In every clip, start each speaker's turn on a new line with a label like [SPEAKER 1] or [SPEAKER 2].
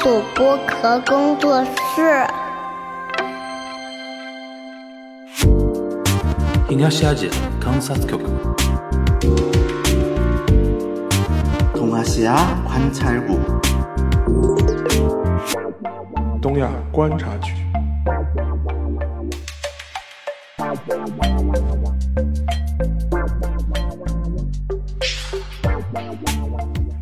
[SPEAKER 1] 主播壳工作室。
[SPEAKER 2] 東アジア観察局
[SPEAKER 3] 동아시아관찰국
[SPEAKER 4] 东亚观察局。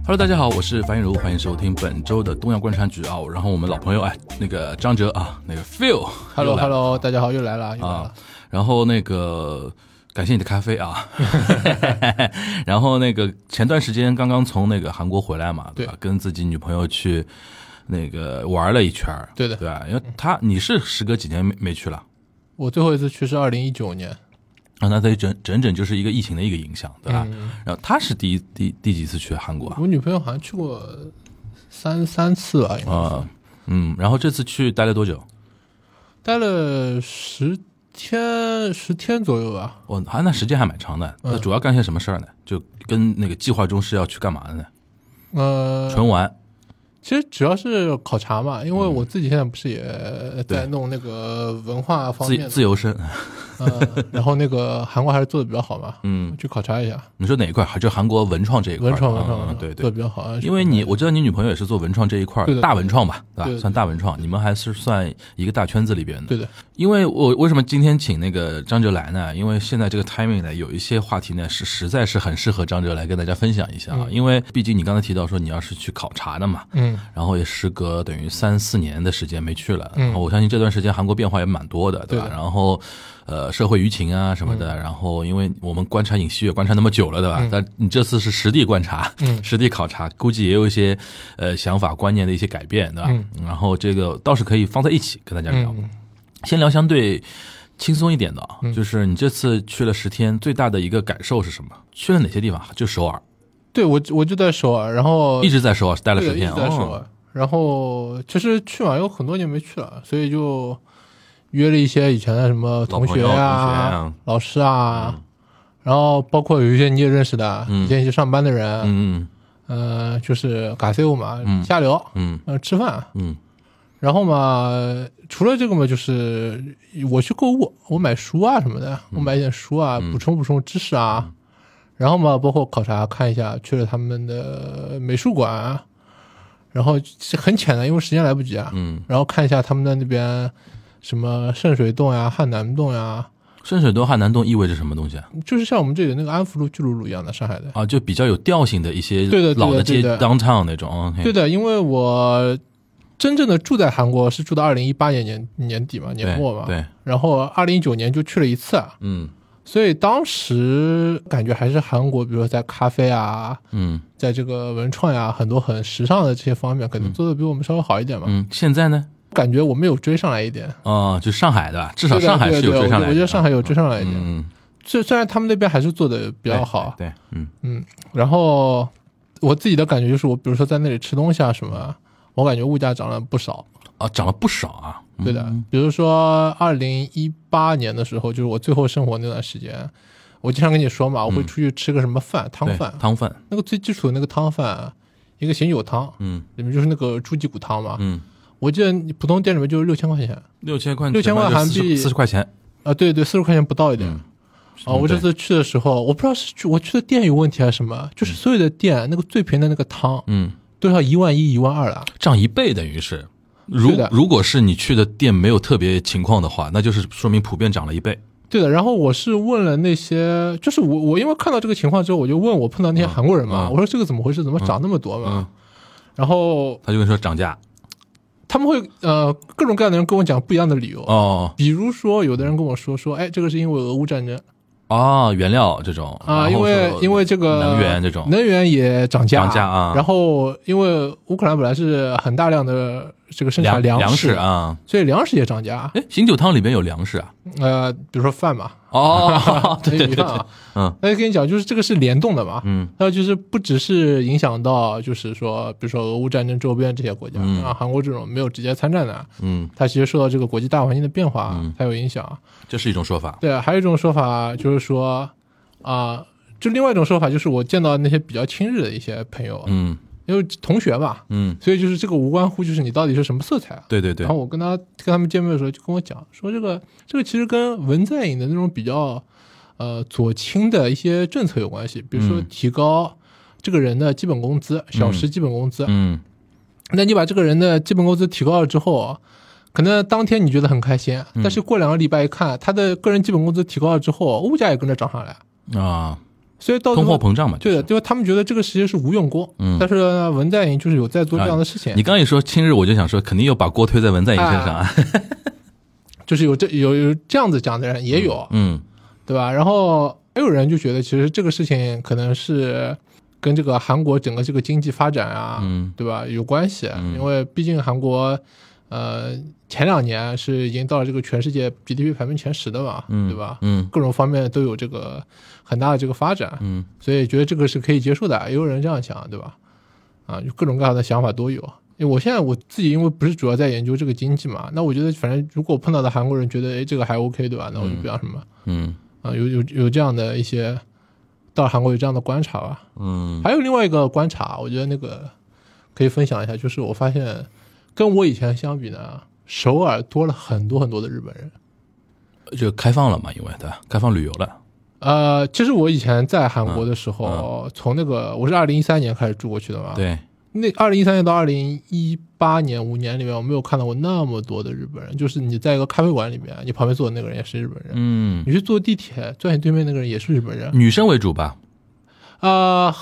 [SPEAKER 5] Hello，大家好，我是樊玉茹，欢迎收听本周的东亚观察局啊。然后我们老朋友哎，那个张哲啊，那个 Phil，Hello
[SPEAKER 6] Hello，Hello，大家好，又来了，又来了
[SPEAKER 5] 啊。，然后那个感谢你的咖啡啊， 然后那个前段时间刚刚从那个韩国回来嘛，对吧？跟自己女朋友去那个玩了一圈儿
[SPEAKER 6] 对的
[SPEAKER 5] 对吧？因为他你是时隔几年没没去了
[SPEAKER 6] 我最后一次去是二零一九年，
[SPEAKER 5] 啊，那他整整整就是一个疫情的一个影响，对吧？
[SPEAKER 6] 嗯
[SPEAKER 5] 然后他是第一第第几次去韩国啊？
[SPEAKER 6] 我女朋友好像去过三三次吧，应该
[SPEAKER 5] 啊，嗯，然后这次去待了多久？
[SPEAKER 6] 待了十天十天左右吧。
[SPEAKER 5] 哦，还那时间还蛮长的。
[SPEAKER 6] 嗯
[SPEAKER 5] 那主要干些什么事儿呢？就跟那个计划中是要去干嘛的呢？
[SPEAKER 6] 呃，
[SPEAKER 5] 纯玩
[SPEAKER 6] 其实主要是考察嘛，因为我自己现在不是也在
[SPEAKER 5] 对
[SPEAKER 6] 弄那个文化
[SPEAKER 5] 嗯
[SPEAKER 6] 方
[SPEAKER 5] 自
[SPEAKER 6] 面的
[SPEAKER 5] 自由身。
[SPEAKER 6] 呃，然后那个韩国还是做的比较好嘛，
[SPEAKER 5] 嗯，
[SPEAKER 6] 去考察一下
[SPEAKER 5] 你说哪一块儿？就韩国文创这一块儿。
[SPEAKER 6] 文创文
[SPEAKER 5] 嗯
[SPEAKER 6] 创
[SPEAKER 5] 嗯
[SPEAKER 6] 文
[SPEAKER 5] 嗯
[SPEAKER 6] 创
[SPEAKER 5] 对
[SPEAKER 6] 做
[SPEAKER 5] 对。
[SPEAKER 6] 的比较好啊，
[SPEAKER 5] 因为你，我知道你女朋友也是做文创这一块儿
[SPEAKER 6] 对的
[SPEAKER 5] 大文创吧，对
[SPEAKER 6] 对
[SPEAKER 5] 吧？
[SPEAKER 6] 的
[SPEAKER 5] 算大文创，你们还是算一个大圈子里边的。
[SPEAKER 6] 对的，
[SPEAKER 5] 因为我为什么今天请那个张哲来呢？因为现在这个 timing 呢，有一些话题呢是实在是很适合张哲来跟大家分享一下啊。因为毕竟你刚才提到说你要是去考察的嘛，
[SPEAKER 6] 嗯，
[SPEAKER 5] 然后也时隔等于三四年的时间没去了，
[SPEAKER 6] 嗯
[SPEAKER 5] 然后我相信这段时间韩国变化也蛮多的，对吧？
[SPEAKER 6] 对的嗯
[SPEAKER 5] 然后，呃，社会舆情啊什么的，然后因为我们观察尹锡悦观察那么久了，对吧？但你这次是实地观察，
[SPEAKER 6] 嗯
[SPEAKER 5] 实地考察，估计也有一些呃想法观念的一些改变，对吧？
[SPEAKER 6] 嗯
[SPEAKER 5] 然后这个倒是可以放在一起跟大家聊，先聊相对。轻松一点的啊，
[SPEAKER 6] 嗯
[SPEAKER 5] 就是你这次去了十天，最大的一个感受是什么？去了哪些地方？就首尔，
[SPEAKER 6] 对我我就在首尔，然后
[SPEAKER 5] 一直在首尔待了
[SPEAKER 6] 对
[SPEAKER 5] 十
[SPEAKER 6] 的，一
[SPEAKER 5] 天
[SPEAKER 6] 直在首
[SPEAKER 5] 哦
[SPEAKER 6] 尔。然后其实去嘛有很多年没去了，所以就约了一些以前的什么同学
[SPEAKER 5] 老朋友同学
[SPEAKER 6] 啊、
[SPEAKER 5] 啊
[SPEAKER 6] 老师啊，然后包括有一些你也认识的，
[SPEAKER 5] 嗯
[SPEAKER 6] 以前一起上班的人，
[SPEAKER 5] 嗯
[SPEAKER 6] 嗯、呃，就是嘎塞欧嘛，
[SPEAKER 5] 嗯
[SPEAKER 6] 瞎聊，
[SPEAKER 5] 嗯
[SPEAKER 6] 呃，吃饭。
[SPEAKER 5] 嗯
[SPEAKER 6] 然后嘛，除了这个嘛，就是我去购物，我买书啊什么的，
[SPEAKER 5] 嗯
[SPEAKER 6] 我买一点书啊，补充补充知识啊。然后嘛，包括考察看一下，去了他们的美术馆啊，然后是很浅的，因为时间来不及啊。
[SPEAKER 5] 嗯，
[SPEAKER 6] 然后看一下他们的那边什么圣水洞呀、汉南洞呀，
[SPEAKER 5] 深水东汉南洞意味着什么东西啊？
[SPEAKER 6] 就是像我们这里那个安福路巨鹿路一样的上海的。
[SPEAKER 5] 啊，就比较有调性的一些
[SPEAKER 6] 对的对的
[SPEAKER 5] 老的街
[SPEAKER 6] 对的
[SPEAKER 5] downtown 那种。嗯
[SPEAKER 6] 对
[SPEAKER 5] 的，
[SPEAKER 6] 的，因为我真正的住在韩国是住到二零一八年年年底嘛，年末嘛。
[SPEAKER 5] 对对
[SPEAKER 6] 然后二零一九年就去了一次啊，
[SPEAKER 5] 嗯
[SPEAKER 6] 所以当时感觉还是韩国，比如说在咖啡啊，
[SPEAKER 5] 嗯
[SPEAKER 6] 在这个文创呀、很多很时尚的这些方面，可能做的比我们稍微好一点嘛。
[SPEAKER 5] 嗯，现在呢？
[SPEAKER 6] 感觉我们有追上来一点，
[SPEAKER 5] 啊，就上海的吧，至少
[SPEAKER 6] 对的
[SPEAKER 5] 上海是有
[SPEAKER 6] 对的
[SPEAKER 5] 追上来的
[SPEAKER 6] 我觉得我觉得上海有追上来一点。
[SPEAKER 5] 嗯，
[SPEAKER 6] 虽、虽然他们那边还是做的比
[SPEAKER 5] 比
[SPEAKER 6] 较好，
[SPEAKER 5] 对，对嗯
[SPEAKER 6] 嗯。然后我自己的感觉就是，我比如说在那里吃东西啊什么，我感觉物价涨了不少。
[SPEAKER 5] 啊，涨了不少啊。嗯
[SPEAKER 6] 对的，比如说二零一八年的时候，就是我最后生活那段时间，我经常跟你说嘛，我会出去吃个什么饭，汤
[SPEAKER 5] 嗯对
[SPEAKER 6] 饭，
[SPEAKER 5] 汤饭，
[SPEAKER 6] 那个最基础的那个汤饭，一个醒酒汤，
[SPEAKER 5] 嗯
[SPEAKER 6] 里面就是那个猪脊骨汤嘛。
[SPEAKER 5] 嗯，
[SPEAKER 6] 我记得你普通店里面就是六千块钱啊、
[SPEAKER 5] 六千块，
[SPEAKER 6] 6000块韩币
[SPEAKER 5] 四十块钱。
[SPEAKER 6] 对对，四十块钱不到一点。啊，我这
[SPEAKER 5] 对
[SPEAKER 6] 次去的时候，我不知道是去我去的店有问题还是什么，就是所有的店那个最便宜的那个汤
[SPEAKER 5] 嗯，
[SPEAKER 6] 都要一万一、一万二了。
[SPEAKER 5] 涨一倍等于是。如
[SPEAKER 6] 对的
[SPEAKER 5] 如果是你去的店没有特别情况的话，那就是说明普遍涨了一倍。
[SPEAKER 6] 对的，然后我是问了那些，就是我我因为看到这个情况之后，我就问我碰到那些韩国人嘛，
[SPEAKER 5] 嗯
[SPEAKER 6] 我说这个怎么回事，怎么涨那么多嘛？然后
[SPEAKER 5] 他就跟你说涨价
[SPEAKER 6] 他们会呃各种各样的人跟我讲不一样的理由，
[SPEAKER 5] 哦
[SPEAKER 6] 比如说有的人跟我说说，哎，这个是因为俄乌战争，
[SPEAKER 5] 啊，原料这种
[SPEAKER 6] 啊，
[SPEAKER 5] 然
[SPEAKER 6] 因
[SPEAKER 5] 后
[SPEAKER 6] 为
[SPEAKER 5] 说
[SPEAKER 6] 因为这个
[SPEAKER 5] 能源这种
[SPEAKER 6] 能源也涨价，
[SPEAKER 5] 涨价啊
[SPEAKER 6] 然后因为乌克兰本来是很大量的这个生产
[SPEAKER 5] 粮
[SPEAKER 6] 食，
[SPEAKER 5] 啊，
[SPEAKER 6] 所以粮食也涨价。
[SPEAKER 5] 哎，醒酒汤里边有粮食啊？
[SPEAKER 6] 呃，比如说饭嘛，，
[SPEAKER 5] 哦 对对
[SPEAKER 6] 米
[SPEAKER 5] 对
[SPEAKER 6] 饭
[SPEAKER 5] 对
[SPEAKER 6] 啊，，
[SPEAKER 5] 嗯
[SPEAKER 6] 那就跟你讲，就是这个是联动的嘛。
[SPEAKER 5] 嗯
[SPEAKER 6] 那就是不只是影响到，就是说，比如说俄乌战争周边这些国家，
[SPEAKER 5] 嗯
[SPEAKER 6] 啊，韩国这种没有直接参战的，
[SPEAKER 5] 嗯，
[SPEAKER 6] 它其实受到这个国际大环境的变化，
[SPEAKER 5] 嗯
[SPEAKER 6] 它有影响。啊
[SPEAKER 5] 这是一种说法。
[SPEAKER 6] 对，还有一种说法就是说，啊、就另外一种说法就是我见到那些比较亲日的一些朋友，
[SPEAKER 5] 嗯
[SPEAKER 6] 因为同学嘛，
[SPEAKER 5] 嗯，
[SPEAKER 6] 所以就是这个无关乎就是你到底是什么色彩啊。
[SPEAKER 5] 对对对
[SPEAKER 6] 然后，我跟他跟他们见面的时候，就跟我讲说，这个这个其实跟文在寅的那种比较，呃，左倾的一些政策有关系，比如说
[SPEAKER 5] 嗯
[SPEAKER 6] 提高这个人的基本工资，小时基本工资。
[SPEAKER 5] 嗯
[SPEAKER 6] 那你把这个人的基本工资提高了之后，啊可能当天你觉得很开心，
[SPEAKER 5] 嗯
[SPEAKER 6] 但是过两个礼拜一看，他的个人基本工资提高了之后，物价也跟着涨上来，
[SPEAKER 5] 啊，
[SPEAKER 6] 所以到最
[SPEAKER 5] 通
[SPEAKER 6] 后
[SPEAKER 5] 货膨胀嘛，
[SPEAKER 6] 对的，
[SPEAKER 5] 就是
[SPEAKER 6] 因为他们觉得这个其实是无用功，
[SPEAKER 5] 嗯啊
[SPEAKER 6] 但是呢，文在寅就是有在做这样的事情，
[SPEAKER 5] 你刚一说亲日，我就想说，肯定又把锅推在文在寅身上啊。
[SPEAKER 6] 哎就是有这有有这样子讲的人也有，
[SPEAKER 5] 嗯
[SPEAKER 6] 对吧？然后还有人就觉得，其实这个事情可能是跟这个韩国整个这个经济发展啊，
[SPEAKER 5] 嗯
[SPEAKER 6] 对吧有关系，
[SPEAKER 5] 嗯
[SPEAKER 6] 因为毕竟韩国，呃，前两年是已经到了这个全世界 GDP 排名前十的嘛，
[SPEAKER 5] 嗯，
[SPEAKER 6] 对吧？
[SPEAKER 5] 嗯
[SPEAKER 6] 各种方面都有这个很大的这个发展，
[SPEAKER 5] 嗯
[SPEAKER 6] 所以觉得这个是可以接受的，也有人这样想，对吧？啊，就各种各样的想法都有。因为我现在我自己因为不是主要在研究这个经济嘛，那我觉得反正如果碰到的韩国人觉得哎这个还 OK 对吧？那我就不讲什么、
[SPEAKER 5] 嗯
[SPEAKER 6] 啊，有有有这样的一些到韩国有这样的观察吧。
[SPEAKER 5] 嗯
[SPEAKER 6] 还有另外一个观察，我觉得那个可以分享一下，就是我发现跟我以前相比呢，首尔多了很多很多的日本人。
[SPEAKER 5] 嗯，就开放了嘛，因为对吧？开放旅游了。
[SPEAKER 6] 呃，其实我以前在韩国的时候，
[SPEAKER 5] 嗯
[SPEAKER 6] 从那个我是二零一三年开始住过去的嘛，
[SPEAKER 5] 对，
[SPEAKER 6] 那二零一三年到二零一八年五年里面，我没有看到过那么多的日本人。就是你在一个咖啡馆里面，你旁边坐的那个人也是日本人；
[SPEAKER 5] 嗯，
[SPEAKER 6] 你去坐地铁，坐你对面那个人也是日本人。
[SPEAKER 5] 女生为主吧？
[SPEAKER 6] 啊，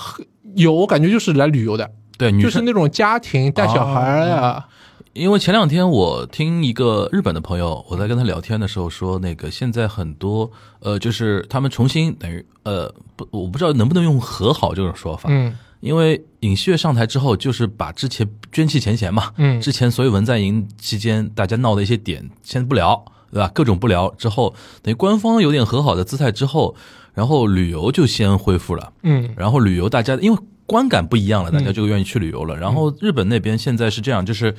[SPEAKER 6] 有我感觉就是来旅游的，
[SPEAKER 5] 对，女
[SPEAKER 6] 就是
[SPEAKER 5] 生。啊
[SPEAKER 6] 那种家庭带小孩儿呀，
[SPEAKER 5] 因为前两天我听一个日本的朋友，我在跟他聊天的时候说，那个现在很多呃，就是他们重新等于呃，不，我不知道能不能用和好这种说法，
[SPEAKER 6] 嗯
[SPEAKER 5] 因为尹锡悦上台之后，就是把之前捐弃前嫌嘛，
[SPEAKER 6] 嗯
[SPEAKER 5] 之前所有文在寅期间大家闹的一些点，先不聊，对吧？各种不聊之后，等于官方有点和好的姿态之后，然后旅游就先恢复了，
[SPEAKER 6] 嗯
[SPEAKER 5] 然后旅游大家因为观感不一样了，大家就愿意去旅游了。然
[SPEAKER 6] 嗯
[SPEAKER 5] 后日本那边现在是这样，就是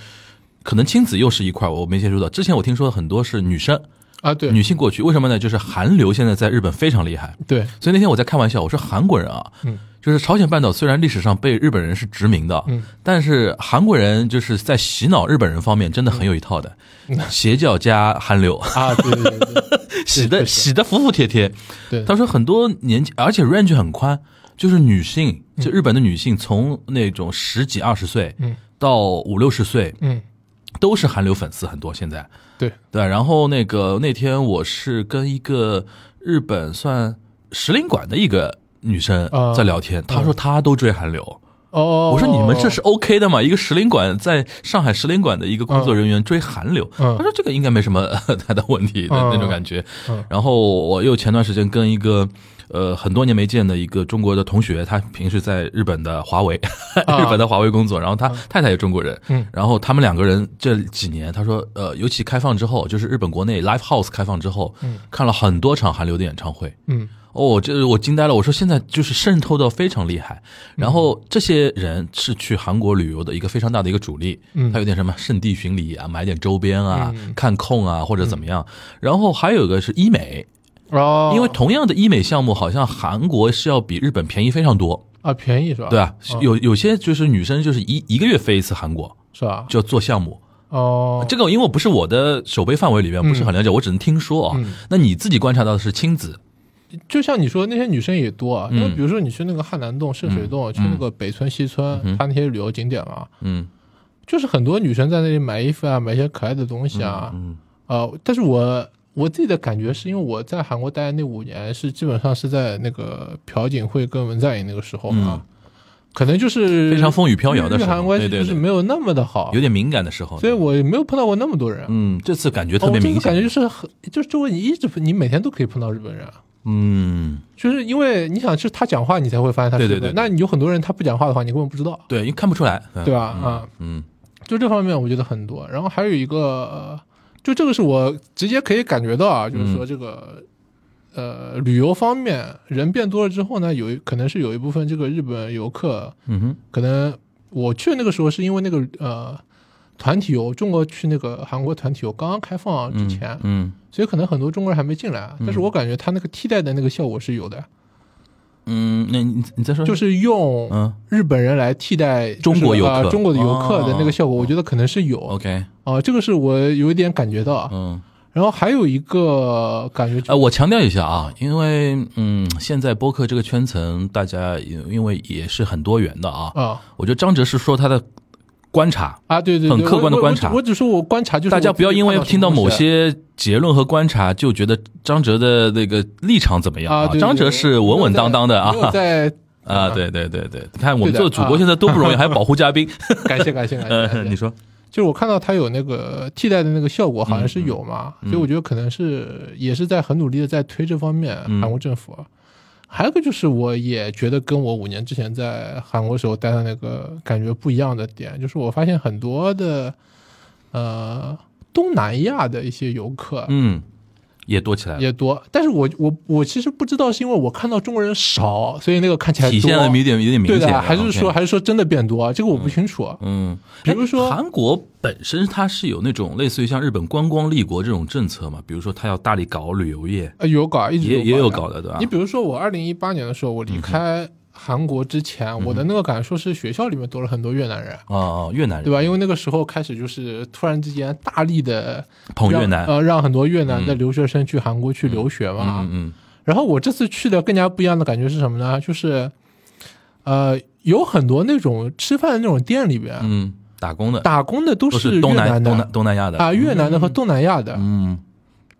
[SPEAKER 5] 可能亲子又是一块，我没接触到。之前我听说很多是女生，
[SPEAKER 6] 啊，对
[SPEAKER 5] 女性过去，为什么呢？就是韩流现在在日本非常厉害，
[SPEAKER 6] 对，
[SPEAKER 5] 所以那天我在开玩笑，我说韩国人啊，
[SPEAKER 6] 嗯
[SPEAKER 5] 就是朝鲜半岛虽然历史上被日本人是殖民的，
[SPEAKER 6] 嗯
[SPEAKER 5] 但是韩国人就是在洗脑日本人方面真的很有一套的，
[SPEAKER 6] 嗯
[SPEAKER 5] 邪教加韩流，
[SPEAKER 6] 啊，对对对 对
[SPEAKER 5] 洗的
[SPEAKER 6] 确实
[SPEAKER 5] 洗的服服帖帖。
[SPEAKER 6] 对，
[SPEAKER 5] 他说很多年纪，而且 range 很宽，就是女性，就日本的女性，从那种十几二十岁，
[SPEAKER 6] 嗯
[SPEAKER 5] 到五六十岁，
[SPEAKER 6] 嗯
[SPEAKER 5] 都是韩流粉丝很多现在。
[SPEAKER 6] 对，
[SPEAKER 5] 对，然后那个那天我是跟一个日本算石林馆的一个女生
[SPEAKER 6] 啊
[SPEAKER 5] 在聊天，她说她都追韩流。
[SPEAKER 6] 哦，
[SPEAKER 5] 我说你们这是 OK 的吗？一个石林馆在上海石林馆的一个工作人员追韩流，
[SPEAKER 6] 嗯
[SPEAKER 5] 他说这个应该没什么呃太大问题的
[SPEAKER 6] 嗯
[SPEAKER 5] 那种感觉
[SPEAKER 6] 嗯。
[SPEAKER 5] 然后我又前段时间跟一个。呃，很多年没见的一个中国的同学，他平时在日本的华为，
[SPEAKER 6] 啊
[SPEAKER 5] 日本的华为工作，然后他太太也中国人，
[SPEAKER 6] 嗯
[SPEAKER 5] 然后他们两个人这几年，他说，呃，尤其开放之后，就是日本国内 live house 开放之后，看了很多场韩流的演唱会，
[SPEAKER 6] 嗯
[SPEAKER 5] 哦，这我惊呆了！我说现在就是渗透到非常厉害，然
[SPEAKER 6] 嗯
[SPEAKER 5] 后这些人是去韩国旅游的一个非常大的一个主力，
[SPEAKER 6] 嗯
[SPEAKER 5] 他有点什么圣地巡礼啊，买点周边啊，看控啊或者怎么样。然后还有一个是医美，
[SPEAKER 6] 嗯哦，
[SPEAKER 5] 因为同样的医美项目，好像韩国是要比日本便宜非常多，
[SPEAKER 6] 啊便宜是吧？
[SPEAKER 5] 对吧？
[SPEAKER 6] 哦
[SPEAKER 5] 有有些就是女生就是一一个月飞一次韩国，
[SPEAKER 6] 是吧？
[SPEAKER 5] 就要做项目。
[SPEAKER 6] 哦，嗯
[SPEAKER 5] 这个因为不是我的手背范围里面，不是很了解，我只能听说啊。那你自己观察到的是亲子，
[SPEAKER 6] 就像你说，那些女生也多啊。因为
[SPEAKER 5] 嗯
[SPEAKER 6] 比如说你去那个汉南洞、圣水洞，去那个北村、西村，它那些旅游景点嘛，
[SPEAKER 5] 嗯
[SPEAKER 6] 就是很多女生在那里买衣服啊，买一些可爱的东西
[SPEAKER 5] 嗯
[SPEAKER 6] 啊。呃，但是我我自己的感觉是因为我在韩国待的那五年，是基本上是在那个朴槿惠跟文在寅那个时候啊，可能就是
[SPEAKER 5] 嗯非常风雨飘摇的时
[SPEAKER 6] 日
[SPEAKER 5] 候
[SPEAKER 6] 韩关系
[SPEAKER 5] 对对
[SPEAKER 6] 就是
[SPEAKER 5] 对
[SPEAKER 6] 没有那么的好，
[SPEAKER 5] 有点敏感的时候，
[SPEAKER 6] 所以我也没有碰到过那么多人。
[SPEAKER 5] 嗯，这次感觉特
[SPEAKER 6] 哦
[SPEAKER 5] 别
[SPEAKER 6] 我这
[SPEAKER 5] 明
[SPEAKER 6] 次
[SPEAKER 5] 显，
[SPEAKER 6] 感觉就是很，就是周围你一直你每天都可以碰到日本人啊。
[SPEAKER 5] 嗯，
[SPEAKER 6] 就是因为你想，是他讲话，你才会发现他是
[SPEAKER 5] 对对
[SPEAKER 6] 日本
[SPEAKER 5] 对
[SPEAKER 6] 人
[SPEAKER 5] 对
[SPEAKER 6] 那你有很多人他不讲话的话，你根本不知道，
[SPEAKER 5] 对，因为看不出来，嗯
[SPEAKER 6] 对吧？？啊、
[SPEAKER 5] 嗯
[SPEAKER 6] 就这方面我觉得很多。然后还有一个，呃就这个是我直接可以感觉到啊，就是
[SPEAKER 5] 嗯
[SPEAKER 6] 说这个、呃旅游方面人变多了之后呢，有一可能是有一部分这个日本游客，
[SPEAKER 5] 嗯哼，
[SPEAKER 6] 可能我去那个时候是因为那个呃团体游，中国去那个韩国团体游刚刚开放之前，
[SPEAKER 5] 嗯
[SPEAKER 6] 啊所以可能很多中国人还没进来，但是我感觉他那个替代的那个效果是有的。
[SPEAKER 5] 嗯，那你你再说，
[SPEAKER 6] 就是用
[SPEAKER 5] 嗯
[SPEAKER 6] 日本人来替代
[SPEAKER 5] 中国游客哦
[SPEAKER 6] 就是呃中国的游客的那个效果，我觉得可能是有
[SPEAKER 5] OK，
[SPEAKER 6] 啊，这个是我有一点感觉到啊。
[SPEAKER 5] 嗯，
[SPEAKER 6] 然后还有一个感觉就
[SPEAKER 5] 呃，我强调一下啊，因为嗯，现在播客这个圈层，大家因因为也是很多元的啊。
[SPEAKER 6] 啊
[SPEAKER 5] 我觉得张哲是说他的观察，
[SPEAKER 6] 啊，对对，对
[SPEAKER 5] 很客观地
[SPEAKER 6] 我我
[SPEAKER 5] 观察
[SPEAKER 6] 我只我只说我观察，就是
[SPEAKER 5] 大家不要因为
[SPEAKER 6] 我自己
[SPEAKER 5] 听到
[SPEAKER 6] 看到什么
[SPEAKER 5] 某
[SPEAKER 6] 东西啊
[SPEAKER 5] 些结论和观察就觉得张哲的那个立场怎么样
[SPEAKER 6] 啊，对对
[SPEAKER 5] 张哲是稳稳当当的啊
[SPEAKER 6] 我没有在
[SPEAKER 5] 啊，对对对对，你看我们
[SPEAKER 6] 对的
[SPEAKER 5] 做主
[SPEAKER 6] 啊哎
[SPEAKER 5] 播现在多不容易，还保护嘉 宾。
[SPEAKER 6] 感谢感谢感谢
[SPEAKER 5] 呃，
[SPEAKER 6] 感谢
[SPEAKER 5] 你，说，
[SPEAKER 6] 就是我看到它有那个替代的那个效果，好像
[SPEAKER 5] 嗯
[SPEAKER 6] 是有嘛，所以我觉得可能是也是在很努力的在推这方面，
[SPEAKER 5] 嗯
[SPEAKER 6] 韩国政府。还有一个就是，我也觉得跟我五年之前在韩国时候待的那个感觉不一样的点，就是我发现很多的呃东南亚的一些游客
[SPEAKER 5] 嗯，也多起来了，
[SPEAKER 6] 也多，但是我我我其实不知道是因为我看到中国人少，所以那个看起来
[SPEAKER 5] 体现
[SPEAKER 6] 多
[SPEAKER 5] 了有点有点明
[SPEAKER 6] 对
[SPEAKER 5] 显
[SPEAKER 6] 的，
[SPEAKER 5] 了，
[SPEAKER 6] 还是
[SPEAKER 5] OK
[SPEAKER 6] 说还是说真的变多？这个我不清楚。
[SPEAKER 5] 嗯，
[SPEAKER 6] 比如说
[SPEAKER 5] 哎韩国本身它是有那种类似于像日本观光立国这种政策嘛，比如说它要大力搞旅游业，
[SPEAKER 6] 呃，有搞，一直
[SPEAKER 5] 也
[SPEAKER 6] 的
[SPEAKER 5] 也有搞的对吧
[SPEAKER 6] 你比如说，我二零一八年的时候，
[SPEAKER 5] 嗯
[SPEAKER 6] 我离开韩国之前，我的那个感受是学校里面多了很多越南人，
[SPEAKER 5] 啊、越南人
[SPEAKER 6] 对吧？因为那个时候开始就是突然之间大力的
[SPEAKER 5] 捧越南，
[SPEAKER 6] 呃，啊让很多越南的留学生去韩国去留学嘛。
[SPEAKER 5] 嗯嗯
[SPEAKER 6] 然后我这次去的更加不一样的感觉是什么呢？就是，呃，有很多那种吃饭的那种店里边，
[SPEAKER 5] 嗯，打工的
[SPEAKER 6] 打工的都
[SPEAKER 5] 都
[SPEAKER 6] 是
[SPEAKER 5] 东
[SPEAKER 6] 越南的
[SPEAKER 5] 东南东南亚的
[SPEAKER 6] 啊，越南的和东南亚的，
[SPEAKER 5] 嗯，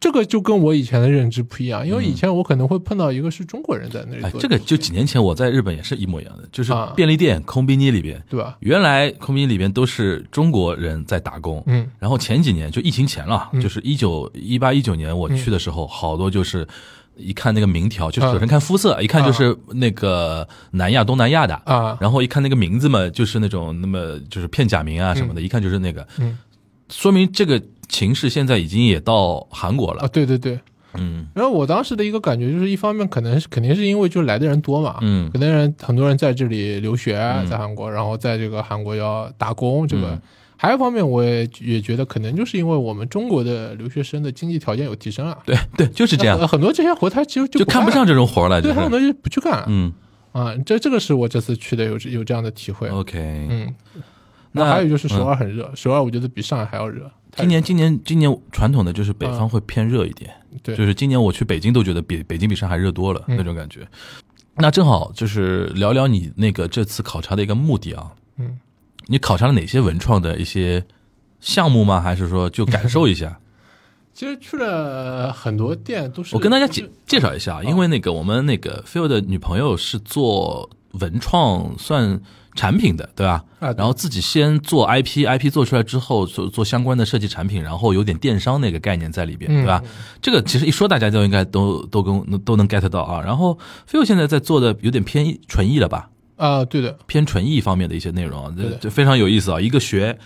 [SPEAKER 6] 这个就跟我以前的认知不一样，因为以前我可能会碰到一个是中国人在那里
[SPEAKER 5] 哎，
[SPEAKER 6] 做，
[SPEAKER 5] 这个就几年前我在日本也是一模一样的，就是
[SPEAKER 6] 啊
[SPEAKER 5] 便利店、空宾尼里边，
[SPEAKER 6] 对吧？
[SPEAKER 5] 原来空宾尼里边都是中国人在打工，
[SPEAKER 6] 嗯，
[SPEAKER 5] 然后前几年就疫情前了，就是一九一八一九年
[SPEAKER 6] 嗯
[SPEAKER 5] 我去的时候，好多就是一看那个名条，
[SPEAKER 6] 啊
[SPEAKER 5] 就是首先看肤色，一看就是那个南亚、东南亚的
[SPEAKER 6] 啊
[SPEAKER 5] 然后一看那个名字嘛，就是那种那么就是片假名啊什么的，一看就是那个，
[SPEAKER 6] 嗯，
[SPEAKER 5] 说明这个情势现在已经也到韩国
[SPEAKER 6] 啊，
[SPEAKER 5] 了，
[SPEAKER 6] 对对对。
[SPEAKER 5] 嗯
[SPEAKER 6] 然后我当时的一个感觉就是，一方面可能是肯定是因为就来的人多嘛，
[SPEAKER 5] 嗯
[SPEAKER 6] 可能人很多人在这里留学，啊在韩国，然后在这个韩国要打工，这个。
[SPEAKER 5] 嗯
[SPEAKER 6] 还有一方面，我也也觉得可能就是因为我们中国的留学生的经济条件有提升啊，
[SPEAKER 5] 对对，就是这
[SPEAKER 6] 那
[SPEAKER 5] 样，
[SPEAKER 6] 很多这些活他其实
[SPEAKER 5] 就
[SPEAKER 6] 就
[SPEAKER 5] 看不
[SPEAKER 6] 干
[SPEAKER 5] 上
[SPEAKER 6] 了，
[SPEAKER 5] 这种活儿了，就
[SPEAKER 6] 对他
[SPEAKER 5] 是，
[SPEAKER 6] 很多就不去干了
[SPEAKER 5] 嗯
[SPEAKER 6] 啊。这这个是我这次去的有这有这样的体会。
[SPEAKER 5] ，OK，
[SPEAKER 6] 嗯，
[SPEAKER 5] 那
[SPEAKER 6] 还有就是首
[SPEAKER 5] 嗯
[SPEAKER 6] 尔很热，首尔我觉得比上海还要热。
[SPEAKER 5] 今年今年今年传统的就是北方会偏热一点，
[SPEAKER 6] 嗯对嗯
[SPEAKER 5] 就是今年我去北京都觉得比北京比上海热多了、那种感觉。那正好就是聊聊你那个这次考察的一个目的啊，
[SPEAKER 6] 嗯，
[SPEAKER 5] 你考察了哪些文创的一些项目吗？还是说就感受一下？
[SPEAKER 6] 其实去了很多店都是
[SPEAKER 5] 我跟大家介介绍一下啊，因为那个我们那个 Phil 的女朋友是做文创算产品的，对吧？
[SPEAKER 6] 啊对
[SPEAKER 5] 然后自己先做 IP，IP 做出来之后做做相关的设计产品，然后有点电商那个概念在里边，
[SPEAKER 6] 嗯
[SPEAKER 5] 对吧？这个其实一说大家都应该都都跟都能 get 到啊。然后 Phil 现在在做的有点偏纯艺了吧？
[SPEAKER 6] 啊，对的，
[SPEAKER 5] 偏纯艺方面的一些内容啊，这
[SPEAKER 6] 对
[SPEAKER 5] 这非常有意思啊。一个学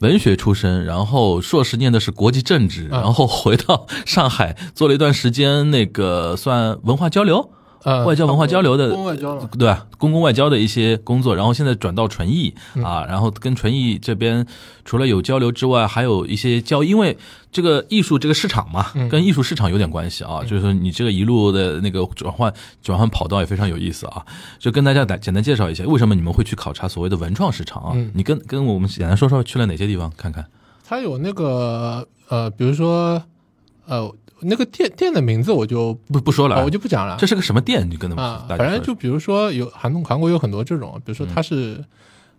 [SPEAKER 5] 文学出身，然后硕士念的是国际政治，
[SPEAKER 6] 嗯
[SPEAKER 5] 然后回到上海做了一段时间那个算文化交流，
[SPEAKER 6] 呃，
[SPEAKER 5] 外交文化交流的
[SPEAKER 6] 公共外交嘛，
[SPEAKER 5] 对吧？公共外交的一些工作，然后现在转到纯艺
[SPEAKER 6] 嗯
[SPEAKER 5] 啊，然后跟纯艺这边除了有交流之外，还有一些交，因为这个艺术这个市场嘛，
[SPEAKER 6] 嗯
[SPEAKER 5] 跟艺术市场有点关系啊，就是说你这个一路的那个转换转换跑道也非常有意思啊，就跟大家简简单介绍一下，为什么你们会去考察所谓的文创市场啊？
[SPEAKER 6] 嗯
[SPEAKER 5] 你跟跟我们简单说说去了哪些地方看看？
[SPEAKER 6] 它有那个呃，比如说呃，那个店店的名字我就
[SPEAKER 5] 不不说了
[SPEAKER 6] 啊
[SPEAKER 5] 啊，
[SPEAKER 6] 我就不讲了
[SPEAKER 5] 这是个什么店？你跟他们
[SPEAKER 6] 啊，
[SPEAKER 5] 大
[SPEAKER 6] 反
[SPEAKER 5] 家说嗯
[SPEAKER 6] 正
[SPEAKER 5] 一
[SPEAKER 6] 就
[SPEAKER 5] 下
[SPEAKER 6] 比如说有韩东韩国有很多这种，比如说它是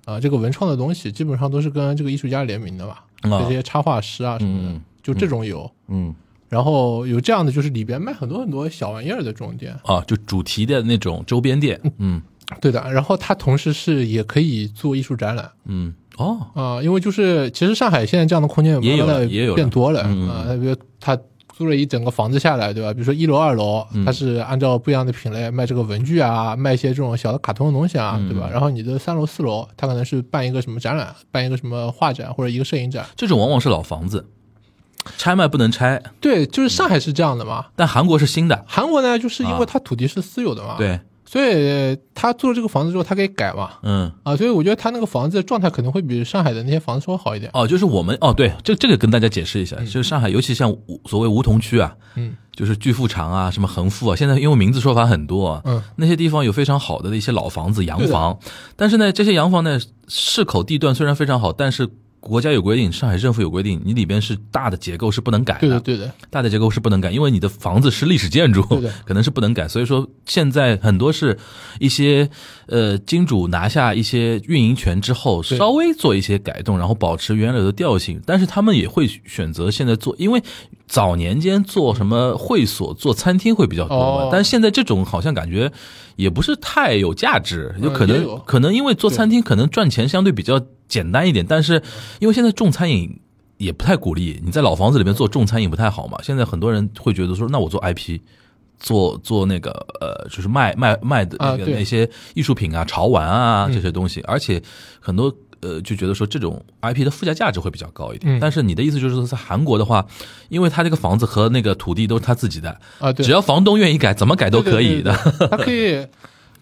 [SPEAKER 6] 呃这个文创的东西，基本上都是跟这个艺术家联名的嘛，
[SPEAKER 5] 啊
[SPEAKER 6] 这些插画师啊什么的
[SPEAKER 5] 嗯，
[SPEAKER 6] 就这种有。
[SPEAKER 5] 嗯
[SPEAKER 6] 然后有这样的，就是里边卖很多很多小玩意儿的这种店，
[SPEAKER 5] 啊，就主题的那种周边店，嗯
[SPEAKER 6] 对的。然后它同时是也可以做艺术展览，
[SPEAKER 5] 嗯哦。
[SPEAKER 6] 啊、因为就是其实上海现在这样的空间
[SPEAKER 5] 也有
[SPEAKER 6] 慢慢
[SPEAKER 5] 了
[SPEAKER 6] 的
[SPEAKER 5] 也有了
[SPEAKER 6] 变多了
[SPEAKER 5] 嗯嗯
[SPEAKER 6] 啊、比如他租了一整个房子下来，对吧？比如说一楼、二楼，
[SPEAKER 5] 嗯
[SPEAKER 6] 它是按照不一样的品类卖这个文具啊，卖一些这种小的卡通的东西啊，
[SPEAKER 5] 嗯
[SPEAKER 6] 对吧？然后你的三楼、四楼，它可能是办一个什么展览，办一个什么画展或者一个摄影展，
[SPEAKER 5] 这种往往是老房子，拆卖不能拆，
[SPEAKER 6] 对，就是上海是这样的嘛。
[SPEAKER 5] 但韩国是新的，
[SPEAKER 6] 嗯韩国呢，就是因
[SPEAKER 5] 啊
[SPEAKER 6] 为它土地是私有的嘛，，
[SPEAKER 5] 对，
[SPEAKER 6] 所以他做了这个房子之后，他可以改嘛。
[SPEAKER 5] 嗯，
[SPEAKER 6] 啊，所以我觉得他那个房子的状态可能会比上海的那些房子稍微好一点。
[SPEAKER 5] 哦，就是我们哦，对，这这个跟大家解释一下，就是上海，尤其像梧所谓梧桐区啊，
[SPEAKER 6] 嗯，
[SPEAKER 5] 就是巨富长啊，什么恒富啊，现在因为名字说法很多啊，
[SPEAKER 6] 嗯，
[SPEAKER 5] 那些地方有非常好的一些老房子、洋房，但是呢，这些洋房呢，市口地段虽然非常好，但是国家有规定，上海政府有规定，你里边是大的结构是不能改的，
[SPEAKER 6] 对的对的，
[SPEAKER 5] 大的结构是不能改，因为你的房子是历史建筑
[SPEAKER 6] 对的，
[SPEAKER 5] 可能是不能改。所以说，现在很多是一些呃金主拿下一些运营权之后，
[SPEAKER 6] 对
[SPEAKER 5] 稍微做一些改动，然后保持原来的调性。但是他们也会选择现在做，因为早年间做什么会所、做餐厅会比较多嘛，
[SPEAKER 6] 哦
[SPEAKER 5] 但是现在这种好像感觉也不是太有价值，有
[SPEAKER 6] 嗯
[SPEAKER 5] 可
[SPEAKER 6] 也
[SPEAKER 5] 能
[SPEAKER 6] 有
[SPEAKER 5] 可能因为做餐厅可能赚钱相对比较简单一点，但是因为现在重餐饮也不太鼓励，你在老房子里面做重餐饮不太好嘛。现在很多人会觉得说，那我做 IP，做做那个呃，就是卖卖卖的那
[SPEAKER 6] 啊
[SPEAKER 5] 个、
[SPEAKER 6] 对嗯
[SPEAKER 5] 那些艺术品啊、潮玩啊这些东西，而且很多。呃，就觉得说这种 IP 的附加价值会比较高一点，
[SPEAKER 6] 嗯
[SPEAKER 5] 但是你的意思就是说，在韩国的话，因为他这个房子和那个土地都是他自己的，
[SPEAKER 6] 啊对
[SPEAKER 5] 只要房东愿意改，怎么改都可以的。
[SPEAKER 6] 它可以，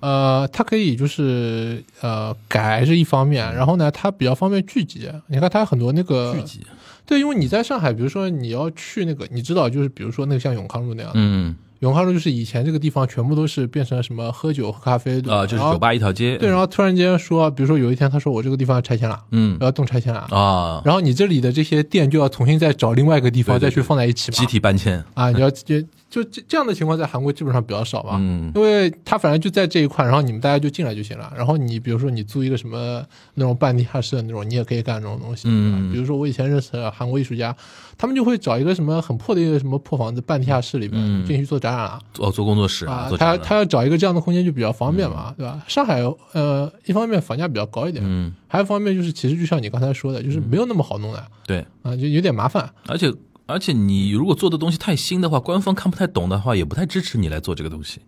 [SPEAKER 6] 呃，它可以就是呃改是一方面，然后呢，它比较方便聚集。你看它很多那个
[SPEAKER 5] 聚集，
[SPEAKER 6] 对，因为你在上海，比如说你要去那个，你知道就是比如说那个像永康路那样的，
[SPEAKER 5] 嗯
[SPEAKER 6] 永康路就是以前这个地方全部都是变成什么喝酒喝咖啡的
[SPEAKER 5] 啊，就是
[SPEAKER 6] 然后
[SPEAKER 5] 酒吧一条街，
[SPEAKER 6] 对，然后突然间说，比如说有一天他说我这个地方要拆迁了，
[SPEAKER 5] 嗯
[SPEAKER 6] 我要动拆迁了，
[SPEAKER 5] 啊，
[SPEAKER 6] 然后你这里的这些店就要重新再找另外一个地方
[SPEAKER 5] 对对
[SPEAKER 6] 再
[SPEAKER 5] 对
[SPEAKER 6] 去放在一起嘛，
[SPEAKER 5] 集体搬迁，
[SPEAKER 6] 啊，你要就就这这样的情况在韩国基本上比较少嘛，
[SPEAKER 5] 嗯
[SPEAKER 6] 因为他反正就在这一块，然后你们大家就进来就行了。然后你比如说你租一个什么那种半地下室的那种，你也可以干这种东西。
[SPEAKER 5] 嗯
[SPEAKER 6] 比如说我以前认识的韩国艺术家，他们就会找一个什么很破的一个什么破房子半地下室里面、
[SPEAKER 5] 嗯
[SPEAKER 6] 进去做展览啊。
[SPEAKER 5] 哦，做工作室
[SPEAKER 6] 啊
[SPEAKER 5] 做，
[SPEAKER 6] 他
[SPEAKER 5] 展
[SPEAKER 6] 他
[SPEAKER 5] 览，
[SPEAKER 6] 要找一个这样的空间就比较方便嘛，对吧？上海呃，一方面房价比较高一点，
[SPEAKER 5] 嗯，
[SPEAKER 6] 还有一方面就是其实就像你刚才说的，就是没有那么好弄的
[SPEAKER 5] 对，
[SPEAKER 6] 啊，就有点麻烦。
[SPEAKER 5] 而且而且你如果做的东西太新的话，官方看不太懂的话，也不太支持你来做这个东西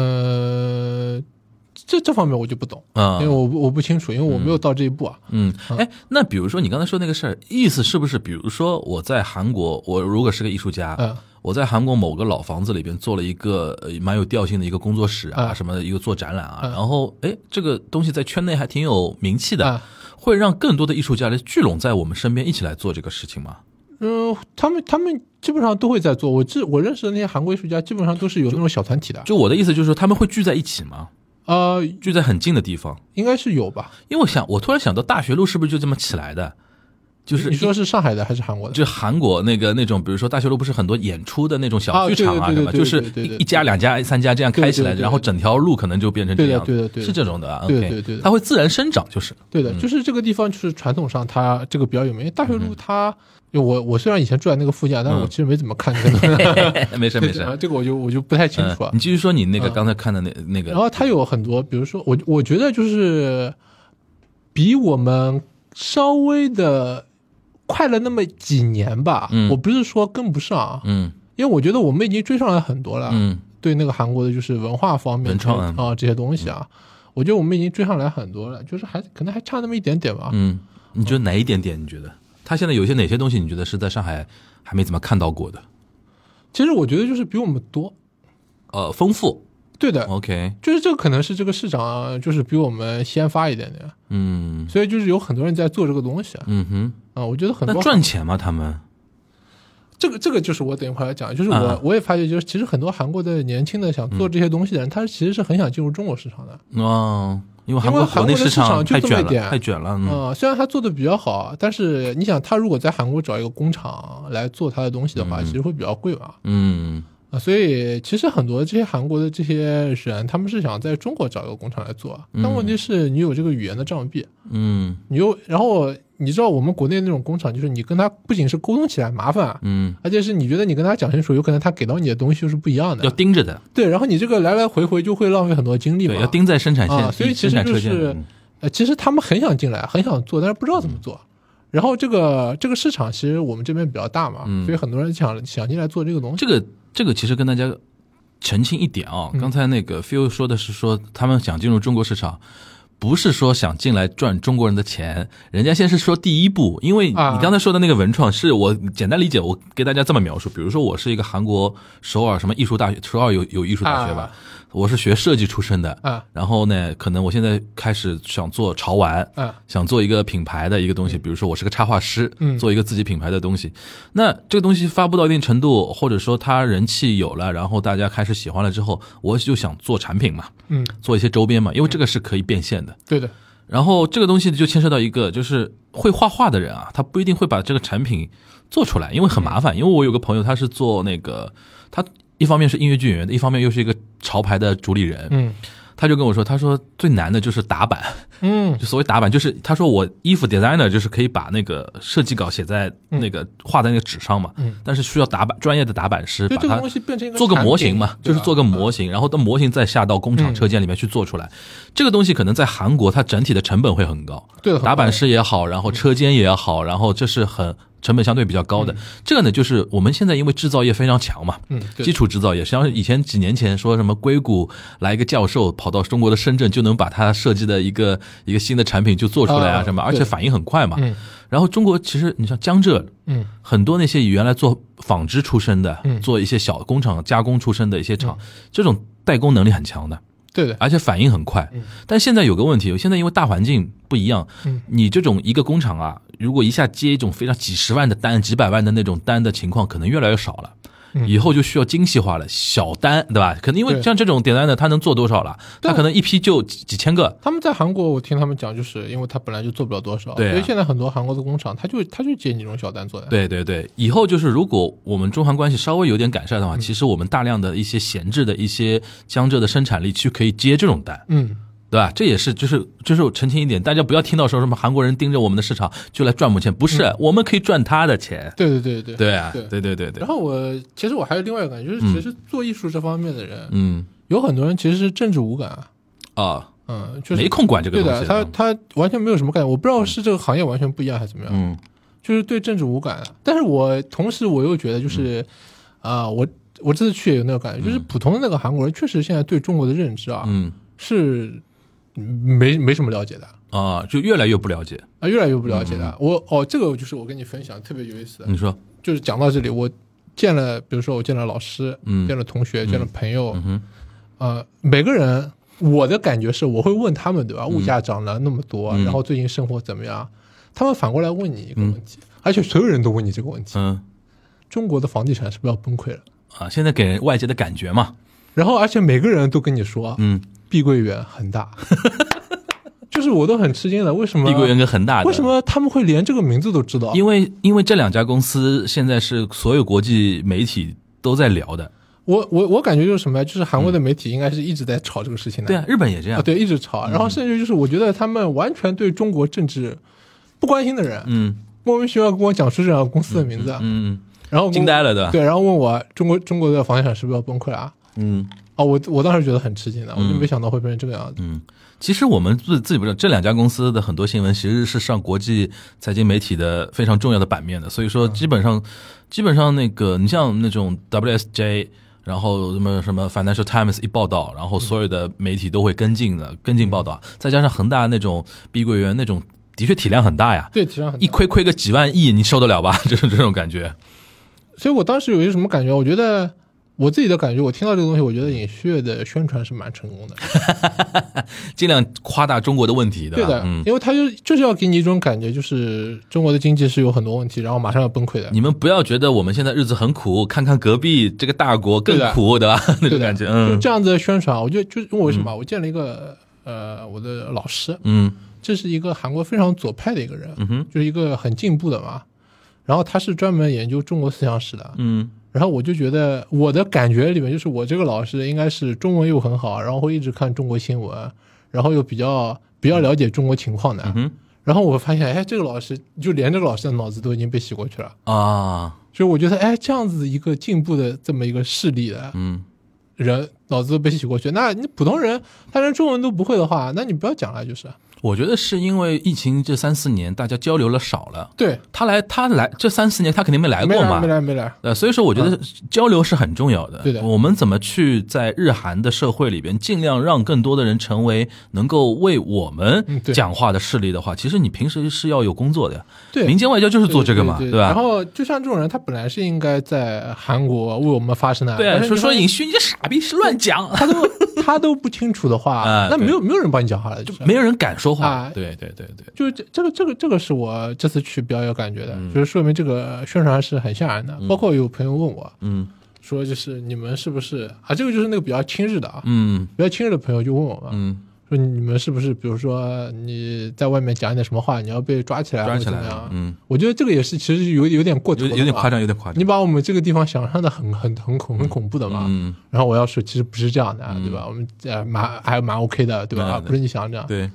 [SPEAKER 6] 呃，这这方面我就不懂，
[SPEAKER 5] 啊
[SPEAKER 6] 因为。我不我不清楚，因为我没有到这一步啊。
[SPEAKER 5] 嗯，哎，那比如说你刚才说那个事儿，意思是不是，比如说我在韩国，我如果是个艺术家，
[SPEAKER 6] 嗯
[SPEAKER 5] 我在韩国某个老房子里边做了一个呃蛮有调性的一个工作室啊，
[SPEAKER 6] 嗯
[SPEAKER 5] 什么的一个做展览啊，
[SPEAKER 6] 嗯
[SPEAKER 5] 然后哎，这个东西在圈内还挺有名气的，
[SPEAKER 6] 嗯
[SPEAKER 5] 会让更多的艺术家来聚拢在我们身边一起来做这个事情吗？
[SPEAKER 6] 嗯、他们他们基本上都会在做。我这我认识的那些韩国艺术家，基本上都是有那种小团体的。
[SPEAKER 5] 就我的意思就是说，他们会聚在一起吗？
[SPEAKER 6] 呃，
[SPEAKER 5] 聚在很近的地方？
[SPEAKER 6] 应该是有吧？
[SPEAKER 5] 因为我想，我突然想到，大学路是不是就这么起来的？就是
[SPEAKER 6] 你说是上海的还是韩国的？
[SPEAKER 5] 就韩国那个那种，比如说大学路不是很多演出的那种小
[SPEAKER 6] 啊
[SPEAKER 5] 剧场啊
[SPEAKER 6] 对
[SPEAKER 5] 什
[SPEAKER 6] 对
[SPEAKER 5] 么，
[SPEAKER 6] 对对
[SPEAKER 5] 就是
[SPEAKER 6] 对对对
[SPEAKER 5] 一
[SPEAKER 6] 对
[SPEAKER 5] 一家两家三家这样开起来，
[SPEAKER 6] 对对对对
[SPEAKER 5] 然后整条路可能就变成这样，
[SPEAKER 6] 对的对的对的
[SPEAKER 5] 是这种的啊，
[SPEAKER 6] 对
[SPEAKER 5] OK
[SPEAKER 6] 对对的
[SPEAKER 5] 它会自然生长，就是
[SPEAKER 6] 对的，就是这个地方，就是传统上它这个比较有名。因为大学
[SPEAKER 5] 嗯
[SPEAKER 6] 路它，因为我我虽然以前住在那个附近啊，但是我其实没怎么 看这个。
[SPEAKER 5] 没事 没事，
[SPEAKER 6] 啊这个我就我就不太清楚啊
[SPEAKER 5] 嗯。你嗯继续说你那个刚才看的那那
[SPEAKER 6] 然
[SPEAKER 5] 个，
[SPEAKER 6] 后它有很多，比如说我我觉得就是比我们稍微的快了那么几年吧。
[SPEAKER 5] 嗯
[SPEAKER 6] 我不是说跟不上啊，
[SPEAKER 5] 嗯
[SPEAKER 6] 因为我觉得我们已经追上来很多了。
[SPEAKER 5] 嗯
[SPEAKER 6] 对那个韩国的就是文化方面
[SPEAKER 5] 文创嗯
[SPEAKER 6] 啊、这些东西啊，我觉得我们已经追上来很多了，就是还可能还差那么一点点吧。
[SPEAKER 5] 嗯，你觉得哪一点点？你觉得它现在有些哪些东西？你觉得是在上海还没怎么看到过的？
[SPEAKER 6] 其实我觉得就是比我们多，
[SPEAKER 5] 呃，丰富
[SPEAKER 6] 对的，
[SPEAKER 5] ，OK，
[SPEAKER 6] 就是这个可能是这个市场啊就是比我们先发一点点，
[SPEAKER 5] 嗯
[SPEAKER 6] 所以就是有很多人在做这个东西啊，
[SPEAKER 5] 嗯哼，
[SPEAKER 6] 啊我觉得很
[SPEAKER 5] 那
[SPEAKER 6] 多
[SPEAKER 5] 赚钱吗？他们？
[SPEAKER 6] 这个这个就是我等一会儿要讲，就是我、
[SPEAKER 5] 啊嗯
[SPEAKER 6] 我也发觉，就是其实很多韩国的年轻的想做这些东西的人，他其实是很想进入中国市场的。
[SPEAKER 5] 哦，因为韩国
[SPEAKER 6] 因为
[SPEAKER 5] 国
[SPEAKER 6] 韩国
[SPEAKER 5] 内
[SPEAKER 6] 的
[SPEAKER 5] 市
[SPEAKER 6] 市场就
[SPEAKER 5] 太
[SPEAKER 6] 这么
[SPEAKER 5] 卷
[SPEAKER 6] 一点
[SPEAKER 5] 了，太卷了，嗯
[SPEAKER 6] 呃，虽然他做的比较好，啊但是你想，他如果在韩国找一个工厂来做他的东西的话，其实会比较贵嘛。
[SPEAKER 5] 嗯
[SPEAKER 6] 啊，所以其实很多这些韩国的这些人，他们是想在中国找一个工厂来做，啊但问题是你有这个语言的障壁，
[SPEAKER 5] 嗯
[SPEAKER 6] 你又然后你知道我们国内那种工厂，就是你跟他不仅是沟通起来麻烦，啊
[SPEAKER 5] 嗯，
[SPEAKER 6] 而且是你觉得你跟他讲清楚，有可能他给到你的东西又是不一样
[SPEAKER 5] 要
[SPEAKER 6] 的，
[SPEAKER 5] 盯着的，
[SPEAKER 6] 对，然后你这个来来回回就会浪费很多精力嘛，
[SPEAKER 5] 对，要盯在生产线，
[SPEAKER 6] 啊，所以其
[SPEAKER 5] 生
[SPEAKER 6] 实
[SPEAKER 5] 产
[SPEAKER 6] 就
[SPEAKER 5] 车间，
[SPEAKER 6] 是
[SPEAKER 5] 嗯，
[SPEAKER 6] 呃，其实他们很想进来，很想做，但是不知道怎么做。然后这个这个市场其实我们这边比较大嘛，
[SPEAKER 5] 嗯
[SPEAKER 6] 所以很多人想想进来做这个东西。
[SPEAKER 5] 这个这个其实跟大家澄清一点啊，刚才那个 Phil 说的是说他们想进入中国市场。不是说想进来赚中国人的钱，人家先是说第一步，因为你
[SPEAKER 6] 啊
[SPEAKER 5] 刚才说的那个文创是我简单理解，我给大家这么描述，比如说我是一个韩国首尔什么艺术大学，首尔有有艺术大学吧，我是学设计出身的，
[SPEAKER 6] 啊
[SPEAKER 5] 然后呢，可能我现在开始想做潮玩，
[SPEAKER 6] 啊
[SPEAKER 5] 想做一个品牌的一个东西，比如说我是个插画师，
[SPEAKER 6] 嗯
[SPEAKER 5] 做一个自己品牌的东西。那这个东西发布到一定程度，或者说它人气有了，然后大家开始喜欢了之后，我就想做产品嘛，
[SPEAKER 6] 嗯，
[SPEAKER 5] 做一些周边嘛，因为这个是可以变现的。
[SPEAKER 6] 对的，
[SPEAKER 5] 然后这个东西就牵涉到一个，就是会画画的人啊，他不一定会把这个产品做出来，因为很麻
[SPEAKER 6] 嗯
[SPEAKER 5] 烦。因为我有个朋友，他是做那个，他一方面是音乐剧演员，一方面又是一个潮牌的主理人，
[SPEAKER 6] 嗯
[SPEAKER 5] 他就跟我说，他说最难的就是打版，
[SPEAKER 6] 嗯
[SPEAKER 5] 就所谓打版，就是他说我衣服 designer 就是可以把那个设计稿写在那个画在那个纸上嘛，
[SPEAKER 6] 嗯
[SPEAKER 5] 但是需要打版专业的打版师把
[SPEAKER 6] 就这个
[SPEAKER 5] 它
[SPEAKER 6] 东西变成一个
[SPEAKER 5] 做个
[SPEAKER 6] 产
[SPEAKER 5] 模
[SPEAKER 6] 品
[SPEAKER 5] 型嘛，就
[SPEAKER 6] 对
[SPEAKER 5] 是
[SPEAKER 6] 吧
[SPEAKER 5] 做个模型，然后到模型再下到工厂
[SPEAKER 6] 嗯
[SPEAKER 5] 车间里面去做出来。这个东西可能在韩国它整体的成本会很高，
[SPEAKER 6] 对的很高嗯
[SPEAKER 5] 打板师也好，然后车间也好，然后这是很成本相对比较高的。这个呢，就是我们现在因为制造业非常强嘛，
[SPEAKER 6] 嗯对
[SPEAKER 5] 基础制造业，实际上以前几年前说什么硅谷来一个教授跑到中国的深圳就能把他设计的一个一个新的产品就做出来啊
[SPEAKER 6] 啊
[SPEAKER 5] 什么，
[SPEAKER 6] 对
[SPEAKER 5] 而且反应很快嘛。
[SPEAKER 6] 嗯
[SPEAKER 5] 然后中国其实你像江浙，
[SPEAKER 6] 嗯
[SPEAKER 5] 很多那些原来做纺织出身的，
[SPEAKER 6] 嗯
[SPEAKER 5] 做一些小工厂加工出身的一些厂，这种代工能力很强的，
[SPEAKER 6] 对的，
[SPEAKER 5] 而且反应很快。但现在有个问题，现在因为大环境不一样，
[SPEAKER 6] 嗯
[SPEAKER 5] 你这种一个工厂啊，如果一下接一种非常几十万的单、几百万的那种单的情况，可能越来越少了。以后就需要精细化了，小单对吧？可能因为
[SPEAKER 6] 嗯对
[SPEAKER 5] 像这种点单的，他能做多少了？他可能一批就几几千个，
[SPEAKER 6] 他们在韩国，我听他们讲，就是因为他本来就做不了多少，
[SPEAKER 5] 对啊
[SPEAKER 6] 所以现在很多韩国的工厂，他就他就接你这种小单做的。，
[SPEAKER 5] 对对对，以后就是如果我们中韩关系稍微有点改善的话，
[SPEAKER 6] 嗯
[SPEAKER 5] 其实我们大量的一些闲置的一些江浙的生产力去可以接这种单，
[SPEAKER 6] 嗯，
[SPEAKER 5] 对吧？这也是就是就是澄清一点，大家不要听到说什么韩国人盯着我们的市场就来赚我们钱，不是，我们可以赚他的钱。
[SPEAKER 6] 对对嗯对对
[SPEAKER 5] 对啊，
[SPEAKER 6] 对。
[SPEAKER 5] 对对对对
[SPEAKER 6] 然，后我其实我还有另外一个感觉，就是其实做艺术这方面的人，
[SPEAKER 5] 嗯
[SPEAKER 6] 有很多人其实是政治无感啊，
[SPEAKER 5] 啊，
[SPEAKER 6] 嗯，就是
[SPEAKER 5] 没空管这个
[SPEAKER 6] 对
[SPEAKER 5] 东
[SPEAKER 6] 的，
[SPEAKER 5] 西。啊
[SPEAKER 6] 他他完全没有什么概念，我不知道是这个行业完全不一样还是怎么样，
[SPEAKER 5] 嗯
[SPEAKER 6] 就是对政治无感啊。但是我同时我又觉得
[SPEAKER 5] 嗯
[SPEAKER 6] 就是，啊、我我这次去也有那个感觉，就是普通的那个韩国人确实现在对中国的认知啊，
[SPEAKER 5] 嗯
[SPEAKER 6] 是没没什么了解的。
[SPEAKER 5] 啊，就越来越不了解。
[SPEAKER 6] 啊，越来越不了解
[SPEAKER 5] 嗯
[SPEAKER 6] 的。我哦，这个就是我跟你分享特别有意思的，
[SPEAKER 5] 你说，
[SPEAKER 6] 就是讲到这里，我见了，比如说我见了老师，
[SPEAKER 5] 嗯
[SPEAKER 6] 见了同学，见了朋友，
[SPEAKER 5] 哼
[SPEAKER 6] 呃，每个人我的感觉是，我会问他们，对吧？
[SPEAKER 5] 嗯
[SPEAKER 6] 物价涨了那么多，然后最近生活怎么样？他们反过来问你一个问题，而且所有人都问你这个问题：
[SPEAKER 5] 嗯
[SPEAKER 6] 中国的房地产是不是要崩溃了？
[SPEAKER 5] 啊，现在给人外界的感觉嘛，
[SPEAKER 6] 然后，而且每个人都跟你说，啊
[SPEAKER 5] 嗯，
[SPEAKER 6] 碧桂园恒大， 就是我都很吃惊了，为什么
[SPEAKER 5] 碧桂园跟恒大的
[SPEAKER 6] 啊为什么他们会连这个名字都知道？
[SPEAKER 5] 因为因为这两家公司现在是所有国际媒体都在聊的，
[SPEAKER 6] 我我我感觉就是什么呀？就是韩国的媒体应该是一直在炒这个事情的，
[SPEAKER 5] 嗯对啊，嗯日本也这
[SPEAKER 6] 啊
[SPEAKER 5] 样，
[SPEAKER 6] 对，一直炒。然后甚至就是我觉得他们完全对中国政治不关心的人，
[SPEAKER 5] 嗯
[SPEAKER 6] 莫名其妙跟我讲出这两个公司的名字，啊
[SPEAKER 5] 嗯，
[SPEAKER 6] 然后
[SPEAKER 5] 嗯
[SPEAKER 6] 跟我
[SPEAKER 5] 惊呆了的，
[SPEAKER 6] 对，然后问我中国中国的房地产是不是要崩溃了啊？
[SPEAKER 5] 嗯
[SPEAKER 6] 哦，我我当时觉得很吃惊的，我就没想到会变成这个样子。
[SPEAKER 5] 嗯。其实我们自自己不知道，这两家公司的很多新闻其实是上国际财经媒体的非常重要的版面的，所以说
[SPEAKER 6] 嗯
[SPEAKER 5] 基本上，基本上那个你像那种 WSJ，然后什么什么 Financial Times 一报道，然后所有的媒体都会跟进的，跟进报道，
[SPEAKER 6] 嗯
[SPEAKER 5] 再加上恒大那种碧桂园那种，的确体量很大呀，
[SPEAKER 6] 对，体量很
[SPEAKER 5] 一
[SPEAKER 6] 大。
[SPEAKER 5] 亏亏个几万亿，你受得了吧？就是这种感觉。
[SPEAKER 6] 所以我当时有一个什么感觉？我觉得我自己的感觉，我听到这个东西，我觉得尹旭月的宣传是蛮成功的。
[SPEAKER 5] 啊尽量夸大中国的问题，
[SPEAKER 6] 对
[SPEAKER 5] 吧？
[SPEAKER 6] 的，
[SPEAKER 5] 嗯，
[SPEAKER 6] 因为他就就是要给你一种感觉，就是中国的经济是有很多问题，然后马上要崩溃的。
[SPEAKER 5] 你们不要觉得我们现在日子很苦，看看隔壁这个大国更苦，对吧？ 那
[SPEAKER 6] 对
[SPEAKER 5] 种
[SPEAKER 6] 的
[SPEAKER 5] 感觉，
[SPEAKER 6] 就
[SPEAKER 5] 嗯
[SPEAKER 6] 这样子的宣传，我就就因为为什么？我见了一个呃，我的老师，
[SPEAKER 5] 嗯
[SPEAKER 6] 这是一个韩国非常左派的一个人，
[SPEAKER 5] 嗯哼
[SPEAKER 6] 就是一个很进步的嘛。然后他是专门研究中国思想史的，
[SPEAKER 5] 嗯
[SPEAKER 6] 然后我就觉得我的感觉里面就是我这个老师应该是中文又很好，然后会一直看中国新闻，然后又比较比较了解中国情况的。
[SPEAKER 5] 嗯哼
[SPEAKER 6] 然后我发现，哎，这个老师就连这个老师的脑子都已经被洗过去了，
[SPEAKER 5] 啊
[SPEAKER 6] 所以我觉得，哎，这样子一个进步的这么一个势力的，
[SPEAKER 5] 嗯
[SPEAKER 6] 人脑子都被洗过去。那你普通人他连中文都不会的话，那你不要讲了，就是
[SPEAKER 5] 我觉得是因为疫情这三四年大家交流了少了，
[SPEAKER 6] 对，
[SPEAKER 5] 他来他来这三四年他肯定没来
[SPEAKER 6] 没
[SPEAKER 5] 过
[SPEAKER 6] 来
[SPEAKER 5] 嘛
[SPEAKER 6] 没，来没来，
[SPEAKER 5] 呃，所以说我觉得交流是很重要的。
[SPEAKER 6] 对的
[SPEAKER 5] 我们怎么去在日韩的社会里边，尽量让更多的人成为能够为我
[SPEAKER 6] 嗯
[SPEAKER 5] 们
[SPEAKER 6] 对
[SPEAKER 5] 讲话的势力的话，其实你平时是要有工作的呀。
[SPEAKER 6] 对
[SPEAKER 5] 民间外交就是做这个嘛，
[SPEAKER 6] 对对
[SPEAKER 5] 吧？
[SPEAKER 6] 然后就像这种人，他本来是应该在韩国为我们发声的，
[SPEAKER 5] 对
[SPEAKER 6] 但
[SPEAKER 5] 啊，说
[SPEAKER 6] 是你嗯
[SPEAKER 5] 说
[SPEAKER 6] 发现
[SPEAKER 5] 尹旭，你这傻逼是乱讲，
[SPEAKER 6] 他都他都不清楚的话，
[SPEAKER 5] 啊
[SPEAKER 6] 那
[SPEAKER 5] 对
[SPEAKER 6] 没有没有人帮你讲话了，就是
[SPEAKER 5] 没有人敢说话
[SPEAKER 6] 啊。
[SPEAKER 5] 对对对对，
[SPEAKER 6] 就是这这个这个这个是我这次去比较有感觉的，
[SPEAKER 5] 嗯
[SPEAKER 6] 就是说明这个宣传是很吓人的。包括有朋友问我
[SPEAKER 5] 嗯
[SPEAKER 6] 说，就是你们是不是啊？这个就是那个比较亲日的啊，
[SPEAKER 5] 嗯
[SPEAKER 6] 比较亲日的朋友就问我嘛，
[SPEAKER 5] 嗯，
[SPEAKER 6] 说你们是不是比如说你在外面讲一点什么话，你要被抓起来
[SPEAKER 5] 抓
[SPEAKER 6] 或
[SPEAKER 5] 起
[SPEAKER 6] 者怎
[SPEAKER 5] 来
[SPEAKER 6] 么样啊
[SPEAKER 5] 了，？嗯，
[SPEAKER 6] 我觉得这个也是其实有有点过头
[SPEAKER 5] 有
[SPEAKER 6] 了，
[SPEAKER 5] 有点夸。张，有点夸张
[SPEAKER 6] 你。把我们这个地方想象的很很很恐很恐怖的嘛，
[SPEAKER 5] 啊嗯，
[SPEAKER 6] 然后我要说其实不是这样的，啊，对吧？我们呃蛮还蛮 OK 的，对吧？
[SPEAKER 5] 对
[SPEAKER 6] 啊
[SPEAKER 5] 对
[SPEAKER 6] 不是你想的这样，
[SPEAKER 5] 对，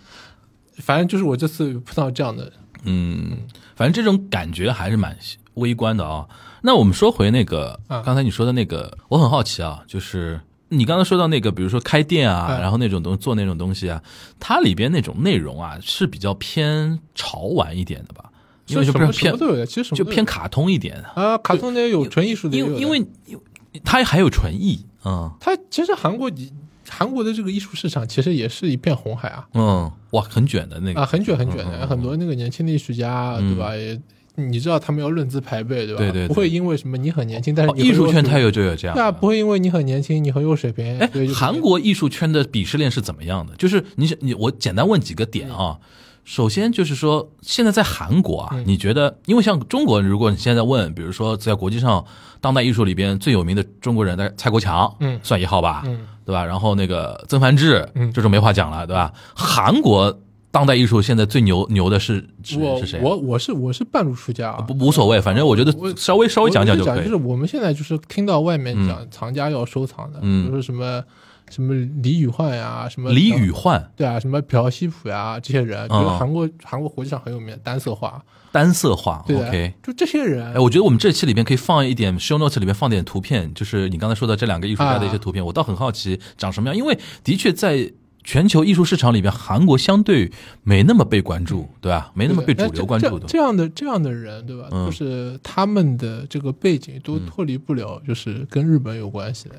[SPEAKER 6] 反正就是我这次碰到这样的，
[SPEAKER 5] 嗯，反正这种感觉还是蛮微观的啊、那我们说回那个
[SPEAKER 6] 啊
[SPEAKER 5] 刚才你说的那个，我很好奇啊，就是你刚才说到那个，比如说开店啊
[SPEAKER 6] 啊，
[SPEAKER 5] 然后那种东做那种东西啊，它里边那种内容啊是比较偏潮玩一点的吧？因为就
[SPEAKER 6] 什
[SPEAKER 5] 不是
[SPEAKER 6] 么什
[SPEAKER 5] 偏
[SPEAKER 6] 么都有的，其实什么
[SPEAKER 5] 就
[SPEAKER 6] 都有
[SPEAKER 5] 偏卡通一点的，
[SPEAKER 6] 啊，卡通的也有，纯艺术的也
[SPEAKER 5] 因
[SPEAKER 6] 有
[SPEAKER 5] 为
[SPEAKER 6] 的，
[SPEAKER 5] 因为它还有纯艺，嗯。
[SPEAKER 6] 它其实韩国你韩国的这个艺术市场其实也是一片红海啊
[SPEAKER 5] 嗯，哇，很卷的那个
[SPEAKER 6] 啊，很卷很卷
[SPEAKER 5] 嗯
[SPEAKER 6] 的，
[SPEAKER 5] 嗯嗯嗯
[SPEAKER 6] 很多那个年轻的艺术家，对吧？也你知道他们要论资排辈，对吧？
[SPEAKER 5] 对对对
[SPEAKER 6] 不会因为什么你很年轻，但是
[SPEAKER 5] 哦
[SPEAKER 6] 你很
[SPEAKER 5] 艺术圈它
[SPEAKER 6] 有水
[SPEAKER 5] 有就有这
[SPEAKER 6] 平
[SPEAKER 5] 样
[SPEAKER 6] 对
[SPEAKER 5] 的。
[SPEAKER 6] 啊，不会因为你很年轻，你很有水平。
[SPEAKER 5] 哎
[SPEAKER 6] 所以，就
[SPEAKER 5] 韩国艺术圈的鄙视链是怎么样的？就是你想你我简单问几个点啊。首先就是说，现在在韩国啊，
[SPEAKER 6] 嗯
[SPEAKER 5] 你觉得，因为像中国，如果你现在问，比如说在国际上当代艺术里边最有名的中国人，大概蔡国强，
[SPEAKER 6] 嗯
[SPEAKER 5] 算一号吧，
[SPEAKER 6] 嗯，
[SPEAKER 5] 对吧？然后那个曾梵志，
[SPEAKER 6] 嗯
[SPEAKER 5] 这种没话讲了，对吧？韩国当代艺术现在最牛牛的是是
[SPEAKER 6] 我
[SPEAKER 5] 是谁？啊哦
[SPEAKER 6] 我我是我是半路出家啊，
[SPEAKER 5] 不无所谓，反正我觉得稍微稍微讲
[SPEAKER 6] 讲
[SPEAKER 5] 就
[SPEAKER 6] 讲，
[SPEAKER 5] 可以
[SPEAKER 6] 就是。我们现在就是听到外面讲藏家要收藏的，
[SPEAKER 5] 嗯
[SPEAKER 6] 比如说什么什么李宇焕呀，什么
[SPEAKER 5] 李宇焕，
[SPEAKER 6] 对啊，什么朴熙朴呀这些人，就是
[SPEAKER 5] 嗯
[SPEAKER 6] 韩国韩国国际上很有名的单色画，
[SPEAKER 5] 单色画
[SPEAKER 6] 对啊的
[SPEAKER 5] ，OK。
[SPEAKER 6] 就这些人
[SPEAKER 5] 哎，，我觉得我们这期里边可以放一点 show notes 里面放点图片，就是你刚才说的这两个艺术家的一
[SPEAKER 6] 啊
[SPEAKER 5] 些图片，我倒很好奇长什么样，因为的确在全球艺术市场里边，韩国相对没那么被关注，对吧？没那么被
[SPEAKER 6] 对
[SPEAKER 5] 主
[SPEAKER 6] 的
[SPEAKER 5] 流关注
[SPEAKER 6] 这
[SPEAKER 5] 的
[SPEAKER 6] 这。这样的这样的人，对吧？
[SPEAKER 5] 嗯
[SPEAKER 6] 就是他们的这个背景都脱离不了，就是跟日本有关系的，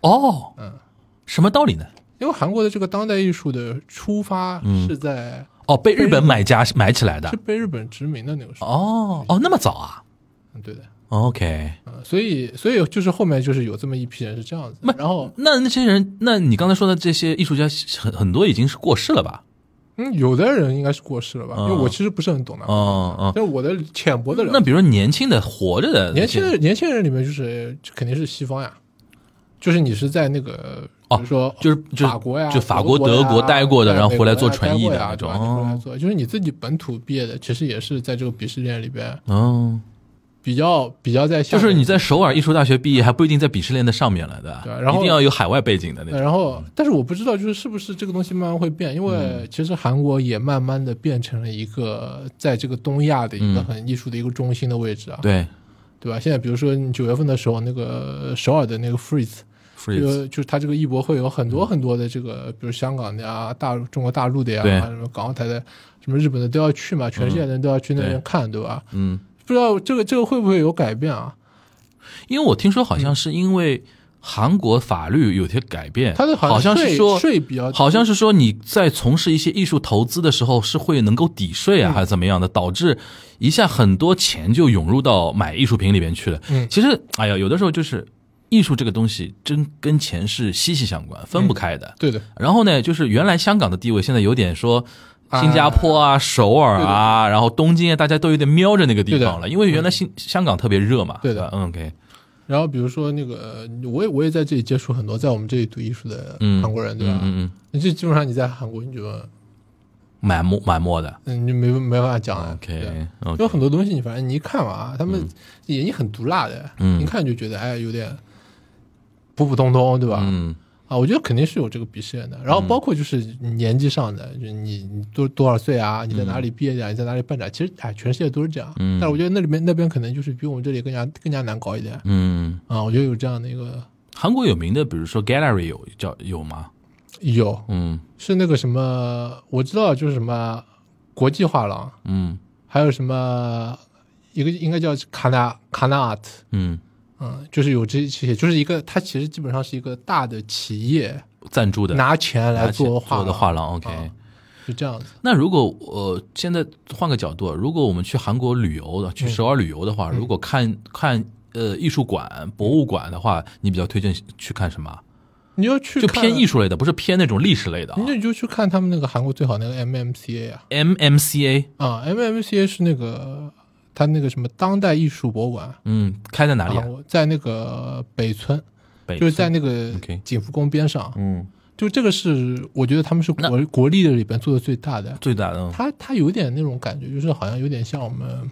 [SPEAKER 5] 哦，
[SPEAKER 6] 嗯，
[SPEAKER 5] 什么道理呢？
[SPEAKER 6] 因为韩国的这个当代艺术的出发是在
[SPEAKER 5] 哦，被日本买家买起来的
[SPEAKER 6] 是。被日本殖民的那个时候，
[SPEAKER 5] 哦哦，那么早啊
[SPEAKER 6] 嗯对的。
[SPEAKER 5] ？OK，
[SPEAKER 6] 嗯，所以所以就是后面就是有这么一批人是这样子
[SPEAKER 5] 不，
[SPEAKER 6] 然后
[SPEAKER 5] 那那些人，那你刚才说的这些艺术家，很很多已经是过世了吧？
[SPEAKER 6] 嗯，有的人应该是过世了吧，因
[SPEAKER 5] 嗯
[SPEAKER 6] 为我其实不是很懂的，
[SPEAKER 5] 嗯嗯。
[SPEAKER 6] 但是我的浅薄的了
[SPEAKER 5] 那比如说年轻的活着的那
[SPEAKER 6] 年
[SPEAKER 5] 些
[SPEAKER 6] 轻人年轻人里面就是就肯定是西方呀，就是你是在那个
[SPEAKER 5] 哦
[SPEAKER 6] 比如说
[SPEAKER 5] 就是就是
[SPEAKER 6] 法国呀，
[SPEAKER 5] 就法国
[SPEAKER 6] 德呀
[SPEAKER 5] 德国待过的
[SPEAKER 6] 对
[SPEAKER 5] 然后
[SPEAKER 6] 美
[SPEAKER 5] 回来
[SPEAKER 6] 国呀
[SPEAKER 5] 做纯
[SPEAKER 6] 待
[SPEAKER 5] 艺
[SPEAKER 6] 过
[SPEAKER 5] 的
[SPEAKER 6] 呀
[SPEAKER 5] 那种哦
[SPEAKER 6] 对吧回来做就是你自己本土毕业的，其实也是在这个鄙视链里边
[SPEAKER 5] 哦，
[SPEAKER 6] 比较比较在下
[SPEAKER 5] 就
[SPEAKER 6] 面
[SPEAKER 5] 是你在首尔艺术大学毕业，还不一定在鄙视链的上面了的，
[SPEAKER 6] 对啊然后
[SPEAKER 5] 一定要有海外背景的那
[SPEAKER 6] 呃
[SPEAKER 5] 种。
[SPEAKER 6] 然后，但是我不知道，就是是不是这个东西慢慢会变，因
[SPEAKER 5] 嗯
[SPEAKER 6] 为其实韩国也慢慢的变成了一个在这个东亚的一个
[SPEAKER 5] 嗯
[SPEAKER 6] 很艺术的一个中心的位置啊，
[SPEAKER 5] 对
[SPEAKER 6] 对吧？现在比如说你九月份的时候，那个首尔的那个 Freeze，
[SPEAKER 5] ，freeze，嗯
[SPEAKER 6] 就就是它这个艺博会有很多很多的这个，比如香港的呀、大陆中国大陆的呀，
[SPEAKER 5] 对嗯
[SPEAKER 6] 什么港澳台的、什么日本的都要去嘛，全世界的人都要去那边
[SPEAKER 5] 对
[SPEAKER 6] 看，对吧？
[SPEAKER 5] 嗯，
[SPEAKER 6] 不知道这个这个会不会有改变啊？
[SPEAKER 5] 因为我听说好像是因为韩国法律有些改变，
[SPEAKER 6] 它的
[SPEAKER 5] 哎好像
[SPEAKER 6] 税
[SPEAKER 5] 是说。
[SPEAKER 6] 税比较低
[SPEAKER 5] 好像是说你在从事一些艺术投资的时候是会能够抵税
[SPEAKER 6] 嗯
[SPEAKER 5] 啊，还是怎么样的，导致一下很多钱就涌入到买艺术品里边去了。
[SPEAKER 6] 嗯
[SPEAKER 5] 其实哎呀，有的时候就是艺术这个东西真跟钱是息息相关，分不
[SPEAKER 6] 嗯
[SPEAKER 5] 开的。
[SPEAKER 6] 对的，
[SPEAKER 5] 然后呢，就是原来香港的地位，现在有点说新加坡啊、首尔啊，然后东京啊，大家都有点瞄着那个地方了，因为原来新香港特别热嘛。
[SPEAKER 6] 对的
[SPEAKER 5] 嗯，OK，
[SPEAKER 6] 然后比如说那个，呃我也我也在这里接触很多在我们这里读艺术的
[SPEAKER 5] 嗯，
[SPEAKER 6] 韩国人，对
[SPEAKER 5] 嗯
[SPEAKER 6] 吧？
[SPEAKER 5] 嗯嗯，
[SPEAKER 6] 你这基本上你在韩国，你觉得，
[SPEAKER 5] 满目满目的。
[SPEAKER 6] 嗯，你没没办法讲啊。对
[SPEAKER 5] OK
[SPEAKER 6] 有
[SPEAKER 5] OK，
[SPEAKER 6] 很多东西，你反正你一看嘛，啊他们眼睛很毒辣的，
[SPEAKER 5] 嗯
[SPEAKER 6] 一看就觉得哎，有点普普通通，对吧？
[SPEAKER 5] 嗯，
[SPEAKER 6] 啊，我觉得肯定是有这个鄙视链的。然后包括就是年纪上的，就是你你多多少岁啊？你在哪里毕业的啊？你在哪里办展？其实哎，全世界都是这样。
[SPEAKER 5] 嗯
[SPEAKER 6] 但是我觉得那里面那边可能就是比我们这里更加更加难搞一点
[SPEAKER 5] 嗯，
[SPEAKER 6] 啊。我觉得有这样的一个
[SPEAKER 5] 韩国有名的，比如说 Gallery 有叫有吗？
[SPEAKER 6] 有
[SPEAKER 5] 嗯
[SPEAKER 6] 是那个什么，我知道就是什么国际画廊，
[SPEAKER 5] 嗯
[SPEAKER 6] 还有什么一个应该叫卡纳卡纳 art，
[SPEAKER 5] 嗯，
[SPEAKER 6] 嗯，就是有这这些，就是一个它其实基本上是一个大的企业
[SPEAKER 5] 赞助的
[SPEAKER 6] 拿钱来
[SPEAKER 5] 拿钱
[SPEAKER 6] 做
[SPEAKER 5] 做的
[SPEAKER 6] 画
[SPEAKER 5] 画廊，OK。
[SPEAKER 6] 啊是这样子。
[SPEAKER 5] 那如果呃，现在换个角度，如果我们去韩国旅游的，去首尔旅游的
[SPEAKER 6] 嗯
[SPEAKER 5] 话，如果看看呃艺术馆、博物馆的话，你比较推荐去看什么？
[SPEAKER 6] 你要去
[SPEAKER 5] 就偏艺
[SPEAKER 6] 术，
[SPEAKER 5] 术类的，不是偏那种历史类的啊。
[SPEAKER 6] 那你就去看他们那个韩国最好那个 MMCA 啊
[SPEAKER 5] MMCA，
[SPEAKER 6] 啊，MMCA 是那个他那个什么当代艺术博物馆，
[SPEAKER 5] 嗯，开在哪里、
[SPEAKER 6] 啊
[SPEAKER 5] 啊？，
[SPEAKER 6] 我在那个北村，
[SPEAKER 5] 北
[SPEAKER 6] 就是在
[SPEAKER 5] 村
[SPEAKER 6] 那个
[SPEAKER 5] OK
[SPEAKER 6] 景福宫边上。
[SPEAKER 5] 嗯
[SPEAKER 6] 就这个是我觉得他们是国国力的里边做的最大的。
[SPEAKER 5] 最大的嗯
[SPEAKER 6] 它它有点那种感觉，就是好像有点像我们，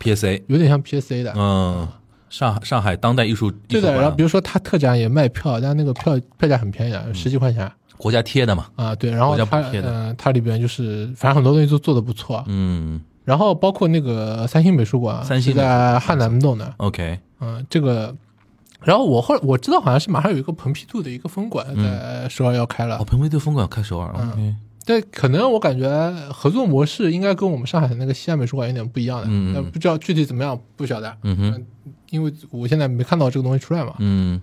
[SPEAKER 5] PSA，
[SPEAKER 6] 有点像 PSA 的。
[SPEAKER 5] 嗯，上上海当代艺术艺
[SPEAKER 6] 对
[SPEAKER 5] 术
[SPEAKER 6] 的，
[SPEAKER 5] 馆
[SPEAKER 6] 然后
[SPEAKER 5] 啊
[SPEAKER 6] 比，如说它特展也卖票，但那个票票价很便宜啊，十几块钱
[SPEAKER 5] 国家贴的嘛，
[SPEAKER 6] 啊。对，然
[SPEAKER 5] 嗯国
[SPEAKER 6] 后
[SPEAKER 5] 家
[SPEAKER 6] 它
[SPEAKER 5] 补贴的
[SPEAKER 6] 嗯、它里边就是反正很多东西都做的不错。
[SPEAKER 5] 嗯
[SPEAKER 6] 然后包括那个三星美术馆，啊
[SPEAKER 5] 三星
[SPEAKER 6] 是
[SPEAKER 5] 美术
[SPEAKER 6] 在汉南洞的，
[SPEAKER 5] ，OK，
[SPEAKER 6] 嗯，这个。然后我后来我知道好像是马上有一个蓬皮杜的一个分馆在首尔要开了
[SPEAKER 5] 嗯哦，，蓬佩杜风馆开首尔，OK，
[SPEAKER 6] 但可能我感觉合作模式应该跟我们上海的那个西安美术馆有点不一样的，
[SPEAKER 5] 嗯嗯
[SPEAKER 6] 但不知道具体怎么样不晓得，
[SPEAKER 5] 嗯哼，
[SPEAKER 6] 因为我现在没看到这个东西出来嘛。
[SPEAKER 5] 嗯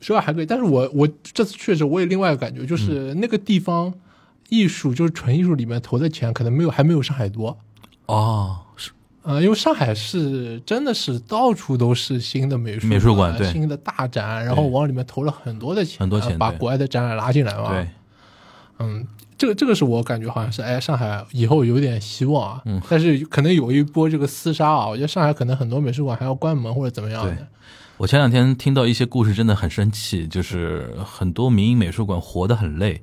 [SPEAKER 6] 首尔还可以，但是我我这次去的时候，我有另外一个感觉，就是那个地方艺术就是纯艺术里面投的钱可能没有还没有上海多，
[SPEAKER 5] 哦，是
[SPEAKER 6] 呃，因为上海是真的是到处都是新的美术
[SPEAKER 5] 美术馆对
[SPEAKER 6] 新的大展，然后往里面投了很多的钱，呃
[SPEAKER 5] 很多钱
[SPEAKER 6] 把
[SPEAKER 5] 对
[SPEAKER 6] 国外的展览拉进来嘛。
[SPEAKER 5] 对，
[SPEAKER 6] 嗯，这个这个是我感觉好像是，哎，上海以后有点希望啊，
[SPEAKER 5] 嗯
[SPEAKER 6] 但是可能有一波这个厮杀啊，我觉得上海可能很多美术馆还要关门或者怎么样
[SPEAKER 5] 对
[SPEAKER 6] 的，
[SPEAKER 5] 我前两天听到一些故事，真的很生气，就是很多民营美术馆活得很累，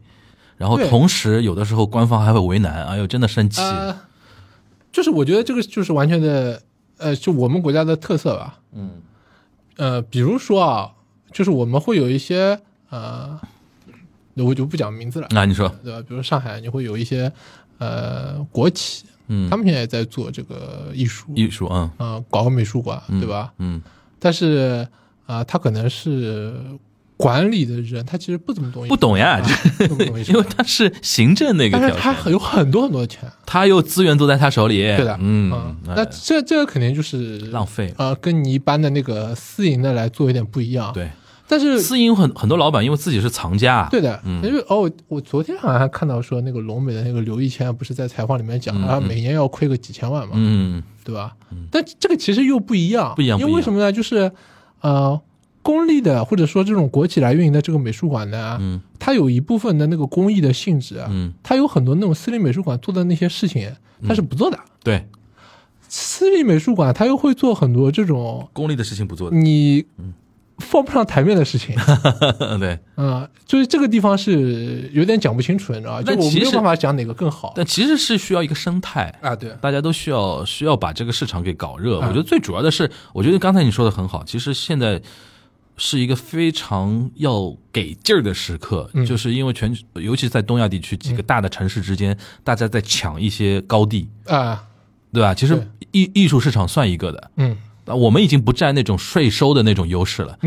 [SPEAKER 5] 然后
[SPEAKER 6] 对
[SPEAKER 5] 同时有的时候官方还会为难，哎呦，真的生气。
[SPEAKER 6] 呃，就是我觉得这个就是完全的，呃，就我们国家的特色吧，嗯，呃，比如说啊，就是我们会有一些呃，我就不讲名字了，
[SPEAKER 5] 那、你说，
[SPEAKER 6] 对吧？比如上海你会有一些呃国企，
[SPEAKER 5] 嗯
[SPEAKER 6] 他，们现在也在做这个艺术，
[SPEAKER 5] 艺术，嗯，
[SPEAKER 6] 呃，搞个美术馆，对吧？
[SPEAKER 5] 嗯，
[SPEAKER 6] 但是啊、呃他可能是管理的人，他其实不怎么懂艺术，
[SPEAKER 5] 不懂 呀，这
[SPEAKER 6] 啊不懂艺
[SPEAKER 5] 因
[SPEAKER 6] 术
[SPEAKER 5] 为，它是行政那个
[SPEAKER 6] 但
[SPEAKER 5] 条
[SPEAKER 6] 是
[SPEAKER 5] 件，
[SPEAKER 6] 他有很多很多的钱，
[SPEAKER 5] 他又资源都在他手里，
[SPEAKER 6] 对的，
[SPEAKER 5] 嗯，
[SPEAKER 6] 那这这个肯定就是
[SPEAKER 5] 浪费
[SPEAKER 6] 呃，跟你一般的那个私营的来做有点不一样，，
[SPEAKER 5] 对。
[SPEAKER 6] 但是。
[SPEAKER 5] 私啊嗯营很很多老板因为自己是藏家，
[SPEAKER 6] 对的，因为哦，我昨天好像还看到说，那个龙美的那个刘一谦不是在采访里面讲，他每年要亏个几千万嘛，
[SPEAKER 5] 嗯，
[SPEAKER 6] 对吧？但这个其实又不一样，
[SPEAKER 5] 不一样
[SPEAKER 6] 因
[SPEAKER 5] 不一
[SPEAKER 6] 为
[SPEAKER 5] 样
[SPEAKER 6] 为什么呢？就是呃，公立的或者说这种国企来运营的这个美术馆呢，
[SPEAKER 5] 嗯，
[SPEAKER 6] 它有一部分的那个公益的性质，啊
[SPEAKER 5] 嗯，
[SPEAKER 6] 它有很多那种私立美术馆做的那些事情，它是不做的。
[SPEAKER 5] 对，
[SPEAKER 6] 私立美术馆它又会做很多这种
[SPEAKER 5] 功利的事情不做的，
[SPEAKER 6] 你
[SPEAKER 5] 嗯
[SPEAKER 6] 放不上台面的 事情，
[SPEAKER 5] 对。
[SPEAKER 6] 嗯，就是这个地方是有点讲不清楚的，你知道吧？就
[SPEAKER 5] 但
[SPEAKER 6] 我没
[SPEAKER 5] 其
[SPEAKER 6] 有
[SPEAKER 5] 实
[SPEAKER 6] 办法讲哪个更好
[SPEAKER 5] 但其实是需要一个生态，
[SPEAKER 6] 啊，对。
[SPEAKER 5] 大家都需要需要把这个市场给搞热。
[SPEAKER 6] 啊
[SPEAKER 5] 我觉得最主要的是，我觉得刚才你说的很好，其实现在是一个非常要给劲儿的时刻，
[SPEAKER 6] 嗯
[SPEAKER 5] 就是因为全，尤其在东亚地区几个大的城市之间，大家在抢一些高地，
[SPEAKER 6] 啊，
[SPEAKER 5] 对吧？其
[SPEAKER 6] 对
[SPEAKER 5] 实艺艺术市场算一个的，
[SPEAKER 6] 嗯，
[SPEAKER 5] 啊我们已经不占那种税收的那种优势了，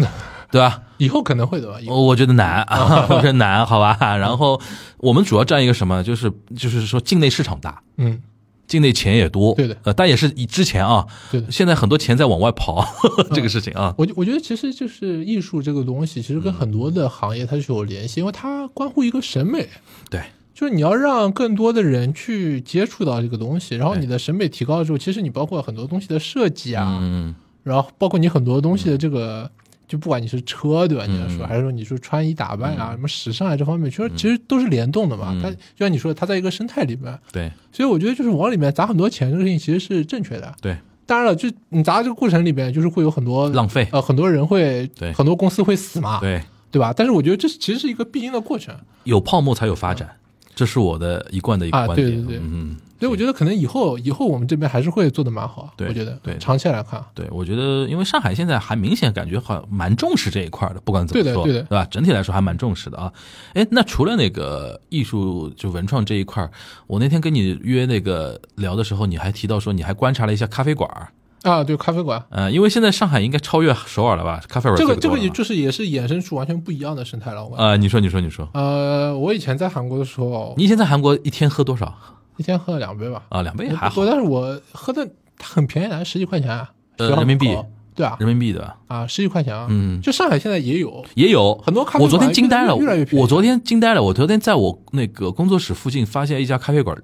[SPEAKER 5] 对吧？
[SPEAKER 6] 以后可能会的吧，以后
[SPEAKER 5] 我觉得难
[SPEAKER 6] 哦
[SPEAKER 5] 啊， 我觉得难，好吧。然后我们主要占一个什么？就是就是说境内市场大，
[SPEAKER 6] 嗯，
[SPEAKER 5] 境内钱也多，
[SPEAKER 6] 对的
[SPEAKER 5] 呃，但也是以之前啊，
[SPEAKER 6] 对的。
[SPEAKER 5] 现在很多钱在往外跑 这个事情啊，
[SPEAKER 6] 我觉我觉得其实就是艺术这个东西，其
[SPEAKER 5] 嗯
[SPEAKER 6] 实跟很多的行业它是有联系，因为它关乎一个审美，
[SPEAKER 5] 对，
[SPEAKER 6] 就是你要让更多的人去接触到这个东西，然后你的审美提高之后，其实你包括很多东西的设计啊，
[SPEAKER 5] 嗯，
[SPEAKER 6] 然后包括你很多东西的这个，就不管你是车对吧？你来说，
[SPEAKER 5] 嗯
[SPEAKER 6] 还是说你说穿衣打扮啊，什么时尚啊这方面，其实其实都是联动的
[SPEAKER 5] 嗯
[SPEAKER 6] 嘛。它就像你说，它在一个生态里面，
[SPEAKER 5] 对
[SPEAKER 6] 所以我觉得就是往里面砸很多钱这个事情其实是正确的。
[SPEAKER 5] 对，
[SPEAKER 6] 当然了，就你砸这个过程里边，就是会有很多
[SPEAKER 5] 浪费，
[SPEAKER 6] 呃，很多人会，
[SPEAKER 5] 对
[SPEAKER 6] 很多公司会死嘛，
[SPEAKER 5] 对，
[SPEAKER 6] 对吧？但是我觉得这其实是一个必经的过程，
[SPEAKER 5] 有泡沫才有发展，这是我的一贯的一
[SPEAKER 6] 啊
[SPEAKER 5] 个观点，
[SPEAKER 6] 对对对
[SPEAKER 5] 嗯，
[SPEAKER 6] 所以我觉得可能以后以后我们这边还是会做的蛮好，
[SPEAKER 5] 对
[SPEAKER 6] 我觉得
[SPEAKER 5] 对
[SPEAKER 6] 长期来看，
[SPEAKER 5] 对，我觉得因为上海现在还明显感觉好像蛮重视这一块的，不管怎么
[SPEAKER 6] 对的
[SPEAKER 5] 说，
[SPEAKER 6] 对的
[SPEAKER 5] 吧？整体来说还蛮重视的啊。哎，那除了那个艺术就文创这一块儿，我那天跟你约那个聊的时候，你还提到说你还观察了一下咖啡馆儿
[SPEAKER 6] 啊，对，咖啡馆，
[SPEAKER 5] 呃，因为现在上海应该超越首尔了吧？咖啡馆
[SPEAKER 6] 这个
[SPEAKER 5] 最
[SPEAKER 6] 这
[SPEAKER 5] 多
[SPEAKER 6] 个
[SPEAKER 5] 了
[SPEAKER 6] 也
[SPEAKER 5] 吧
[SPEAKER 6] 就是也是衍生出完全不一样的生态了。我
[SPEAKER 5] 呃，你说，你说，你说，
[SPEAKER 6] 呃，我以前在韩国的时候，
[SPEAKER 5] 你以前在韩国一天喝多少
[SPEAKER 6] 一天喝了两杯吧，
[SPEAKER 5] 啊？两杯
[SPEAKER 6] 也
[SPEAKER 5] 还
[SPEAKER 6] 不
[SPEAKER 5] 好
[SPEAKER 6] 呃多，，但是我喝的很便宜的，十几块钱啊，
[SPEAKER 5] 呃
[SPEAKER 6] 学校
[SPEAKER 5] 人民币
[SPEAKER 6] 门口，对啊，
[SPEAKER 5] 人民币的吧
[SPEAKER 6] 啊，十几块钱啊，
[SPEAKER 5] 嗯
[SPEAKER 6] 就上海现在也有，
[SPEAKER 5] 也有
[SPEAKER 6] 很多咖啡馆
[SPEAKER 5] 我昨天惊呆了，
[SPEAKER 6] 越来越便宜
[SPEAKER 5] 我昨天惊呆了，我昨天在我那个工作室附近发现一家咖啡馆，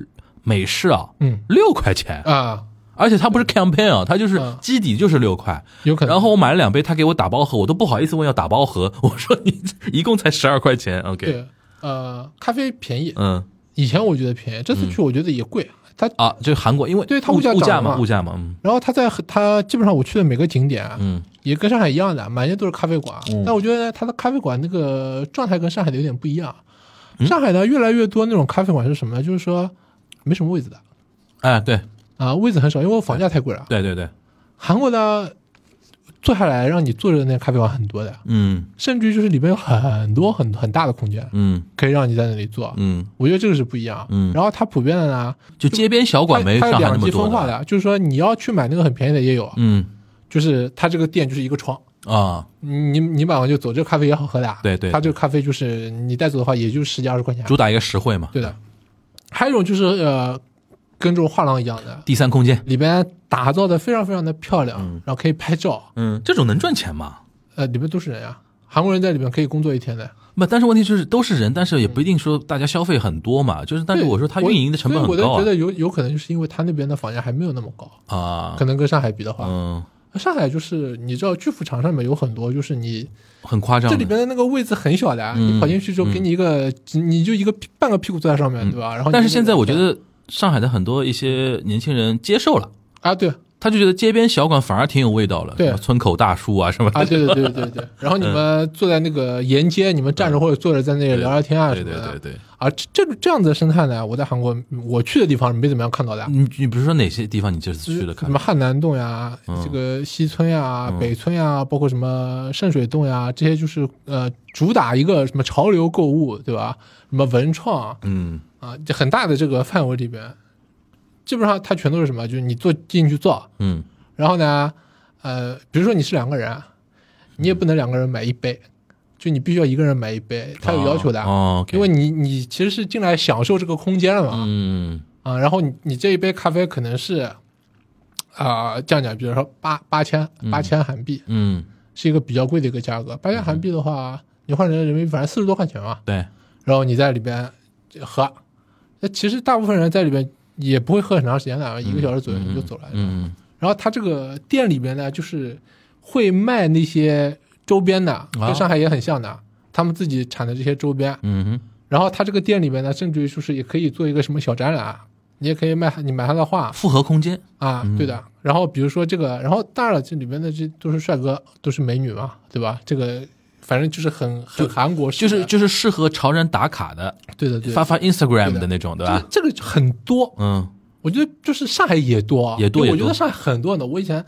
[SPEAKER 5] 美式啊，
[SPEAKER 6] 嗯
[SPEAKER 5] 六块钱，
[SPEAKER 6] 啊，
[SPEAKER 5] 而且它不是 campaign 啊，它就是
[SPEAKER 6] 嗯
[SPEAKER 5] 基底就是六块。
[SPEAKER 6] 有可能。
[SPEAKER 5] 然后我买了两杯，他给我打包喝，我都不好意思问要打包喝， 我说你一共才十二块钱，OK，
[SPEAKER 6] 对，呃，咖啡便宜，
[SPEAKER 5] 嗯
[SPEAKER 6] 以前我觉得便宜，这次去我觉得也贵，它
[SPEAKER 5] 啊，就韩国，因为
[SPEAKER 6] 对它
[SPEAKER 5] 物
[SPEAKER 6] 物价
[SPEAKER 5] 物价
[SPEAKER 6] 涨了
[SPEAKER 5] 嘛，
[SPEAKER 6] 嘛
[SPEAKER 5] 物价嘛，嗯
[SPEAKER 6] 然后它在它基本上我去的每个景点啊，
[SPEAKER 5] 嗯
[SPEAKER 6] 也跟上海一样的，满街都是咖啡馆。但我觉得它的咖啡馆那个状态跟上海的有点不一样。
[SPEAKER 5] 嗯
[SPEAKER 6] 上海呢，越来越多那种咖啡馆是什么呢？就是说没什么位子的
[SPEAKER 5] 哎，对
[SPEAKER 6] 啊，位子很少，因为房价太贵了。
[SPEAKER 5] 对对对，
[SPEAKER 6] 韩国呢，坐下来让你坐着的那咖啡馆很多的，
[SPEAKER 5] 嗯
[SPEAKER 6] 甚至于就是里面有很多很很大的空间，
[SPEAKER 5] 嗯
[SPEAKER 6] 可以让你在那里坐。
[SPEAKER 5] 嗯，
[SPEAKER 6] 我觉得这个是不一样。
[SPEAKER 5] 嗯
[SPEAKER 6] 然后它普遍的呢，
[SPEAKER 5] 就街边小馆没
[SPEAKER 6] 它
[SPEAKER 5] 上
[SPEAKER 6] 它
[SPEAKER 5] 海
[SPEAKER 6] 有
[SPEAKER 5] 那
[SPEAKER 6] 两
[SPEAKER 5] 么
[SPEAKER 6] 极
[SPEAKER 5] 多
[SPEAKER 6] 分化
[SPEAKER 5] 的，
[SPEAKER 6] 的，就是说你要去买那个很便宜的也有，
[SPEAKER 5] 嗯
[SPEAKER 6] 就是它这个店就是一个窗。
[SPEAKER 5] 啊，
[SPEAKER 6] 你你买完就走，这个咖啡也好喝的、啊。
[SPEAKER 5] 对对
[SPEAKER 6] 它这个咖啡就是你带走的话，也就十几二十块钱啊、
[SPEAKER 5] 主打一个实惠嘛，
[SPEAKER 6] 对的，还有一种就是呃，跟这种画廊一样的，
[SPEAKER 5] 第三空间，
[SPEAKER 6] 里边打造的非常非常的漂亮，然后可以拍照。
[SPEAKER 5] 嗯，这种能赚钱吗？
[SPEAKER 6] 呃，里面都是人啊，韩国人在里面可以工作一天的。
[SPEAKER 5] 不，但是问题就是都是人，但是也不一定说大家消费很多嘛，就是但是
[SPEAKER 6] 对
[SPEAKER 5] 我说它运营的成本
[SPEAKER 6] 所
[SPEAKER 5] 很
[SPEAKER 6] 以
[SPEAKER 5] 高
[SPEAKER 6] 我
[SPEAKER 5] 啊
[SPEAKER 6] 都觉得有有可能就是因为它那边的房价还没有那么高，
[SPEAKER 5] 啊
[SPEAKER 6] 可，能跟上海比的话，
[SPEAKER 5] 嗯，
[SPEAKER 6] 上海就是你知道巨幅场上面有很多就是你
[SPEAKER 5] 很夸张
[SPEAKER 6] 这
[SPEAKER 5] 的，
[SPEAKER 6] 里边的那个位置很小的啊，
[SPEAKER 5] 嗯
[SPEAKER 6] 你跑进去之后给你一个，你就一个屁半个屁股坐在上面，对吧？然后你
[SPEAKER 5] 但是
[SPEAKER 6] 就
[SPEAKER 5] 现在我觉
[SPEAKER 6] 对
[SPEAKER 5] 得上海的很多一些年轻人接受了。
[SPEAKER 6] 啊，对
[SPEAKER 5] 他就觉得街边小馆反而挺有味道了，
[SPEAKER 6] 对
[SPEAKER 5] 什么村口大叔啊什么的，
[SPEAKER 6] 啊，对对对对 对。然后你们坐在那个沿街，你们站着或者坐着在那里聊聊天啊
[SPEAKER 5] 嗯对
[SPEAKER 6] 什么
[SPEAKER 5] 对对
[SPEAKER 6] 的。
[SPEAKER 5] 对。
[SPEAKER 6] 啊，这这这样子的生态呢，我在韩国我去的地方没怎么样看到的。啊
[SPEAKER 5] 你你不是说哪些地方你这次去了
[SPEAKER 6] 什
[SPEAKER 5] 嗯看嗯
[SPEAKER 6] 么？汉南洞呀，这个西村呀、北村呀，包括什么圣水洞呀，这些就是呃，主打一个什么潮流购物，对吧？什么文创啊，
[SPEAKER 5] 嗯
[SPEAKER 6] 啊，这很大的这个范围里边，基本上它全都是什么？就是你坐进去坐，
[SPEAKER 5] 嗯
[SPEAKER 6] 然后呢，呃，比如说你是两个人，你也不能两个人买一杯，就你必须要一个人买一杯，它有要求的，啊
[SPEAKER 5] 哦，
[SPEAKER 6] 因为你你其实是进来享受这个空间了嘛，
[SPEAKER 5] 嗯
[SPEAKER 6] 啊，然后你你这一杯咖啡可能是，啊、这样讲，比如说八八千八千韩币、
[SPEAKER 5] 嗯
[SPEAKER 6] 是一个比较贵的一个价格，八千韩币的话，你换成人民币反正四十多块钱嘛，
[SPEAKER 5] 对，
[SPEAKER 6] 然后你在里边喝，那其实大部分人在里边也不会喝很长时间的，一个小时左右你就走了。
[SPEAKER 5] 嗯
[SPEAKER 6] 然后他这个店里边呢，就是会卖那些周边的，
[SPEAKER 5] 啊
[SPEAKER 6] 跟上海也很像的，他们自己产的这些周边。
[SPEAKER 5] 嗯哼
[SPEAKER 6] 然后他这个店里面呢，甚至于就是也可以做一个什么小展览，啊你也可以卖你买他的画
[SPEAKER 5] 复合空间
[SPEAKER 6] 啊，
[SPEAKER 5] 嗯
[SPEAKER 6] 对的。然后比如说这个，然后当然了，这里面的这都是帅哥，都是美女嘛，对吧？这个反正就是很很韩国式
[SPEAKER 5] 就
[SPEAKER 6] 的，
[SPEAKER 5] 是就是适合潮人打卡的，
[SPEAKER 6] 对的对的
[SPEAKER 5] 发发 Instagram
[SPEAKER 6] 对的
[SPEAKER 5] 的那种，对吧？
[SPEAKER 6] 这个这个很多，
[SPEAKER 5] 嗯
[SPEAKER 6] 我觉得就是上海也多啊，
[SPEAKER 5] 也多
[SPEAKER 6] 因为
[SPEAKER 5] 也多嗯
[SPEAKER 6] 我觉得上海很多呢。我以前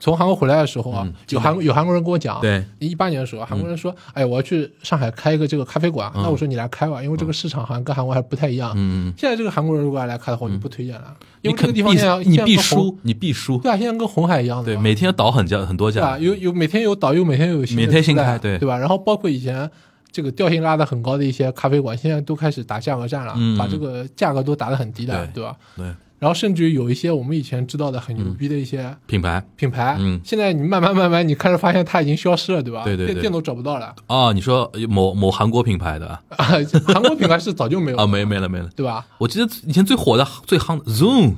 [SPEAKER 6] 从韩国回来的时候啊，有韩有韩国人跟我讲，
[SPEAKER 5] 对，嗯
[SPEAKER 6] 一八年的时候，韩国人说，哎，我要去上海开一个这个咖啡馆，啊那我说你来开吧，因为这个市场好像跟韩国还不太一样。
[SPEAKER 5] 嗯，
[SPEAKER 6] 现在这个韩国人如果来开的话，我就不推荐了，
[SPEAKER 5] 你
[SPEAKER 6] 因为这
[SPEAKER 5] 肯
[SPEAKER 6] 个
[SPEAKER 5] 必
[SPEAKER 6] 地方现在
[SPEAKER 5] 你
[SPEAKER 6] 现在
[SPEAKER 5] 必
[SPEAKER 6] 跟红，
[SPEAKER 5] 输，你必输，
[SPEAKER 6] 对啊，现在跟红海一样的
[SPEAKER 5] 对，
[SPEAKER 6] 嘛，
[SPEAKER 5] 每天倒很价很多
[SPEAKER 6] 对
[SPEAKER 5] 价
[SPEAKER 6] 啊，，有有每天有导游，每天有新的
[SPEAKER 5] 每天新
[SPEAKER 6] 出来
[SPEAKER 5] 开对
[SPEAKER 6] 对吧？然后包括以前这个调性拉的很高的一些咖啡馆，现在都开始打价格战了，
[SPEAKER 5] 嗯
[SPEAKER 6] 把这个价格都打得很低的，
[SPEAKER 5] 对
[SPEAKER 6] 对吧？
[SPEAKER 5] 对，
[SPEAKER 6] 然后甚至于有一些我们以前知道的很牛逼的一些
[SPEAKER 5] 品牌
[SPEAKER 6] 品牌，
[SPEAKER 5] 嗯
[SPEAKER 6] 现在你慢慢慢慢，你开始发现它已经消失了，对吧？
[SPEAKER 5] 对对对
[SPEAKER 6] 店店都找不到了
[SPEAKER 5] 啊，你说某某韩国品牌的啊
[SPEAKER 6] 啊，韩国品牌是早就没有了
[SPEAKER 5] 啊，没没了没了，
[SPEAKER 6] 对吧？
[SPEAKER 5] 我记得以前最火的最夯的 Zoom，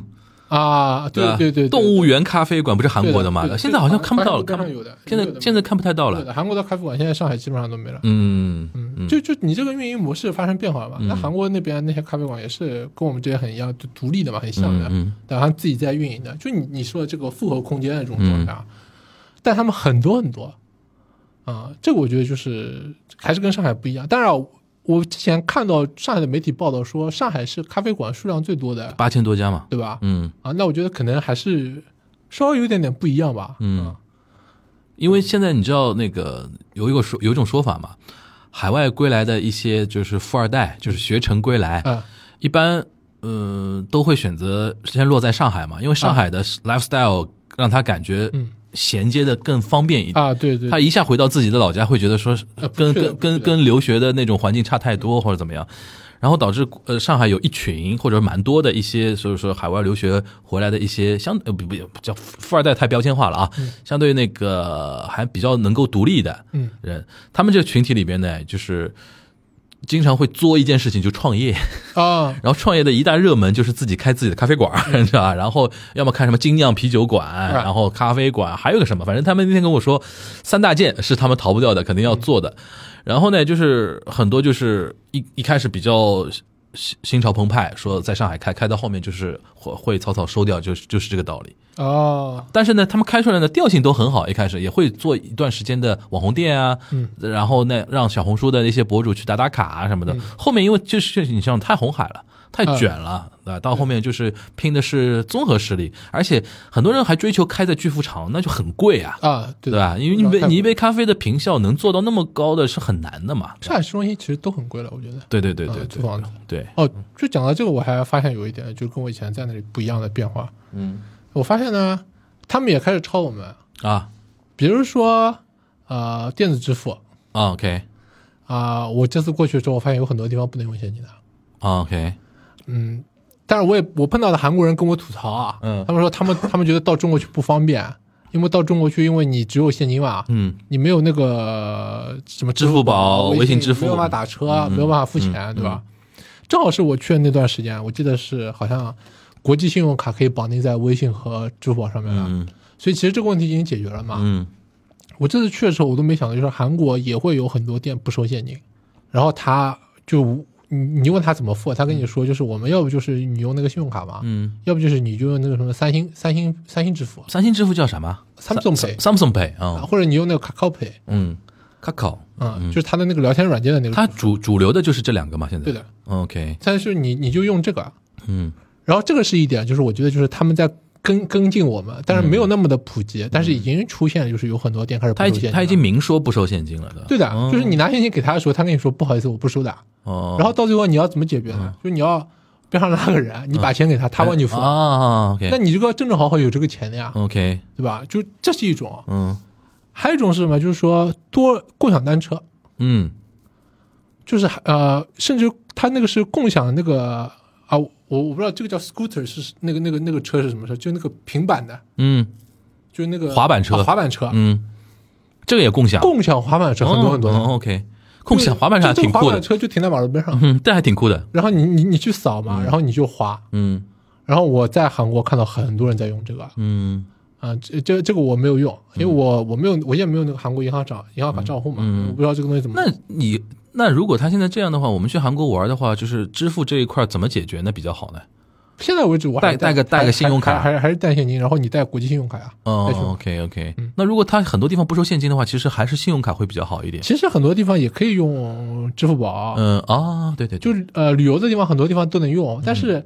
[SPEAKER 6] 啊，对
[SPEAKER 5] 吧
[SPEAKER 6] 对对，对
[SPEAKER 5] 动物园咖啡馆不是韩国的
[SPEAKER 6] 对的
[SPEAKER 5] 嘛？
[SPEAKER 6] 对的
[SPEAKER 5] 现在好像看不到了，
[SPEAKER 6] 对的
[SPEAKER 5] 看不
[SPEAKER 6] 好像有的
[SPEAKER 5] 现
[SPEAKER 6] 有
[SPEAKER 5] 在
[SPEAKER 6] 的
[SPEAKER 5] 现在看不太到
[SPEAKER 6] 对
[SPEAKER 5] 了。
[SPEAKER 6] 的，韩国的咖啡馆现在上海基本上都没了。
[SPEAKER 5] 嗯
[SPEAKER 6] 嗯，
[SPEAKER 5] 嗯
[SPEAKER 6] 就就你这个运营模式发生变化了嘛？那韩国那边那些咖啡馆也是跟我们这些很一样，就独立的嘛，很像的，
[SPEAKER 5] 嗯嗯
[SPEAKER 6] 然后他自己在运营的。就你你说的这个复合空间的这种
[SPEAKER 5] 嗯
[SPEAKER 6] 状态，啊，但他们很多很多啊、这个我觉得就是还是跟上海不一样。当然啊，我之前看到上海的媒体报道说，上海是咖啡馆数量最多的，
[SPEAKER 5] 八千多家嘛。
[SPEAKER 6] 对吧？
[SPEAKER 5] 嗯
[SPEAKER 6] 啊，那我觉得可能还是稍微有一点点不一样吧。
[SPEAKER 5] 嗯，因为现在你知道那个有一个说有一种说法嘛，海外归来的一些就是富二代，就是学成归来，
[SPEAKER 6] 啊，
[SPEAKER 5] 嗯一般嗯、呃都会选择先落在上海嘛，因为上海的 lifestyle 让他感觉衔接的更方便一点。
[SPEAKER 6] 啊，对对，
[SPEAKER 5] 他一下回到自己的老家，会觉得说是
[SPEAKER 6] 呃不
[SPEAKER 5] 跟
[SPEAKER 6] 是
[SPEAKER 5] 跟
[SPEAKER 6] 的不是
[SPEAKER 5] 跟
[SPEAKER 6] 的
[SPEAKER 5] 跟留学的那种环境差太多，或者怎么样，然后导致呃上海有一群或者蛮多的一些，所以说海外留学回来的一些相呃不不不叫富二代太标签化了啊，相对那个还比较能够独立的
[SPEAKER 6] 嗯
[SPEAKER 5] 人，他们这个群体里边呢，就是经常会做一件事情就创业。
[SPEAKER 6] 啊，
[SPEAKER 5] 然后创业的一大热门就是自己开自己的咖啡馆儿， 你知道吧？然后要么开什么精酿啤酒馆，然后咖啡馆，还有个什么，反正他们那天跟我说，三大件是他们逃不掉的，肯定要做的。然后呢，就是很多就是一一开始比较心心潮澎湃，说在上海开，开到后面就是会会草草收掉，就是就是这个道理。
[SPEAKER 6] 哦，
[SPEAKER 5] 但是呢，他们开出来的调性都很好，一开始也会做一段时间的网红店啊，
[SPEAKER 6] 嗯
[SPEAKER 5] 然后呢，让小红书的那些博主去打打卡啊什么的。后面因为就是你像太红海了。太卷了，对吧？到后面就是拼的是综合实力，而且很多人还追求开在巨富场，那就很贵啊，
[SPEAKER 6] 啊，对
[SPEAKER 5] 对
[SPEAKER 6] 的
[SPEAKER 5] 吧？因为你
[SPEAKER 6] 然后
[SPEAKER 5] 杯
[SPEAKER 6] 太
[SPEAKER 5] 你一
[SPEAKER 6] 贵
[SPEAKER 5] 杯咖啡的评效能做到那么高的是很难的嘛。
[SPEAKER 6] 上海市中心其实都很贵了，我觉得。
[SPEAKER 5] 对对对对
[SPEAKER 6] 啊
[SPEAKER 5] 对
[SPEAKER 6] 租房子
[SPEAKER 5] 对，
[SPEAKER 6] 哦，就讲到这个，我还发现有一点，就跟我以前在那里不一样的变化。
[SPEAKER 5] 嗯
[SPEAKER 6] 我发现呢，他们也开始抄我们，
[SPEAKER 5] 啊
[SPEAKER 6] 比如说呃电子支付
[SPEAKER 5] 啊，OK
[SPEAKER 6] 啊、我这次过去的时候，我发现有很多地方不能用现金的。
[SPEAKER 5] 啊 OK，
[SPEAKER 6] 嗯，但是我也我碰到的韩国人跟我吐槽啊，
[SPEAKER 5] 嗯
[SPEAKER 6] 他们说他们他们觉得到中国去不方便，因为到中国去，因为你只有现金嘛，
[SPEAKER 5] 嗯，
[SPEAKER 6] 你没有那个什么
[SPEAKER 5] 支付宝
[SPEAKER 6] 微
[SPEAKER 5] 微信支付
[SPEAKER 6] 没有办法打车，没有办法付钱，对吧？正好是我去的那段时间，我记得是好像国际信用卡可以绑定在微信和支付宝上面了，
[SPEAKER 5] 嗯
[SPEAKER 6] 所以其实这个问题已经解决了嘛。
[SPEAKER 5] 嗯
[SPEAKER 6] 我这次去的时候，我都没想到，就是韩国也会有很多店不收现金，然后他就你你问他怎么付，他跟你说就是我们要不就是你用那个信用卡嘛，
[SPEAKER 5] 嗯，
[SPEAKER 6] 要不就是你就用那个什么三星三星三星支付，
[SPEAKER 5] 三星支付叫什么
[SPEAKER 6] Samsung
[SPEAKER 5] Sa-
[SPEAKER 6] Pay
[SPEAKER 5] Samsung Pay 啊，
[SPEAKER 6] 或者你用那个 Kakao Pay
[SPEAKER 5] 嗯，Kakao，
[SPEAKER 6] 啊、就是他的那个聊天软件的那个，
[SPEAKER 5] 它主主流的就是这两个嘛，现在
[SPEAKER 6] 对的。
[SPEAKER 5] ，OK，
[SPEAKER 6] 但是你你就用这个，啊
[SPEAKER 5] 嗯
[SPEAKER 6] 然后这个是一点，就是我觉得就是他们在。跟跟进我们，但是没有那么的普及，但是已经出现了，就是有很多店开始不
[SPEAKER 5] 他已
[SPEAKER 6] 收现金
[SPEAKER 5] 经
[SPEAKER 6] 了。
[SPEAKER 5] 嗯他已经明说不收现金了，对吧？
[SPEAKER 6] 对的，
[SPEAKER 5] 嗯
[SPEAKER 6] 就是你拿现金给他的时候，他跟你说不好意思，我不收的。
[SPEAKER 5] 哦，
[SPEAKER 6] 然后到最后你要怎么解决呢？就是你要边上拉个
[SPEAKER 5] 嗯
[SPEAKER 6] 人，你把钱给他，他帮你付。
[SPEAKER 5] 啊，OK，
[SPEAKER 6] 那你这个正正好好有这个钱的呀，
[SPEAKER 5] OK，
[SPEAKER 6] 对吧？就这是一种，
[SPEAKER 5] 嗯
[SPEAKER 6] 还有一种是什么？就是说多共享单车，
[SPEAKER 5] 嗯
[SPEAKER 6] 就是呃，甚至他那个是共享那个啊，我我不知道这个叫 scooter 是那个那个那个车是什么车，就那个平板的，
[SPEAKER 5] 嗯
[SPEAKER 6] 就是那个
[SPEAKER 5] 滑板车
[SPEAKER 6] 啊滑板车，
[SPEAKER 5] 嗯，这个也共享，哦
[SPEAKER 6] 共享滑板车很多很多的，
[SPEAKER 5] ，OK，共享滑板车还
[SPEAKER 6] 就就
[SPEAKER 5] 挺
[SPEAKER 6] 滑
[SPEAKER 5] 酷
[SPEAKER 6] 板
[SPEAKER 5] 的，
[SPEAKER 6] 车就停在马路边上，
[SPEAKER 5] 嗯，这还挺酷的，
[SPEAKER 6] 然后你你你去扫嘛，然后你就滑。
[SPEAKER 5] 嗯
[SPEAKER 6] 然后我在韩国看到很多人在用这个，
[SPEAKER 5] 嗯
[SPEAKER 6] 啊，这这这个我没有用，因为我我没有我也没有那个韩国银行账银行卡账户嘛，我不知道这个东西怎么。
[SPEAKER 5] 嗯那你那如果他现在这样的话，我们去韩国玩的话，就是支付这一块怎么解决那比较好呢？
[SPEAKER 6] 现在为止我还是
[SPEAKER 5] 带带个带个
[SPEAKER 6] 还
[SPEAKER 5] 信用卡
[SPEAKER 6] 还还还还是带现金，然后你带国际信用卡呀、带信用
[SPEAKER 5] 哦
[SPEAKER 6] 卡
[SPEAKER 5] ，OK OK，那如果他很多地方不收现金的话，其实还是信用卡会比较好一点。
[SPEAKER 6] 其实很多地方也可以用支付宝，
[SPEAKER 5] 嗯啊，对对，对
[SPEAKER 6] 就是呃旅游的地方很多地方都能用，但是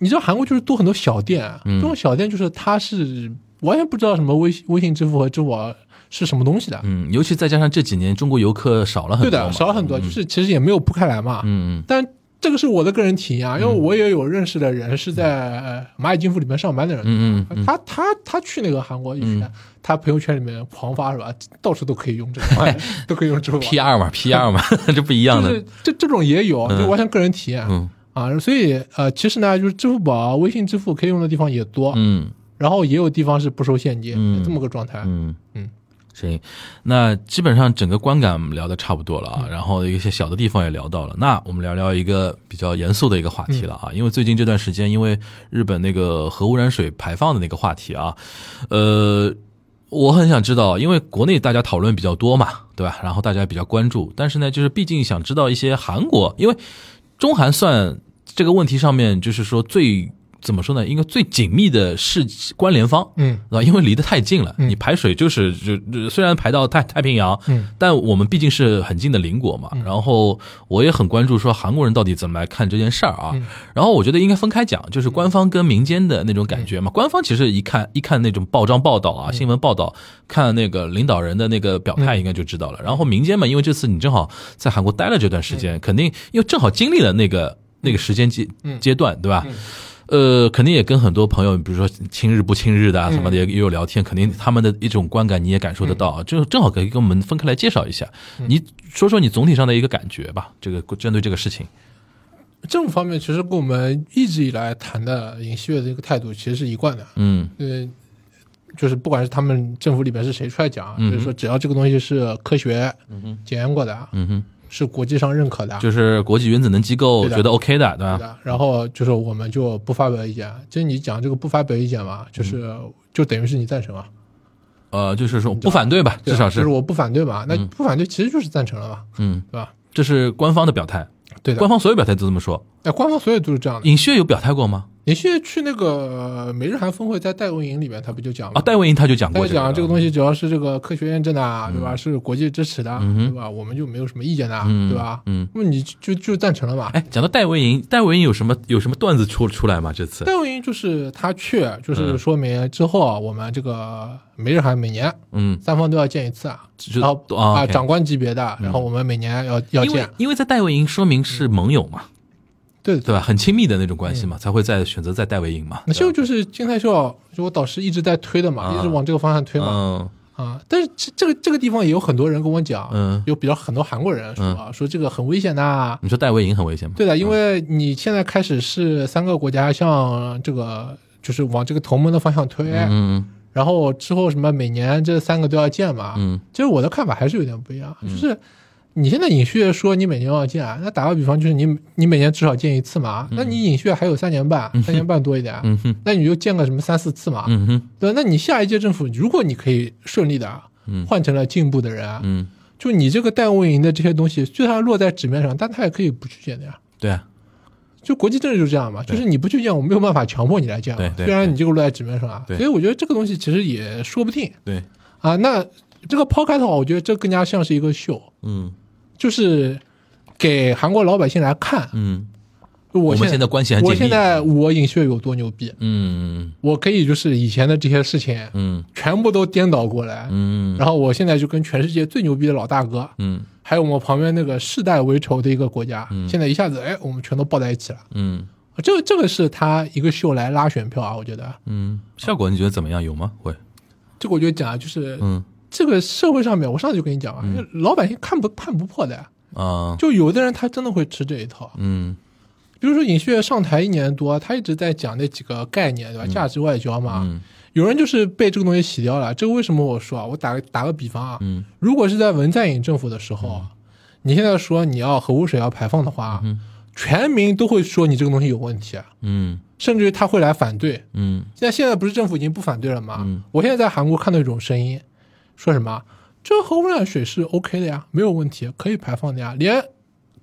[SPEAKER 6] 你知道韩国就是多很多小店，
[SPEAKER 5] 嗯
[SPEAKER 6] 这种小店就是它是完全不知道什么微信微信支付和支付宝是什么东西的，
[SPEAKER 5] 嗯，尤其再加上这几年中国游客少了很
[SPEAKER 6] 对
[SPEAKER 5] 多嘛，
[SPEAKER 6] 的，少了很多，就是其实也没有铺开来嘛，
[SPEAKER 5] 嗯
[SPEAKER 6] 但这个是我的个人体验啊，因为我也有认识的人是在呃蚂蚁金服里面上班的人，
[SPEAKER 5] 嗯
[SPEAKER 6] 啊
[SPEAKER 5] 嗯嗯嗯
[SPEAKER 6] 他他他去那个韩国一圈，他朋友圈里面狂发是吧？到处都可以用这 个玩意儿，都可以用支付宝
[SPEAKER 5] ，P R 嘛，P R 嘛， 这不一样
[SPEAKER 6] 就
[SPEAKER 5] 的，
[SPEAKER 6] 是这这种也有，
[SPEAKER 5] 嗯
[SPEAKER 6] 就完全个人体验、
[SPEAKER 5] 嗯
[SPEAKER 6] 啊。所以呃，其实呢，就是支付宝、啊微信支付可以用的地方也多，
[SPEAKER 5] 嗯
[SPEAKER 6] 然后也有地方是不收现金，
[SPEAKER 5] 嗯
[SPEAKER 6] 这么个状态。
[SPEAKER 5] 嗯
[SPEAKER 6] 嗯，
[SPEAKER 5] 行，那基本上整个观感聊的差不多了啊，然后一些小的地方也聊到了，那我们聊聊一个比较严肃的一个话题了啊，因为最近这段时间，因为日本那个核污染水排放的那个话题啊，呃。我很想知道，因为国内大家讨论比较多嘛，对吧？然后大家比较关注，但是呢，就是毕竟想知道一些韩国，因为中韩算这个问题上面，就是说最怎么说呢？应该最紧密的是关联方，
[SPEAKER 6] 嗯，
[SPEAKER 5] 对吧？因为离得太近了，
[SPEAKER 6] 嗯
[SPEAKER 5] 你排水就是就就虽然排到太太平洋，
[SPEAKER 6] 嗯，
[SPEAKER 5] 但我们毕竟是很近的邻国嘛。然后我也很关注说韩国人到底怎么来看这件事儿
[SPEAKER 6] 嗯
[SPEAKER 5] 啊。然后我觉得应该分开讲，就是官方跟民间的那种
[SPEAKER 6] 嗯
[SPEAKER 5] 感觉嘛。官方其实一看一看那种报章报道啊、新闻报道，看那个领导人的那个表态，
[SPEAKER 6] 嗯
[SPEAKER 5] 应该就知道了。然后民间嘛，因为这次你正好在韩国待了这段时间，肯定因为正好经历了那个那个时间阶
[SPEAKER 6] 嗯嗯
[SPEAKER 5] 阶段，对吧？呃，肯定也跟很多朋友，比如说亲日不亲日
[SPEAKER 6] 嗯
[SPEAKER 5] 的啊什么的，也也有聊天，肯定他们的一种观感你也感受得
[SPEAKER 6] 嗯
[SPEAKER 5] 到，就正好可以跟我们分开来介绍一下，你说说你总体上的一个感觉吧，这个针对这个事情，
[SPEAKER 6] 政府方面其实跟我们一直以来谈的尹锡悦的一个态度其实是一贯的，
[SPEAKER 5] 嗯
[SPEAKER 6] 呃，就是不管是他们政府里边是谁出来讲啊，
[SPEAKER 5] 嗯哼
[SPEAKER 6] 就是说只要这个东西是科学检验过的啊，
[SPEAKER 5] 嗯哼，
[SPEAKER 6] 是国际上认可的啊，
[SPEAKER 5] 就是啊国际原子能机构
[SPEAKER 6] 对的
[SPEAKER 5] 觉得 OK 的，对
[SPEAKER 6] 对
[SPEAKER 5] 吧？
[SPEAKER 6] 的，然后就是我们就不发表意见。就是你讲这个不发表意见嘛，就是、
[SPEAKER 5] 嗯
[SPEAKER 6] 就等于是你赞成啊，
[SPEAKER 5] 呃，就是说不反对吧，
[SPEAKER 6] 嗯
[SPEAKER 5] 至
[SPEAKER 6] 对吧
[SPEAKER 5] 少
[SPEAKER 6] 就是
[SPEAKER 5] 是，
[SPEAKER 6] 我不反对嘛，那不反对其实就是赞成了嘛，
[SPEAKER 5] 嗯，
[SPEAKER 6] 对吧？
[SPEAKER 5] 这是官方的表态，
[SPEAKER 6] 对的，
[SPEAKER 5] 官方所有表态都这么说。
[SPEAKER 6] 哎，官方所有都是这样的。
[SPEAKER 5] 尹旭有表态过吗？
[SPEAKER 6] 你现在去那个呃美日韩峰会，在戴文营里面，他不就讲
[SPEAKER 5] 啊，
[SPEAKER 6] 吗？
[SPEAKER 5] 戴维营他就讲
[SPEAKER 6] 嗯他
[SPEAKER 5] 过
[SPEAKER 6] 就讲这
[SPEAKER 5] 这个
[SPEAKER 6] 个
[SPEAKER 5] 嗯
[SPEAKER 6] 东西只要是这个科学验证的啊，对吧？是国际支持的啊，
[SPEAKER 5] 嗯哼
[SPEAKER 6] 对吧？我们就没有什么意见的啊，
[SPEAKER 5] 嗯
[SPEAKER 6] 对吧？
[SPEAKER 5] 嗯
[SPEAKER 6] 那么你就就就赞成了嘛？
[SPEAKER 5] 哎，讲到戴维营，戴维营有什么有什么段子出出来吗？这次
[SPEAKER 6] 戴，文营就是他去，就是说明之后啊我们这个美日韩每年
[SPEAKER 5] 嗯，
[SPEAKER 6] 三方都要见一次啊，
[SPEAKER 5] 就
[SPEAKER 6] 然后
[SPEAKER 5] 啊
[SPEAKER 6] 啊
[SPEAKER 5] OK
[SPEAKER 6] 长官级别的，然后我们每年要要
[SPEAKER 5] 因为
[SPEAKER 6] 见，
[SPEAKER 5] 因为在戴维营说明是盟友嘛，
[SPEAKER 6] 对
[SPEAKER 5] 对。吧？很亲密的那种关系嘛，才会在选择在戴维营嘛。
[SPEAKER 6] 那
[SPEAKER 5] 对
[SPEAKER 6] 秀
[SPEAKER 5] 吧
[SPEAKER 6] 就是金泰秀，就我导师一直在推的嘛，
[SPEAKER 5] 啊
[SPEAKER 6] 一直往这个方向推嘛
[SPEAKER 5] 嗯
[SPEAKER 6] 啊。但是这这个这个地方也有很多人跟我讲，
[SPEAKER 5] 嗯
[SPEAKER 6] 有比较很多韩国人说啊说这个很危险的，
[SPEAKER 5] 你说戴维营很危险吗？
[SPEAKER 6] 对的，因为你现在开始是三个国家向这个就是往这个同盟的方向推，
[SPEAKER 5] 嗯
[SPEAKER 6] 然后之后什么每年这三个都要见嘛，
[SPEAKER 5] 嗯
[SPEAKER 6] 其实我的看法还是有点不一样，就是你现在尹旭说你每年要见，那打个比方就是你你每年至少见一次嘛，那你尹旭还有三年半，三年半多一点，
[SPEAKER 5] 嗯哼
[SPEAKER 6] 那你就见个什么三四次嘛，
[SPEAKER 5] 嗯哼
[SPEAKER 6] 对吧，那你下一届政府如果你可以顺利的
[SPEAKER 5] 嗯
[SPEAKER 6] 换成了进步的人，啊
[SPEAKER 5] 嗯，
[SPEAKER 6] 就你这个代务营的这些东西虽然落在纸面上，但他也可以不去见的呀。
[SPEAKER 5] 对啊，
[SPEAKER 6] 就国际政治就是这样嘛，就是你不去见，我没有办法强迫你来见
[SPEAKER 5] 对
[SPEAKER 6] 嘛。
[SPEAKER 5] 对
[SPEAKER 6] 虽然你这个落在纸面上啊，
[SPEAKER 5] 对
[SPEAKER 6] 所以我觉得这个东西其实也说不定
[SPEAKER 5] 对，
[SPEAKER 6] 啊。那这个抛开的话，我觉得这更加像是一个秀，
[SPEAKER 5] 嗯
[SPEAKER 6] 就是给韩国老百姓来看。
[SPEAKER 5] 嗯
[SPEAKER 6] 我
[SPEAKER 5] 我们现在关系很紧
[SPEAKER 6] 我
[SPEAKER 5] 密
[SPEAKER 6] 现在我尹血有多牛逼，
[SPEAKER 5] 嗯
[SPEAKER 6] 我可以就是以前的这些事情
[SPEAKER 5] 嗯
[SPEAKER 6] 全部都颠倒过来，
[SPEAKER 5] 嗯
[SPEAKER 6] 然后我现在就跟全世界最牛逼的老大哥，
[SPEAKER 5] 嗯
[SPEAKER 6] 还有我们旁边那个世代为仇的一个国家，现在一下子哎，我们全都抱在一起了。
[SPEAKER 5] 嗯
[SPEAKER 6] 这个这个是他一个秀来拉选票啊，我觉得
[SPEAKER 5] 嗯，效果你觉得怎么样？有吗？会，
[SPEAKER 6] 这个我就讲啊，就是、
[SPEAKER 5] 嗯
[SPEAKER 6] 这个社会上面，我上次就跟你讲啊，老百姓看不看不破的，
[SPEAKER 5] 啊，
[SPEAKER 6] 就有的人他真的会吃这一套。
[SPEAKER 5] 嗯
[SPEAKER 6] 比如说尹旭上台一年多，他一直在讲那几个概念，对吧？价值外交嘛，
[SPEAKER 5] 嗯
[SPEAKER 6] 有人就是被这个东西洗掉了。这个为什么我说啊？我打个打个比方啊，
[SPEAKER 5] 嗯
[SPEAKER 6] 如果是在文在寅政府的时候，啊你现在说你要核污水要排放的话，啊全民都会说你这个东西有问题，啊
[SPEAKER 5] 嗯
[SPEAKER 6] 甚至于他会来反对。
[SPEAKER 5] 嗯
[SPEAKER 6] 现在现在不是政府已经不反对了吗？
[SPEAKER 5] 嗯
[SPEAKER 6] 我现在在韩国看到一种声音，说什么这核污染水是 OK 的呀，没有问题，可以排放的呀，连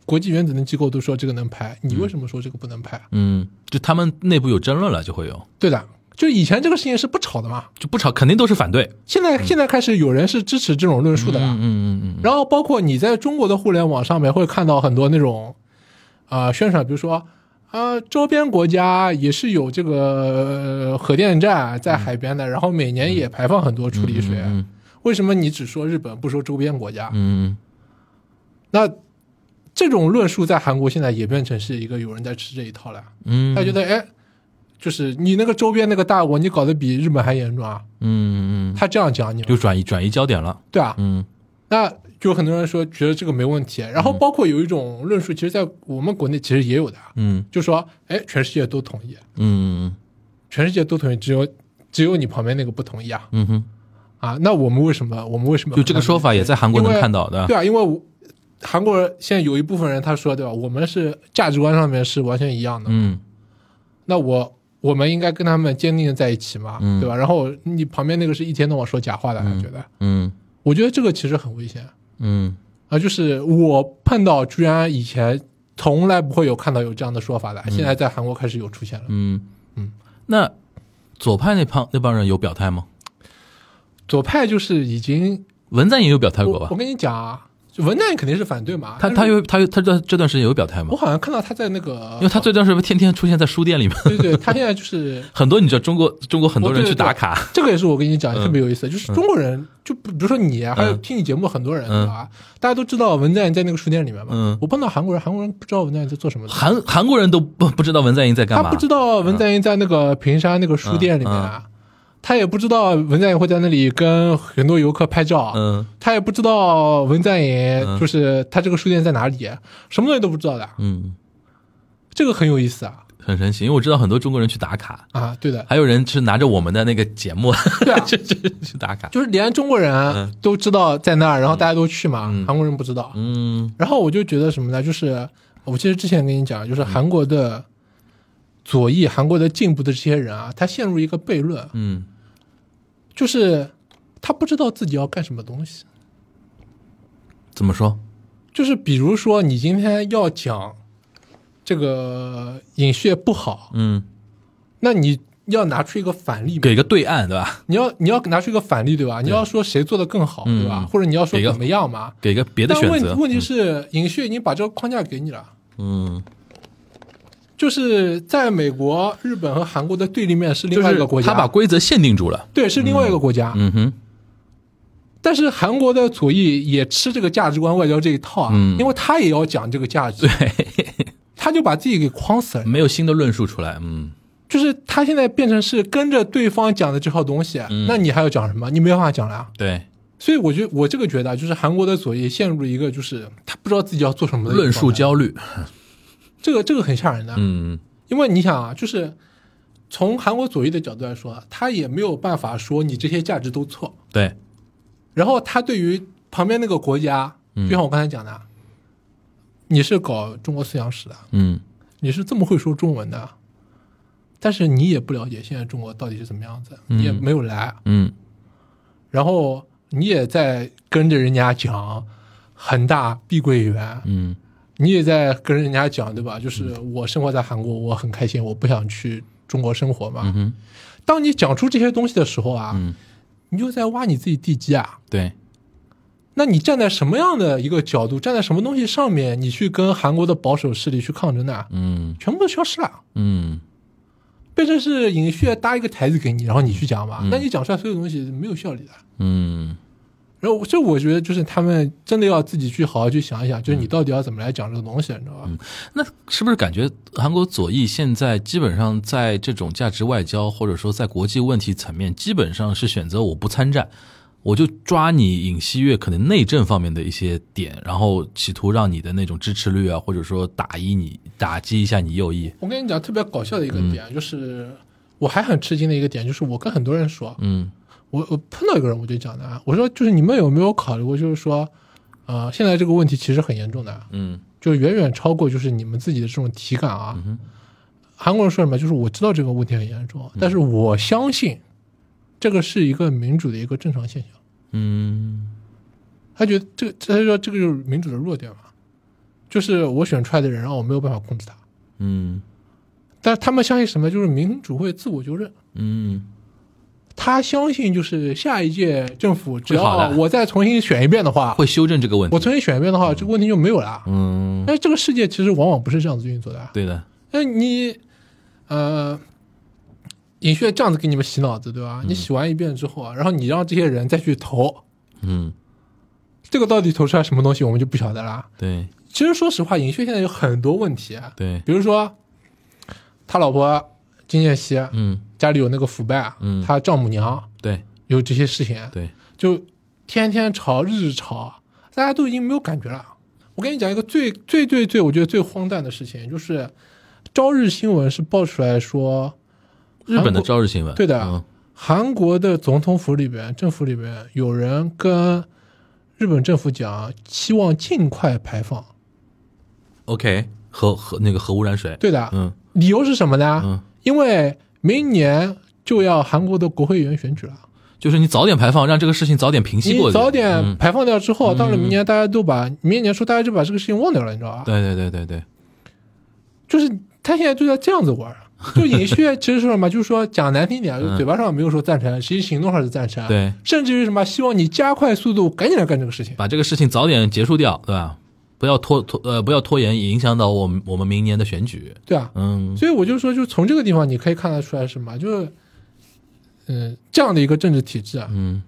[SPEAKER 6] 国际原子能机构都说这个能排，你为什么说这个不能排？
[SPEAKER 5] 嗯，就他们内部有争论了，就会有
[SPEAKER 6] 对的，就以前这个事情是不吵的嘛，
[SPEAKER 5] 就不吵，肯定都是反对。
[SPEAKER 6] 现在现在开始有人是支持这种论述的了。
[SPEAKER 5] 嗯嗯嗯
[SPEAKER 6] 然后包括你在中国的互联网上面会看到很多那种，啊宣传，比如说，啊周边国家也是有这个呃核电站在海边的，然后每年也排放很多处理水，
[SPEAKER 5] 嗯
[SPEAKER 6] 为什么你只说日本不说周边国家？
[SPEAKER 5] 嗯
[SPEAKER 6] 那这种论述在韩国现在也变成是一个有人在吃这一套了，
[SPEAKER 5] 嗯，
[SPEAKER 6] 他觉得哎，就是你那个周边那个大国，你搞得比日本还严重啊，
[SPEAKER 5] 嗯嗯嗯，
[SPEAKER 6] 他这样讲你们
[SPEAKER 5] 就转移转移焦点了。
[SPEAKER 6] 对啊，
[SPEAKER 5] 嗯
[SPEAKER 6] 那就很多人说觉得这个没问题，啊然后包括有一种论述，其实，在我们国内其实也有的，啊
[SPEAKER 5] 嗯
[SPEAKER 6] 就说，哎，全世界都同意，
[SPEAKER 5] 嗯
[SPEAKER 6] 全世界都同意，只有只有你旁边那个不同意啊
[SPEAKER 5] 嗯哼，
[SPEAKER 6] 啊！那我们为什么我们为什么
[SPEAKER 5] 就这个说法也在韩国能看到的
[SPEAKER 6] 对。啊，因为我韩国人现在有一部分人他说对吧，我们是价值观上面是完全一样的，
[SPEAKER 5] 嗯
[SPEAKER 6] 那我我们应该跟他们坚定的在一起嘛，
[SPEAKER 5] 嗯
[SPEAKER 6] 对吧？然后你旁边那个是一天到晚说假话的，他觉得，
[SPEAKER 5] 嗯
[SPEAKER 6] 我觉得这个其实很危险。
[SPEAKER 5] 嗯
[SPEAKER 6] 啊，就是我碰到居然以前从来不会有看到有这样的说法的，现在在韩国开始有出现了。
[SPEAKER 5] 嗯嗯，那左派那帮那帮人有表态吗？
[SPEAKER 6] 左派就是已经，
[SPEAKER 5] 文在寅有表态
[SPEAKER 6] 我
[SPEAKER 5] 过吧
[SPEAKER 6] 我？跟你讲啊，文旦肯定是反对嘛。
[SPEAKER 5] 他
[SPEAKER 6] 但是
[SPEAKER 5] 他有他有他这这段时间有表态吗
[SPEAKER 6] 我？好像看到他在那个，
[SPEAKER 5] 因为他这段时间天天出现在书店里面，
[SPEAKER 6] 对对，他现在就是
[SPEAKER 5] 很多你知道中国中国很
[SPEAKER 6] 哦
[SPEAKER 5] 多人去打卡，
[SPEAKER 6] 这个也是我跟你讲
[SPEAKER 5] 嗯
[SPEAKER 6] 特别有意思，就是中国人就不比如说你啊，还有听你节目很多人对吧？大家都知道文在寅在那个书店里面嘛。
[SPEAKER 5] 嗯
[SPEAKER 6] 我碰到韩国人，韩国人不知道文在寅在做什么的，
[SPEAKER 5] 韩韩国人都不不知道文在寅在干
[SPEAKER 6] 他
[SPEAKER 5] 嘛，
[SPEAKER 6] 不知道文在寅在那个平山那个书店里
[SPEAKER 5] 嗯
[SPEAKER 6] 面啊，他也不知道文在寅会在那里跟很多游客拍照，
[SPEAKER 5] 嗯
[SPEAKER 6] 他也不知道文在寅就是他这个书店在哪里，什么东西都不知道的，
[SPEAKER 5] 嗯，
[SPEAKER 6] 这个很有意思啊
[SPEAKER 5] 很神奇，因为我知道很多中国人去打卡，
[SPEAKER 6] 啊，对的，
[SPEAKER 5] 还有人是拿着我们的那个节目
[SPEAKER 6] 对啊，
[SPEAKER 5] 去去去打卡，
[SPEAKER 6] 就是连中国人啊都知道在那儿，然后大家都去嘛，
[SPEAKER 5] 嗯
[SPEAKER 6] 韩国人不知道，
[SPEAKER 5] 嗯
[SPEAKER 6] 然后我就觉得什么呢？就是我其实之前跟你讲，
[SPEAKER 5] 嗯
[SPEAKER 6] 就是韩国的左翼、韩国的进步的这些人啊，他陷入一个悖论，
[SPEAKER 5] 嗯
[SPEAKER 6] 就是他不知道自己要干什么东西。
[SPEAKER 5] 怎么说？
[SPEAKER 6] 就是比如说，你今天要讲这个尹血不好，
[SPEAKER 5] 嗯，
[SPEAKER 6] 那你要拿出一个反例嘛，
[SPEAKER 5] 给个对岸对吧？
[SPEAKER 6] 你要你要拿出一个反例，对吧？你要说谁做的更好，
[SPEAKER 5] 嗯
[SPEAKER 6] 对吧
[SPEAKER 5] 嗯？
[SPEAKER 6] 或者你要说
[SPEAKER 5] 给个
[SPEAKER 6] 怎么样嘛？
[SPEAKER 5] 给个别的
[SPEAKER 6] 但
[SPEAKER 5] 选
[SPEAKER 6] 问
[SPEAKER 5] 择，
[SPEAKER 6] 问题是，尹血已经把这个框架给你了。
[SPEAKER 5] 嗯，
[SPEAKER 6] 就是在美国、日本和韩国的对立面是另
[SPEAKER 5] 就
[SPEAKER 6] 外一个国
[SPEAKER 5] 是
[SPEAKER 6] 家，
[SPEAKER 5] 他把规则限定住了，
[SPEAKER 6] 对是另外一个国家。
[SPEAKER 5] 嗯哼，
[SPEAKER 6] 但是韩国的左翼也吃这个价值观外交这一套啊，
[SPEAKER 5] 嗯
[SPEAKER 6] 因为他也要讲这个价值，
[SPEAKER 5] 对，嗯
[SPEAKER 6] 他就把自己给框死了。
[SPEAKER 5] 没有新的论述出来，嗯
[SPEAKER 6] 就是他现在变成是跟着对方讲的这套东西，
[SPEAKER 5] 嗯
[SPEAKER 6] 那你还要讲什么？你没办法讲了啊。
[SPEAKER 5] 对，
[SPEAKER 6] 所以我觉得我这个觉得啊，就是韩国的左翼陷入一个就是他不知道自己要做什么的一个
[SPEAKER 5] 论述
[SPEAKER 6] 状态
[SPEAKER 5] 焦虑，
[SPEAKER 6] 这个这个很吓人的，
[SPEAKER 5] 嗯
[SPEAKER 6] 因为你想啊，就是从韩国左翼的角度来说啊，他也没有办法说你这些价值都错。
[SPEAKER 5] 对，
[SPEAKER 6] 然后他对于旁边那个国家，
[SPEAKER 5] 嗯
[SPEAKER 6] 就像我刚才讲的，你是搞中国思想史的，
[SPEAKER 5] 嗯
[SPEAKER 6] 你是这么会说中文的，但是你也不了解现在中国到底是怎么样子，你也没有来，
[SPEAKER 5] 嗯
[SPEAKER 6] 然后你也在跟着人家讲恒大碧桂园，
[SPEAKER 5] 嗯
[SPEAKER 6] 你也在跟人家讲对吧？就是我生活在韩国，我很开心，我不想去中国生活嘛。
[SPEAKER 5] 嗯哼，
[SPEAKER 6] 当你讲出这些东西的时候啊，
[SPEAKER 5] 嗯
[SPEAKER 6] 你就在挖你自己地基啊。
[SPEAKER 5] 对，
[SPEAKER 6] 那你站在什么样的一个角度，站在什么东西上面，你去跟韩国的保守势力去抗争呢？
[SPEAKER 5] 嗯
[SPEAKER 6] 全部都消失了，
[SPEAKER 5] 嗯
[SPEAKER 6] 变成是尹旭搭一个台子给你，然后你去讲嘛。那你讲出来所有东西是没有效力的。
[SPEAKER 5] 嗯
[SPEAKER 6] 然后这我觉得就是他们真的要自己去好好去想一想，就是你到底要怎么来讲这个东西，你知道吧？
[SPEAKER 5] 那是不是感觉韩国左翼现在基本上在这种价值外交或者说在国际问题层面，基本上是选择我不参战，我就抓你尹锡悦可能内政方面的一些点，然后企图让你的那种支持率啊，或者说打击你打击一下你右翼，
[SPEAKER 6] 我跟你讲特别搞笑的一个点，就是我还很吃惊的一个点，就是我跟很多人说，
[SPEAKER 5] 嗯
[SPEAKER 6] 我我碰到一个人我就讲的啊，我说就是你们有没有考虑过，就是说，呃，现在这个问题其实很严重的啊，
[SPEAKER 5] 嗯
[SPEAKER 6] 就是远远超过就是你们自己的这种体感啊。韩国人说什么？就是我知道这个问题很严重，但是我相信这个是一个民主的一个正常现象。
[SPEAKER 5] 嗯
[SPEAKER 6] 他觉得这个，他就说这个就是民主的弱点嘛，就是我选出来的人，啊然后我没有办法控制他。
[SPEAKER 5] 嗯
[SPEAKER 6] 但他们相信什么？就是民主会自我纠正。
[SPEAKER 5] 嗯
[SPEAKER 6] 他相信就是下一届政府，只
[SPEAKER 5] 会好
[SPEAKER 6] 要
[SPEAKER 5] 的
[SPEAKER 6] 我再重新选一遍的话，
[SPEAKER 5] 会修正这个问
[SPEAKER 6] 我
[SPEAKER 5] 题，
[SPEAKER 6] 重新选一遍的话，这个问题就没有了。
[SPEAKER 5] 嗯，
[SPEAKER 6] 但是这个世界其实往往不是这样子运作的啊。
[SPEAKER 5] 对的，
[SPEAKER 6] 那你，呃，尹血这样子给你们洗脑子，对吧？你洗完一遍之后啊，然后你让这些人再去投，
[SPEAKER 5] 嗯
[SPEAKER 6] 这个到底投出来什么东西，我们就不晓得啦。
[SPEAKER 5] 对
[SPEAKER 6] 其实说实话，尹血现在有很多问题，啊
[SPEAKER 5] 对，
[SPEAKER 6] 比如说他老婆金建熙
[SPEAKER 5] 嗯
[SPEAKER 6] 家里有那个腐败，
[SPEAKER 5] 嗯
[SPEAKER 6] 他丈母娘
[SPEAKER 5] 对
[SPEAKER 6] 有这些事情，
[SPEAKER 5] 对，
[SPEAKER 6] 就天天吵，日日吵，大家都已经没有感觉了。我跟你讲一个最最最最，我觉得最荒诞的事情，就是朝日新闻是爆出来说，
[SPEAKER 5] 日本的朝日新闻，
[SPEAKER 6] 对的
[SPEAKER 5] 嗯
[SPEAKER 6] 韩国的总统府里边、政府里边有人跟日本政府讲，希望尽快排放。
[SPEAKER 5] ，OK，核核那个核污染水，
[SPEAKER 6] 对啊的，
[SPEAKER 5] 嗯
[SPEAKER 6] 理由是什么呢？
[SPEAKER 5] 嗯。
[SPEAKER 6] 因为明年就要韩国的国会议员选举了，
[SPEAKER 5] 就是你早点排放，让这个事情早点平息过去。
[SPEAKER 6] 你早点
[SPEAKER 5] 嗯
[SPEAKER 6] 排放掉之后，到了明年大家都把明年说大家就把这个事情忘掉了，你知道吧？
[SPEAKER 5] 对对对对对，
[SPEAKER 6] 就是他现在就在这样子玩儿。就尹旭其实是什么，就是说讲难听点啊，就嘴巴上没有说赞成，实际行动上是赞成，
[SPEAKER 5] 嗯对，
[SPEAKER 6] 甚至于什么希望你加快速度，赶紧来干这个事情。
[SPEAKER 5] 把这个事情早点结束掉，对吧？不要拖拖呃，不要拖延，影响到我们我们明年的选举。
[SPEAKER 6] 对啊，
[SPEAKER 5] 嗯，
[SPEAKER 6] 所以我就说，就从这个地方你可以看得出来什么，就是，嗯、这样的一个政治体制啊，
[SPEAKER 5] 嗯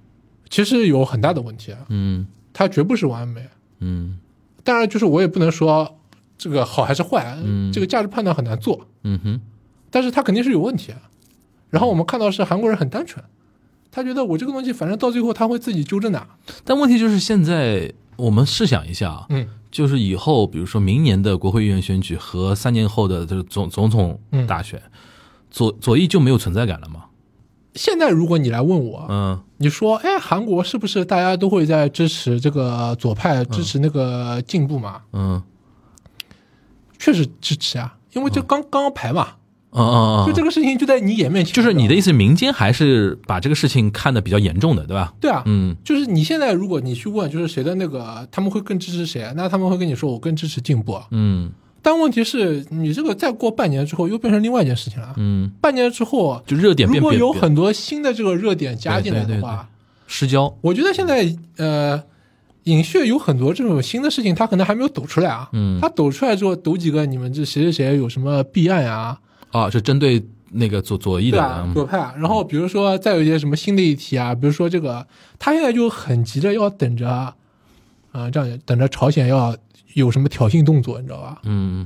[SPEAKER 6] 其实有很大的问题啊，
[SPEAKER 5] 嗯
[SPEAKER 6] 它绝不是完美。啊
[SPEAKER 5] 嗯
[SPEAKER 6] 当然，就是我也不能说这个好还是坏啊，
[SPEAKER 5] 嗯
[SPEAKER 6] 这个价值判断很难做，
[SPEAKER 5] 嗯哼，
[SPEAKER 6] 但是它肯定是有问题啊。然后我们看到是韩国人很单纯，他觉得我这个东西反正到最后他会自己纠正的啊，
[SPEAKER 5] 但问题就是现在我们试想一下啊，
[SPEAKER 6] 嗯
[SPEAKER 5] 就是以后比如说明年的国会议员选举和三年后的这个总总统
[SPEAKER 6] 嗯
[SPEAKER 5] 大选，左左翼就没有存在感了嘛？
[SPEAKER 6] 现在如果你来问我，
[SPEAKER 5] 嗯
[SPEAKER 6] 你说，哎，韩国是不是大家都会在支持这个左派，支持那个进步嘛？
[SPEAKER 5] 嗯
[SPEAKER 6] 确实支持啊，因为这刚刚刚排嘛，
[SPEAKER 5] 嗯嗯
[SPEAKER 6] 就这
[SPEAKER 5] 嗯，
[SPEAKER 6] 个事情就在你眼面前。
[SPEAKER 5] 就是你的意
[SPEAKER 6] 思，
[SPEAKER 5] 思，民间还是把这个事情看得比较严重的，对吧？
[SPEAKER 6] 对啊，
[SPEAKER 5] 嗯
[SPEAKER 6] 就是你现在如果你去问，就是谁的那个他们会更支持谁，那他们会跟你说我更支持进步啊。
[SPEAKER 5] 嗯
[SPEAKER 6] 但问题是你这个再过半年之后又变成另外一件事情了。啊
[SPEAKER 5] 嗯，
[SPEAKER 6] 半年之后，啊
[SPEAKER 5] 就热点
[SPEAKER 6] 如
[SPEAKER 5] 变
[SPEAKER 6] 果
[SPEAKER 5] 变
[SPEAKER 6] 有
[SPEAKER 5] 变
[SPEAKER 6] 很多新的这个热点加进来
[SPEAKER 5] 对对对
[SPEAKER 6] 的话，
[SPEAKER 5] 失焦，
[SPEAKER 6] 我觉得现在呃，尹血有很多这种新的事情，他可能还没有抖出来啊。
[SPEAKER 5] 嗯
[SPEAKER 6] 他抖出来之后，抖几个你们这谁谁谁有什么弊案啊，
[SPEAKER 5] 啊，是针对那个左左翼
[SPEAKER 6] 对
[SPEAKER 5] 的嗯
[SPEAKER 6] 吧？
[SPEAKER 5] 人，
[SPEAKER 6] 左派啊。然后比如说再有一些什么新的议题啊，比如说这个，他现在就很急着要等着，啊、这样等着朝鲜要有什么挑衅动作，你知道吧？
[SPEAKER 5] 嗯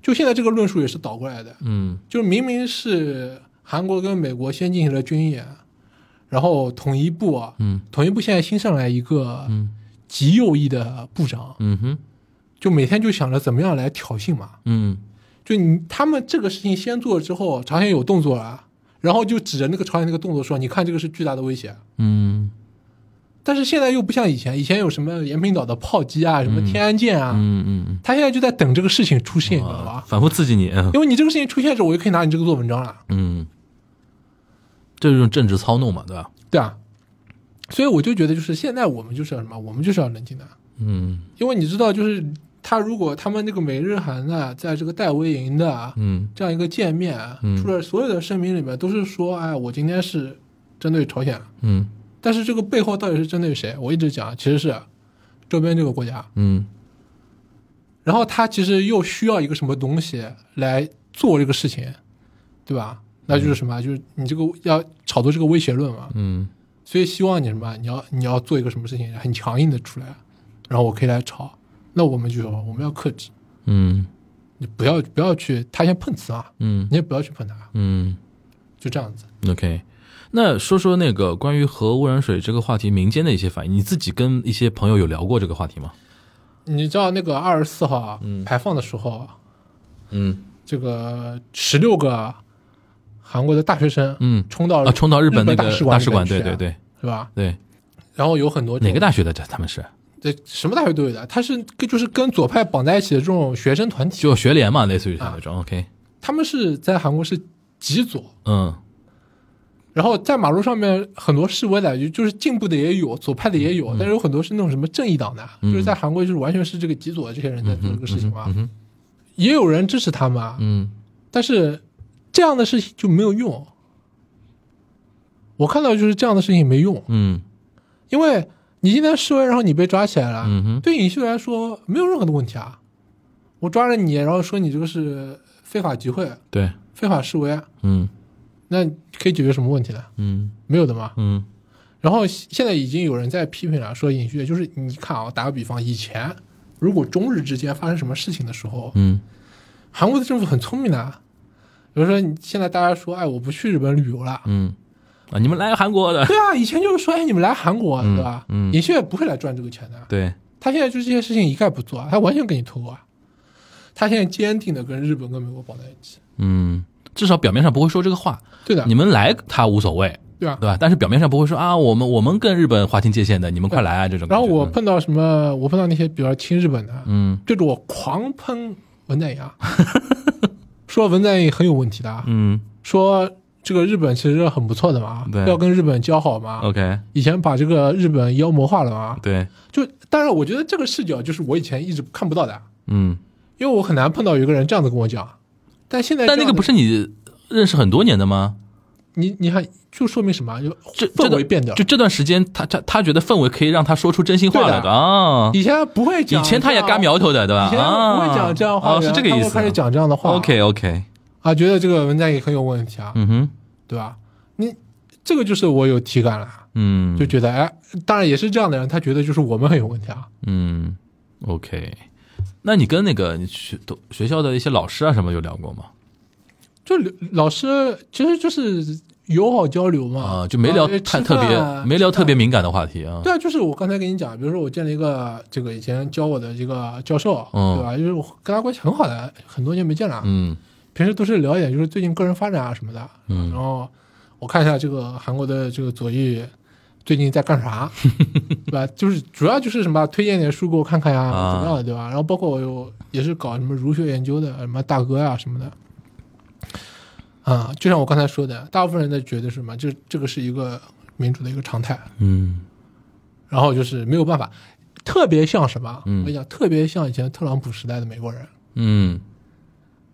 [SPEAKER 6] 就现在这个论述也是倒过来的，
[SPEAKER 5] 嗯
[SPEAKER 6] 就是明明是韩国跟美国先进行了军演，然后统一部啊，
[SPEAKER 5] 嗯
[SPEAKER 6] 统一部现在新上来一个
[SPEAKER 5] 嗯
[SPEAKER 6] 极右翼的部长，
[SPEAKER 5] 嗯哼
[SPEAKER 6] 就每天就想着怎么样来挑衅嘛。
[SPEAKER 5] 嗯
[SPEAKER 6] 就你他们这个事情先做了之后，朝鲜有动作了，然后就指着那个朝鲜那个动作说：“你看这个是巨大的威胁。
[SPEAKER 5] 嗯”
[SPEAKER 6] 但是现在又不像以前，以前有什么延平岛的炮击啊，什么天安舰啊，
[SPEAKER 5] 嗯嗯
[SPEAKER 6] 他现在就在等这个事情出现，你知道
[SPEAKER 5] 嗯，
[SPEAKER 6] 吧？
[SPEAKER 5] 反复刺激你，嗯
[SPEAKER 6] 因为你这个事情出现之后，我就可以拿你这个做文章了，
[SPEAKER 5] 嗯，这就是政治操弄嘛，对吧？
[SPEAKER 6] 对啊。所以我就觉得，就是现在我们就是要什么，我们就是要冷静的，
[SPEAKER 5] 嗯
[SPEAKER 6] 因为你知道，就是他如果他们那个美日韩的在这个戴维营的啊，
[SPEAKER 5] 嗯
[SPEAKER 6] 这样一个见面，啊
[SPEAKER 5] 嗯
[SPEAKER 6] 出了所有的声明里面都是说，哎，我今天是针对朝鲜，
[SPEAKER 5] 嗯
[SPEAKER 6] 但是这个背后到底是针对谁？我一直讲，其实是周边这个国家。
[SPEAKER 5] 嗯
[SPEAKER 6] 然后他其实又需要一个什么东西来做这个事情，对吧？那就是什么？就是你这个要炒作这个威胁论嘛。
[SPEAKER 5] 嗯
[SPEAKER 6] 所以希望你什么？你要你要做一个什么事情很强硬的出来，然后我可以来炒。那我们就说我们要克制，
[SPEAKER 5] 嗯
[SPEAKER 6] 你不要不要去他先碰瓷啊，
[SPEAKER 5] 嗯
[SPEAKER 6] 你也不要去碰他，
[SPEAKER 5] 嗯
[SPEAKER 6] 就这样子。
[SPEAKER 5] ，OK。那说说那个关于核污染水这个话题，民间的一些反应，你自己跟一些朋友有聊过这个话题吗？
[SPEAKER 6] 你知道那个二十四号啊排放的时候啊，
[SPEAKER 5] 嗯
[SPEAKER 6] 这个十六个韩国的大学生，
[SPEAKER 5] 嗯
[SPEAKER 6] 冲到
[SPEAKER 5] 啊，冲到日本那个
[SPEAKER 6] 大使
[SPEAKER 5] 大
[SPEAKER 6] 馆
[SPEAKER 5] 使
[SPEAKER 6] 里
[SPEAKER 5] 馆，
[SPEAKER 6] 面去
[SPEAKER 5] 对对
[SPEAKER 6] 啊，
[SPEAKER 5] 对
[SPEAKER 6] 是吧？
[SPEAKER 5] 对，
[SPEAKER 6] 然后有很多
[SPEAKER 5] 哪个
[SPEAKER 6] 大
[SPEAKER 5] 大学的？这他们是
[SPEAKER 6] 对什么大学都有的，他是跟就是跟左派绑在一起的这种学生团体，
[SPEAKER 5] 就学联嘛，类似于
[SPEAKER 6] 啊
[SPEAKER 5] 像那种。OK，
[SPEAKER 6] 他们是在韩国是极左，
[SPEAKER 5] 嗯
[SPEAKER 6] 然后在马路上面很多示威的，就就是进步的也有，左派的也有，但是有很多是那种什么正义党的，就是在韩国就是完全是这个极左的这些人在做这个事情嘛，
[SPEAKER 5] 嗯哼
[SPEAKER 6] 也有人支持他们啊，
[SPEAKER 5] 嗯
[SPEAKER 6] 但是这样的事情就没有用。我看到就是这样的事情没用，
[SPEAKER 5] 嗯
[SPEAKER 6] 因为你今天示威，然后你被抓起来了，
[SPEAKER 5] 嗯哼
[SPEAKER 6] 对尹秀来说没有任何的问题啊。我抓着你，然后说你这个是非法集会、
[SPEAKER 5] 对，
[SPEAKER 6] 非法示威，
[SPEAKER 5] 嗯
[SPEAKER 6] 那可以解决什么问题呢？
[SPEAKER 5] 嗯
[SPEAKER 6] 没有的嘛。
[SPEAKER 5] 嗯
[SPEAKER 6] 然后现在已经有人在批评了，说尹秀就是你看啊，打个比方，以前如果中日之间发生什么事情的时候，
[SPEAKER 5] 嗯
[SPEAKER 6] 韩国的政府很聪明的啊，比如说你现在大家说，哎，我不去日本旅游了，
[SPEAKER 5] 嗯，啊，你们来韩 国的，
[SPEAKER 6] 对啊，以前就是说，哎，你们来韩国、
[SPEAKER 5] 嗯
[SPEAKER 6] 对吧？
[SPEAKER 5] 嗯
[SPEAKER 6] 尹秀也不会来赚这个钱的，
[SPEAKER 5] 对，
[SPEAKER 6] 他现在就这些事情一概不做啊，他完全给你脱钩啊。他现在坚定的跟日本跟美国绑在一起，
[SPEAKER 5] 嗯，至少表面上不会说这个话，
[SPEAKER 6] 对的，
[SPEAKER 5] 你们来他无所谓，
[SPEAKER 6] 对啊吧
[SPEAKER 5] 对？吧？但是表面上不会说啊，我们我们跟日本划清界限的，你们快来啊这种感觉。
[SPEAKER 6] 然后我碰到什么，我碰到那些比较亲日本的，啊
[SPEAKER 5] 嗯
[SPEAKER 6] 对着我狂喷文在寅啊， 说文在寅很有问题的啊，
[SPEAKER 5] 嗯
[SPEAKER 6] 说这个日本其实很不错的嘛啊
[SPEAKER 5] 对，哦
[SPEAKER 6] 要跟日本交好嘛，
[SPEAKER 5] ，OK，
[SPEAKER 6] 以前把这个日本妖魔化了嘛，
[SPEAKER 5] 对，
[SPEAKER 6] 就当然我觉得这个视角就是我以前一直看不到的啊，
[SPEAKER 5] 嗯
[SPEAKER 6] 因为我很难碰到有一个人这样子跟我讲，啊但现在
[SPEAKER 5] 但那个不
[SPEAKER 6] 是
[SPEAKER 5] 是你认识很多年的吗？
[SPEAKER 6] 你，你看就说明什么啊？就
[SPEAKER 5] 这这
[SPEAKER 6] 氛
[SPEAKER 5] 段
[SPEAKER 6] 围变掉了
[SPEAKER 5] 就。这段时间，他他他觉得氛围可以让他说出真心话来
[SPEAKER 6] 对的
[SPEAKER 5] 啊。
[SPEAKER 6] 以前不会讲，啊
[SPEAKER 5] 以前他也嘎，苗头的，对吧？
[SPEAKER 6] 以前不会讲这样的话，
[SPEAKER 5] 啊，哦是这个
[SPEAKER 6] 然后
[SPEAKER 5] 意
[SPEAKER 6] 他
[SPEAKER 5] 思。
[SPEAKER 6] 会开始讲这样的话
[SPEAKER 5] OK OK，
[SPEAKER 6] 啊，觉得这个文章也很有问题啊，
[SPEAKER 5] 嗯哼，
[SPEAKER 6] 对吧？你这个就是我有体感了，
[SPEAKER 5] 嗯，
[SPEAKER 6] 就觉得哎，当然也是这样的人，他觉得就是我们很有问题啊，
[SPEAKER 5] 嗯，OK。那你跟那个你学都学校的一些老师啊什么有聊过吗？
[SPEAKER 6] 就老师其实就是友好交流嘛，
[SPEAKER 5] 啊，就没聊太
[SPEAKER 6] 呃吃
[SPEAKER 5] 特别，
[SPEAKER 6] 饭啊
[SPEAKER 5] 没聊特别敏感的话题啊。
[SPEAKER 6] 对啊，就是我刚才跟你讲，比如说我见了一个这个以前教我的一个教授，
[SPEAKER 5] 嗯
[SPEAKER 6] 对吧？就是我跟他关系很好的，很多年没见了，
[SPEAKER 5] 嗯
[SPEAKER 6] 平时都是聊一点就是最近个人发展啊什么的。
[SPEAKER 5] 嗯
[SPEAKER 6] 然后我看一下这个韩国的这个左翼最近在 干啥，对吧？就是主要就是什么推荐点书给我看看呀，
[SPEAKER 5] 啊
[SPEAKER 6] 怎么样的，对吧？然后包括我有也是搞什么儒学研究的，什么大哥呀、什么的。啊，就像我刚才说的，大部分人都觉得是什么，就这个是一个民主的一个常态，
[SPEAKER 5] 嗯
[SPEAKER 6] 然后就是没有办法，特别像什么？
[SPEAKER 5] 嗯
[SPEAKER 6] 我跟你讲，特别像以前特朗普时代的美国人，
[SPEAKER 5] 嗯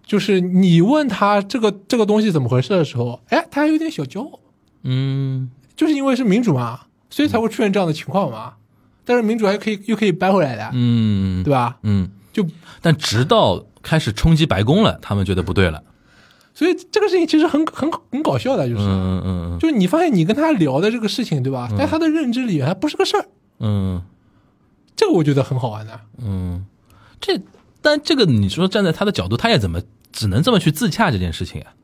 [SPEAKER 6] 就是你问他这个这个东西怎么回事的时候，哎，他还有点小骄傲，
[SPEAKER 5] 嗯
[SPEAKER 6] 就是因为是民主嘛，所以才会出现这样的情况嘛。但是民主还可以又可以掰回来的，
[SPEAKER 5] 嗯，
[SPEAKER 6] 对吧？
[SPEAKER 5] 嗯。
[SPEAKER 6] 就
[SPEAKER 5] 但直到开始冲击白宫了，他们觉得不对了。
[SPEAKER 6] 所以这个事情其实很很很搞笑的，就是、
[SPEAKER 5] 嗯嗯嗯
[SPEAKER 6] 就是你发现你跟他聊的这个事情，对吧？在他的认知里还不是个事儿，
[SPEAKER 5] 嗯
[SPEAKER 6] 这个我觉得很好玩的。
[SPEAKER 5] 嗯，这但这个你说站在他的角度，他也怎么只能这么去自洽这件事情啊？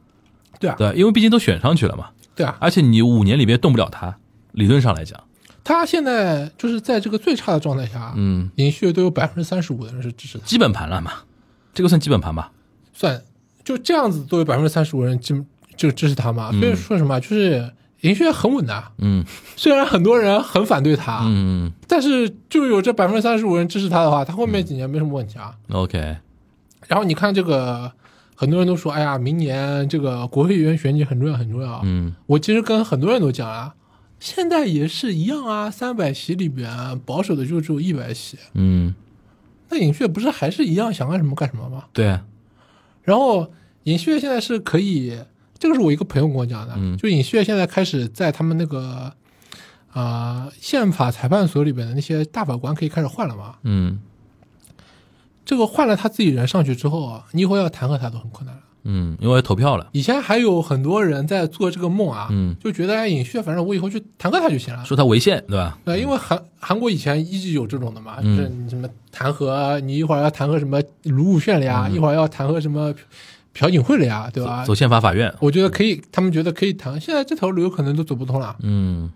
[SPEAKER 6] 对啊，
[SPEAKER 5] 对，因为毕竟都选上去了嘛，
[SPEAKER 6] 对啊，
[SPEAKER 5] 而且你五年里边动不了他，理论上来讲，
[SPEAKER 6] 他现在就是在这个最差的状态下，
[SPEAKER 5] 嗯，
[SPEAKER 6] 连续都有百分之三十五的人是支持他，
[SPEAKER 5] 基本盘了嘛，这个算基本盘吧？
[SPEAKER 6] 算就这样子都有百分之三十五人支就支持他嘛，所以说什么就是连续很稳的，
[SPEAKER 5] 嗯
[SPEAKER 6] 虽然很多人很反对他，
[SPEAKER 5] 嗯
[SPEAKER 6] 但是就有这百分之三十五人支持他的话，他后面几年没什么问题啊。
[SPEAKER 5] 嗯，OK，
[SPEAKER 6] 然后你看这个，很多人都说，哎呀，明年这个国会议员选举很重要，很重要。啊
[SPEAKER 5] 嗯
[SPEAKER 6] 我其实跟很多人都讲啊，现在也是一样啊，三百席里边保守的就只有一百席，
[SPEAKER 5] 嗯，
[SPEAKER 6] 那尹血不是还是一样想干什么干什么吗？
[SPEAKER 5] 对啊，
[SPEAKER 6] 然后尹旭现在是可以，这个是我一个朋友跟我讲的，
[SPEAKER 5] 嗯
[SPEAKER 6] 就尹旭现在开始在他们那个啊、呃宪法裁判所里边的那些大法官可以开始换了嘛。
[SPEAKER 5] 嗯
[SPEAKER 6] 这个换了他自己人上去之后啊，你以后要弹劾他都很困难了。
[SPEAKER 5] 嗯，因为投票了，
[SPEAKER 6] 以前还有很多人在做这个梦啊，
[SPEAKER 5] 嗯
[SPEAKER 6] 就觉得哎，尹旭反正我以后去弹劾他就行了。
[SPEAKER 5] 说他违宪，对吧？
[SPEAKER 6] 对，因为韩韩国以前一直有这种的嘛，
[SPEAKER 5] 嗯
[SPEAKER 6] 就是你什么弹劾，啊你一会儿要弹劾什么卢武铉了
[SPEAKER 5] 嗯
[SPEAKER 6] 呀，一会儿要弹劾什么朴槿惠了呀，对吧？
[SPEAKER 5] 走宪法法院，
[SPEAKER 6] 我觉得可以，他们觉得可以谈。现在这条路有可能都走不通了，
[SPEAKER 5] 嗯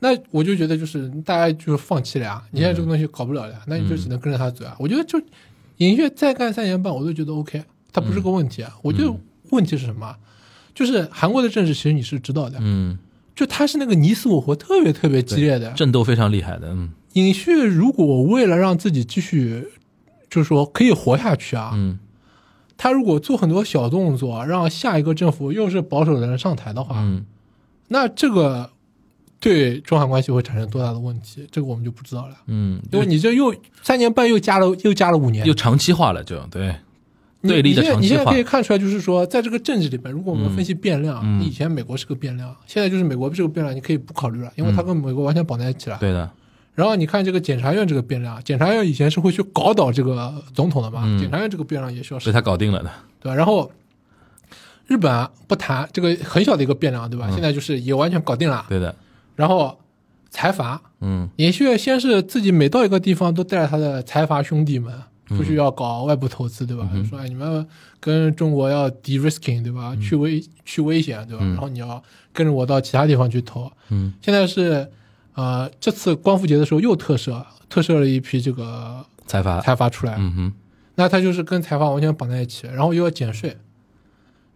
[SPEAKER 6] 那我就觉得就是大家就是放弃了呀。
[SPEAKER 5] 嗯
[SPEAKER 6] 你现在这个东西搞不了了呀，那你就只能跟着他走啊。我觉得就尹月再干三年半，我都觉得 OK，它不是个问题
[SPEAKER 5] 嗯
[SPEAKER 6] 啊。我觉得问题是什么啊？就是韩国的政治其实你是知道的，
[SPEAKER 5] 嗯，
[SPEAKER 6] 就他是那个你死我活特别特别激烈的。
[SPEAKER 5] 战斗非常厉害的，嗯
[SPEAKER 6] 尹旭如果为了让自己继续，就是说可以活下去啊，
[SPEAKER 5] 嗯
[SPEAKER 6] 他如果做很多小动作，让下一个政府又是保守的人上台的话，
[SPEAKER 5] 嗯
[SPEAKER 6] 那这个对中韩关系会产生多大的问题？这个我们就不知道了，
[SPEAKER 5] 嗯，
[SPEAKER 6] 因为你这又三年半又加了又加了五年
[SPEAKER 5] 又，长期化了，就对，
[SPEAKER 6] 你
[SPEAKER 5] 对立的
[SPEAKER 6] 你现在
[SPEAKER 5] 长期
[SPEAKER 6] 你现在
[SPEAKER 5] 化
[SPEAKER 6] 可以看出来，就是说，在这个政治里面，如果我们分析变量，啊
[SPEAKER 5] 嗯
[SPEAKER 6] 你以前美国是个变量，啊现在就是美国这个变量你可以不考虑了，因为它跟美国完全绑在一起了。
[SPEAKER 5] 嗯对的，
[SPEAKER 6] 然后你看这个检察院这个变量，啊检察院以前是会去搞倒这个总统的嘛，
[SPEAKER 5] 嗯
[SPEAKER 6] 检察院这个变量也需要
[SPEAKER 5] 被
[SPEAKER 6] 是，
[SPEAKER 5] 他搞定了的，
[SPEAKER 6] 对吧？然后。日本啊不谈这个很小的一个变量，对吧？现在就是也完全搞定了。
[SPEAKER 5] 嗯
[SPEAKER 6] 啊
[SPEAKER 5] 对的，
[SPEAKER 6] 然后财阀，
[SPEAKER 5] 嗯
[SPEAKER 6] 尹旭先是自己每到一个地方都带着他的财阀兄弟们
[SPEAKER 5] 嗯
[SPEAKER 6] 出去要搞外部投资，对吧？说哎，你们跟中国要 de-risking，对
[SPEAKER 5] 嗯
[SPEAKER 6] 吧？去危去危险，对吧？然后你要跟着我到其他地方去投。
[SPEAKER 5] 嗯
[SPEAKER 6] 现在是，呃，这次光复节的时候又特赦，特赦了一批这个
[SPEAKER 5] 财阀，
[SPEAKER 6] 财阀出来，
[SPEAKER 5] 嗯哼，
[SPEAKER 6] 那他就是跟财阀完全绑在一起，然后又要减税，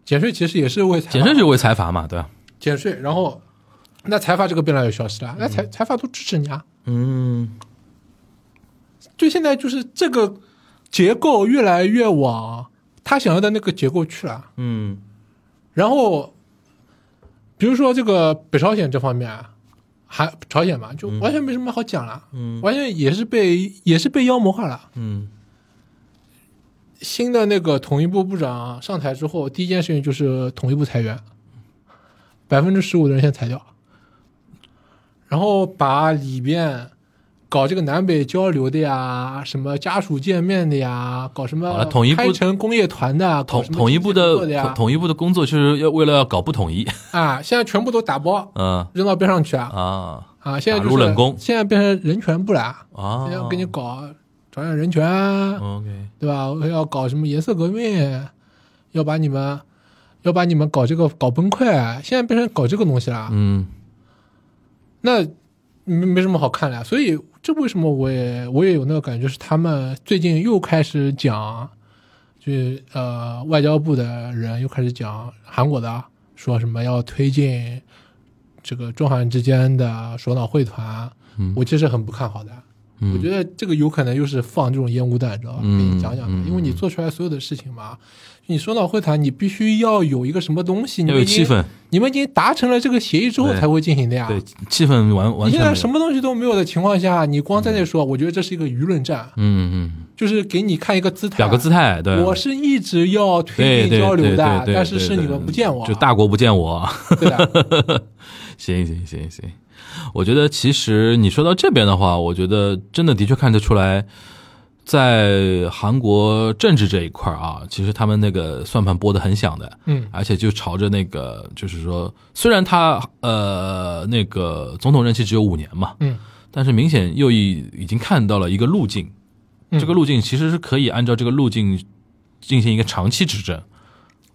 [SPEAKER 6] 减税其实也是为财阀
[SPEAKER 5] 简直就是为财阀嘛，对吧？
[SPEAKER 6] 减税，然后那财阀这个变量又消失了，那财财阀都支持你啊，
[SPEAKER 5] 嗯
[SPEAKER 6] 就现在就是这个结构越来越往他想要的那个结构去了。
[SPEAKER 5] 嗯
[SPEAKER 6] 然后，比如说这个北朝鲜这方面啊，还朝鲜嘛，就完全没什么好讲了，
[SPEAKER 5] 嗯
[SPEAKER 6] 嗯完全也是被也是被妖魔化了。
[SPEAKER 5] 嗯
[SPEAKER 6] 新的那个统一部部长上台之后，第一件事情就是统一部裁员，百分之十五的人先裁掉，然后把里边搞这个南北交流的呀，什么家属见面的呀，搞什
[SPEAKER 5] 好
[SPEAKER 6] 么
[SPEAKER 5] 了统一部
[SPEAKER 6] 开城工业团的啊，搞
[SPEAKER 5] 统
[SPEAKER 6] 什么
[SPEAKER 5] 统一部
[SPEAKER 6] 经济合作的
[SPEAKER 5] 的
[SPEAKER 6] 呀
[SPEAKER 5] 统，统一部的工作就是要为了要搞不统一，
[SPEAKER 6] 啊，现在全部都打包
[SPEAKER 5] 嗯
[SPEAKER 6] 扔到边上去啊
[SPEAKER 5] 啊
[SPEAKER 6] 啊，现在
[SPEAKER 5] 打
[SPEAKER 6] 就
[SPEAKER 5] 入
[SPEAKER 6] 是
[SPEAKER 5] 冷宫
[SPEAKER 6] 现在变成人权部了，
[SPEAKER 5] 啊
[SPEAKER 6] 现在要给你搞转让人权啊，
[SPEAKER 5] ，OK，
[SPEAKER 6] 对吧？我要搞什么颜色革命，要把你们，要把你们搞这个搞崩溃，现在变成搞这个东西了，
[SPEAKER 5] 嗯
[SPEAKER 6] 那没没什么好看的。所以这为什么我也我也有那个感觉，是他们最近又开始讲，就是呃外交部的人又开始讲韩国的，说什么要推进这个中韩之间的首脑会谈，
[SPEAKER 5] 嗯
[SPEAKER 6] 我其实很不看好的。
[SPEAKER 5] 嗯，
[SPEAKER 6] 我觉得这个有可能又是放这种烟雾弹，你知道吧？
[SPEAKER 5] 嗯
[SPEAKER 6] 给你讲讲吧
[SPEAKER 5] 嗯，
[SPEAKER 6] 因为你做出来所有的事情嘛，你说到会谈，你必须要有一个什么东西，你
[SPEAKER 5] 要
[SPEAKER 6] 们
[SPEAKER 5] 有
[SPEAKER 6] 已经
[SPEAKER 5] 气氛，
[SPEAKER 6] 你们已经达成了这个协议之后
[SPEAKER 5] 对
[SPEAKER 6] 才会进行的呀。
[SPEAKER 5] 对，气氛完完
[SPEAKER 6] 你
[SPEAKER 5] 全没
[SPEAKER 6] 现在
[SPEAKER 5] 有
[SPEAKER 6] 什么东西都没有的情况下，你光在那说，我觉得这是一个舆论战，
[SPEAKER 5] 嗯嗯，
[SPEAKER 6] 就是给你看一个姿态，
[SPEAKER 5] 表个姿
[SPEAKER 6] 态。
[SPEAKER 5] 态，对，
[SPEAKER 6] 我是一直要推
[SPEAKER 5] 对
[SPEAKER 6] 进
[SPEAKER 5] 对对
[SPEAKER 6] 交流
[SPEAKER 5] 对
[SPEAKER 6] 的，
[SPEAKER 5] 对，
[SPEAKER 6] 但是
[SPEAKER 5] 对
[SPEAKER 6] 是你
[SPEAKER 5] 对
[SPEAKER 6] 们不见我，啊
[SPEAKER 5] 就大国不见我，啊
[SPEAKER 6] 对的，
[SPEAKER 5] 行行行行，我觉得其实你说到这边的话，我觉得真的的确看得出来，在韩国政治这一块儿啊，其实他们那个算盘拨得很响的，
[SPEAKER 6] 嗯
[SPEAKER 5] 而且就朝着那个，就是说，虽然他呃那个总统任期只有五年嘛，
[SPEAKER 6] 嗯，
[SPEAKER 5] 但是明显又已已经看到了一个路径，
[SPEAKER 6] 嗯
[SPEAKER 5] 这个路径其实是可以按照这个路径进行一个长期执政，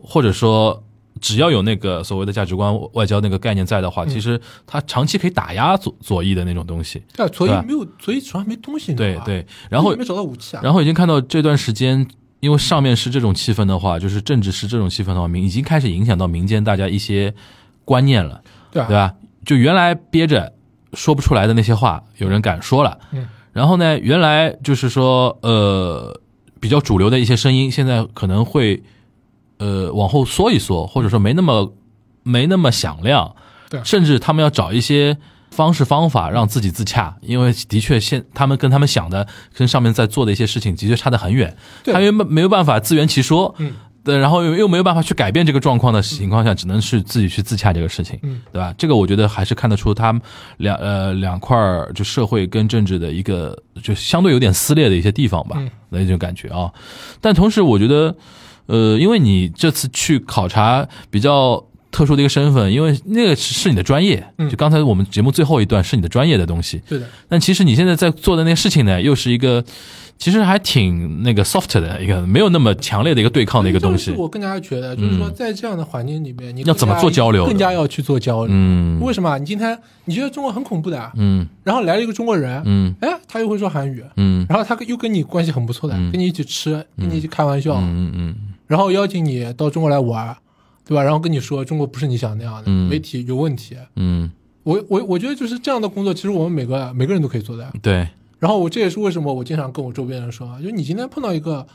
[SPEAKER 5] 或者说只要有那个所谓的价值观外交那个概念在的话，其实它长期可以打压左左翼的那种东西。
[SPEAKER 6] 对啊，所以
[SPEAKER 5] 对吧
[SPEAKER 6] 没有，所以手上没东西，你知道
[SPEAKER 5] 对
[SPEAKER 6] 吧，
[SPEAKER 5] 对，然后
[SPEAKER 6] 没找到武器啊，
[SPEAKER 5] 然后已经看到这段时间，因为上面是这种气氛的话，就是政治是这种气氛的话，民已经开始影响到民间大家一些观念了，
[SPEAKER 6] 对啊
[SPEAKER 5] 对啊
[SPEAKER 6] 吧？
[SPEAKER 5] 吧？就原来憋着说不出来的那些话，有人敢说了。
[SPEAKER 6] 嗯
[SPEAKER 5] 然后呢，原来就是说，呃，比较主流的一些声音，现在可能会，呃，往后缩一缩，或者说没那么没那么响亮，
[SPEAKER 6] 对
[SPEAKER 5] 甚至他们要找一些方式方法让自己自洽，因为的确现他们跟他们想的跟上面在做的一些事情的确差得很远，
[SPEAKER 6] 对
[SPEAKER 5] 他又没没有办法自圆其说，
[SPEAKER 6] 嗯
[SPEAKER 5] 对，然后又又没有办法去改变这个状况的情况下，只能是自己去自洽这个事情，
[SPEAKER 6] 嗯，
[SPEAKER 5] 对吧？这个我觉得还是看得出他们两呃两块儿就社会跟政治的一个就相对有点撕裂的一些地方吧，
[SPEAKER 6] 嗯
[SPEAKER 5] 那种感觉啊。但同时，我觉得呃，因为你这次去考察比较特殊的一个身份，因为那个是是你的专业，
[SPEAKER 6] 嗯
[SPEAKER 5] 就刚才我们节目最后一段是你的专业的东西，
[SPEAKER 6] 对的，
[SPEAKER 5] 但其实你现在在做的那些事情呢，又是一个其实还挺那个 soft 的一个，没有那么强烈的一个对抗的一个东
[SPEAKER 6] 这
[SPEAKER 5] 西
[SPEAKER 6] 哦是。我更加觉得，就是说，
[SPEAKER 5] 嗯
[SPEAKER 6] 在这样的环境里面，你
[SPEAKER 5] 要怎么
[SPEAKER 6] 更加
[SPEAKER 5] 做交流
[SPEAKER 6] 更加要去做交流。
[SPEAKER 5] 嗯
[SPEAKER 6] 为什么？你今天你觉得中国很恐怖的，啊
[SPEAKER 5] 嗯
[SPEAKER 6] 然后来了一个中国人，
[SPEAKER 5] 嗯
[SPEAKER 6] 哎，他又会说韩语，
[SPEAKER 5] 嗯
[SPEAKER 6] 然后他又跟你关系很不错的，
[SPEAKER 5] 嗯
[SPEAKER 6] 跟你一起吃，跟你一起开玩笑，
[SPEAKER 5] 嗯嗯
[SPEAKER 6] 然后邀请你到中国来玩，对吧？然后跟你说中国不是你想那样的，
[SPEAKER 5] 嗯
[SPEAKER 6] 媒体有问题。
[SPEAKER 5] 嗯，
[SPEAKER 6] 我我我觉得就是这样的工作，其实我们每个每个人都可以做的。
[SPEAKER 5] 对，
[SPEAKER 6] 然后我这也是为什么我经常跟我周边人说，啊就你今天碰到一个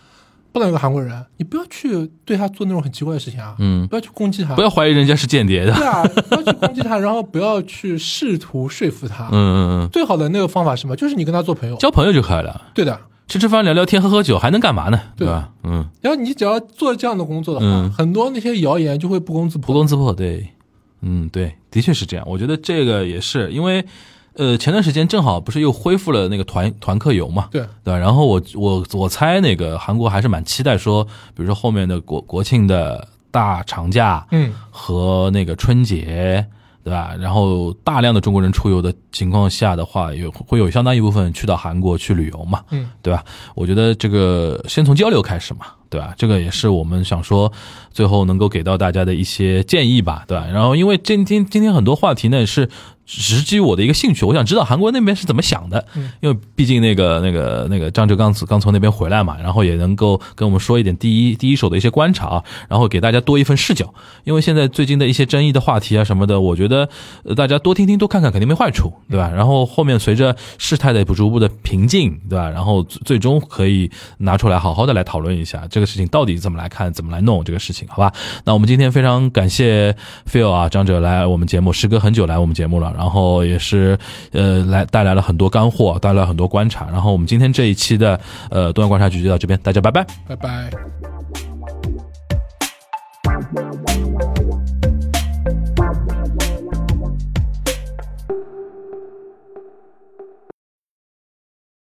[SPEAKER 6] 碰到一个韩国人，你不要去对他做那种很奇怪的事情啊，
[SPEAKER 5] 嗯，
[SPEAKER 6] 不要去攻击他，
[SPEAKER 5] 不要怀疑人家是间谍的。
[SPEAKER 6] 对啊，不要去攻击他，然后不要去试图说服他。
[SPEAKER 5] 嗯嗯嗯，
[SPEAKER 6] 最好的那个方法是什么？就是你跟他做朋友，
[SPEAKER 5] 交朋友就可以了，
[SPEAKER 6] 对的。
[SPEAKER 5] 吃吃饭、聊聊天、喝喝酒，还能干嘛呢？对吧？嗯，
[SPEAKER 6] 然后你只要做这样的工作的话，
[SPEAKER 5] 嗯
[SPEAKER 6] 很多那些谣言就会不攻自
[SPEAKER 5] 不
[SPEAKER 6] 破。
[SPEAKER 5] 攻自破，对，嗯，对，的确是这样。我觉得这个也是因为，呃，前段时间正好不是又恢复了那个团团客游嘛，
[SPEAKER 6] 对，
[SPEAKER 5] 对吧，然后我我我猜那个韩国还是蛮期待说，比如说后面的国国庆的大长假，
[SPEAKER 6] 嗯，
[SPEAKER 5] 和那个春节，对吧？然后大量的中国人出游的情况下的话，有会有相当一部分去到韩国去旅游嘛，
[SPEAKER 6] 嗯，
[SPEAKER 5] 对吧？我觉得这个先从交流开始嘛，对吧？这个也是我们想说最后能够给到大家的一些建议吧，对吧？然后因为今今今天很多话题呢是直击我的一个兴趣，我想知道韩国那边是怎么想的，因为毕竟那个那个那个张哲刚从刚从那边回来嘛，然后也能够跟我们说一点第一第一手的一些观察啊，然后给大家多一份视角。因为现在最近的一些争议的话题啊什么的，我觉得呃大家多听听多看看肯定没坏处，对吧？然后后面随着事态的逐步的平静，对吧？然后最最终可以拿出来好好的来讨论一下，这个个事情到底怎么来看，怎么来弄这个事情，好吧？那我们今天非常感谢 Phil 啊，张哲来我们节目，时隔很久来我们节目了，然后也是呃来带来了很多干货，带来了很多观察，然后我们今天这一期的呃东亚观察局就到这边，大家拜拜。
[SPEAKER 6] 拜拜。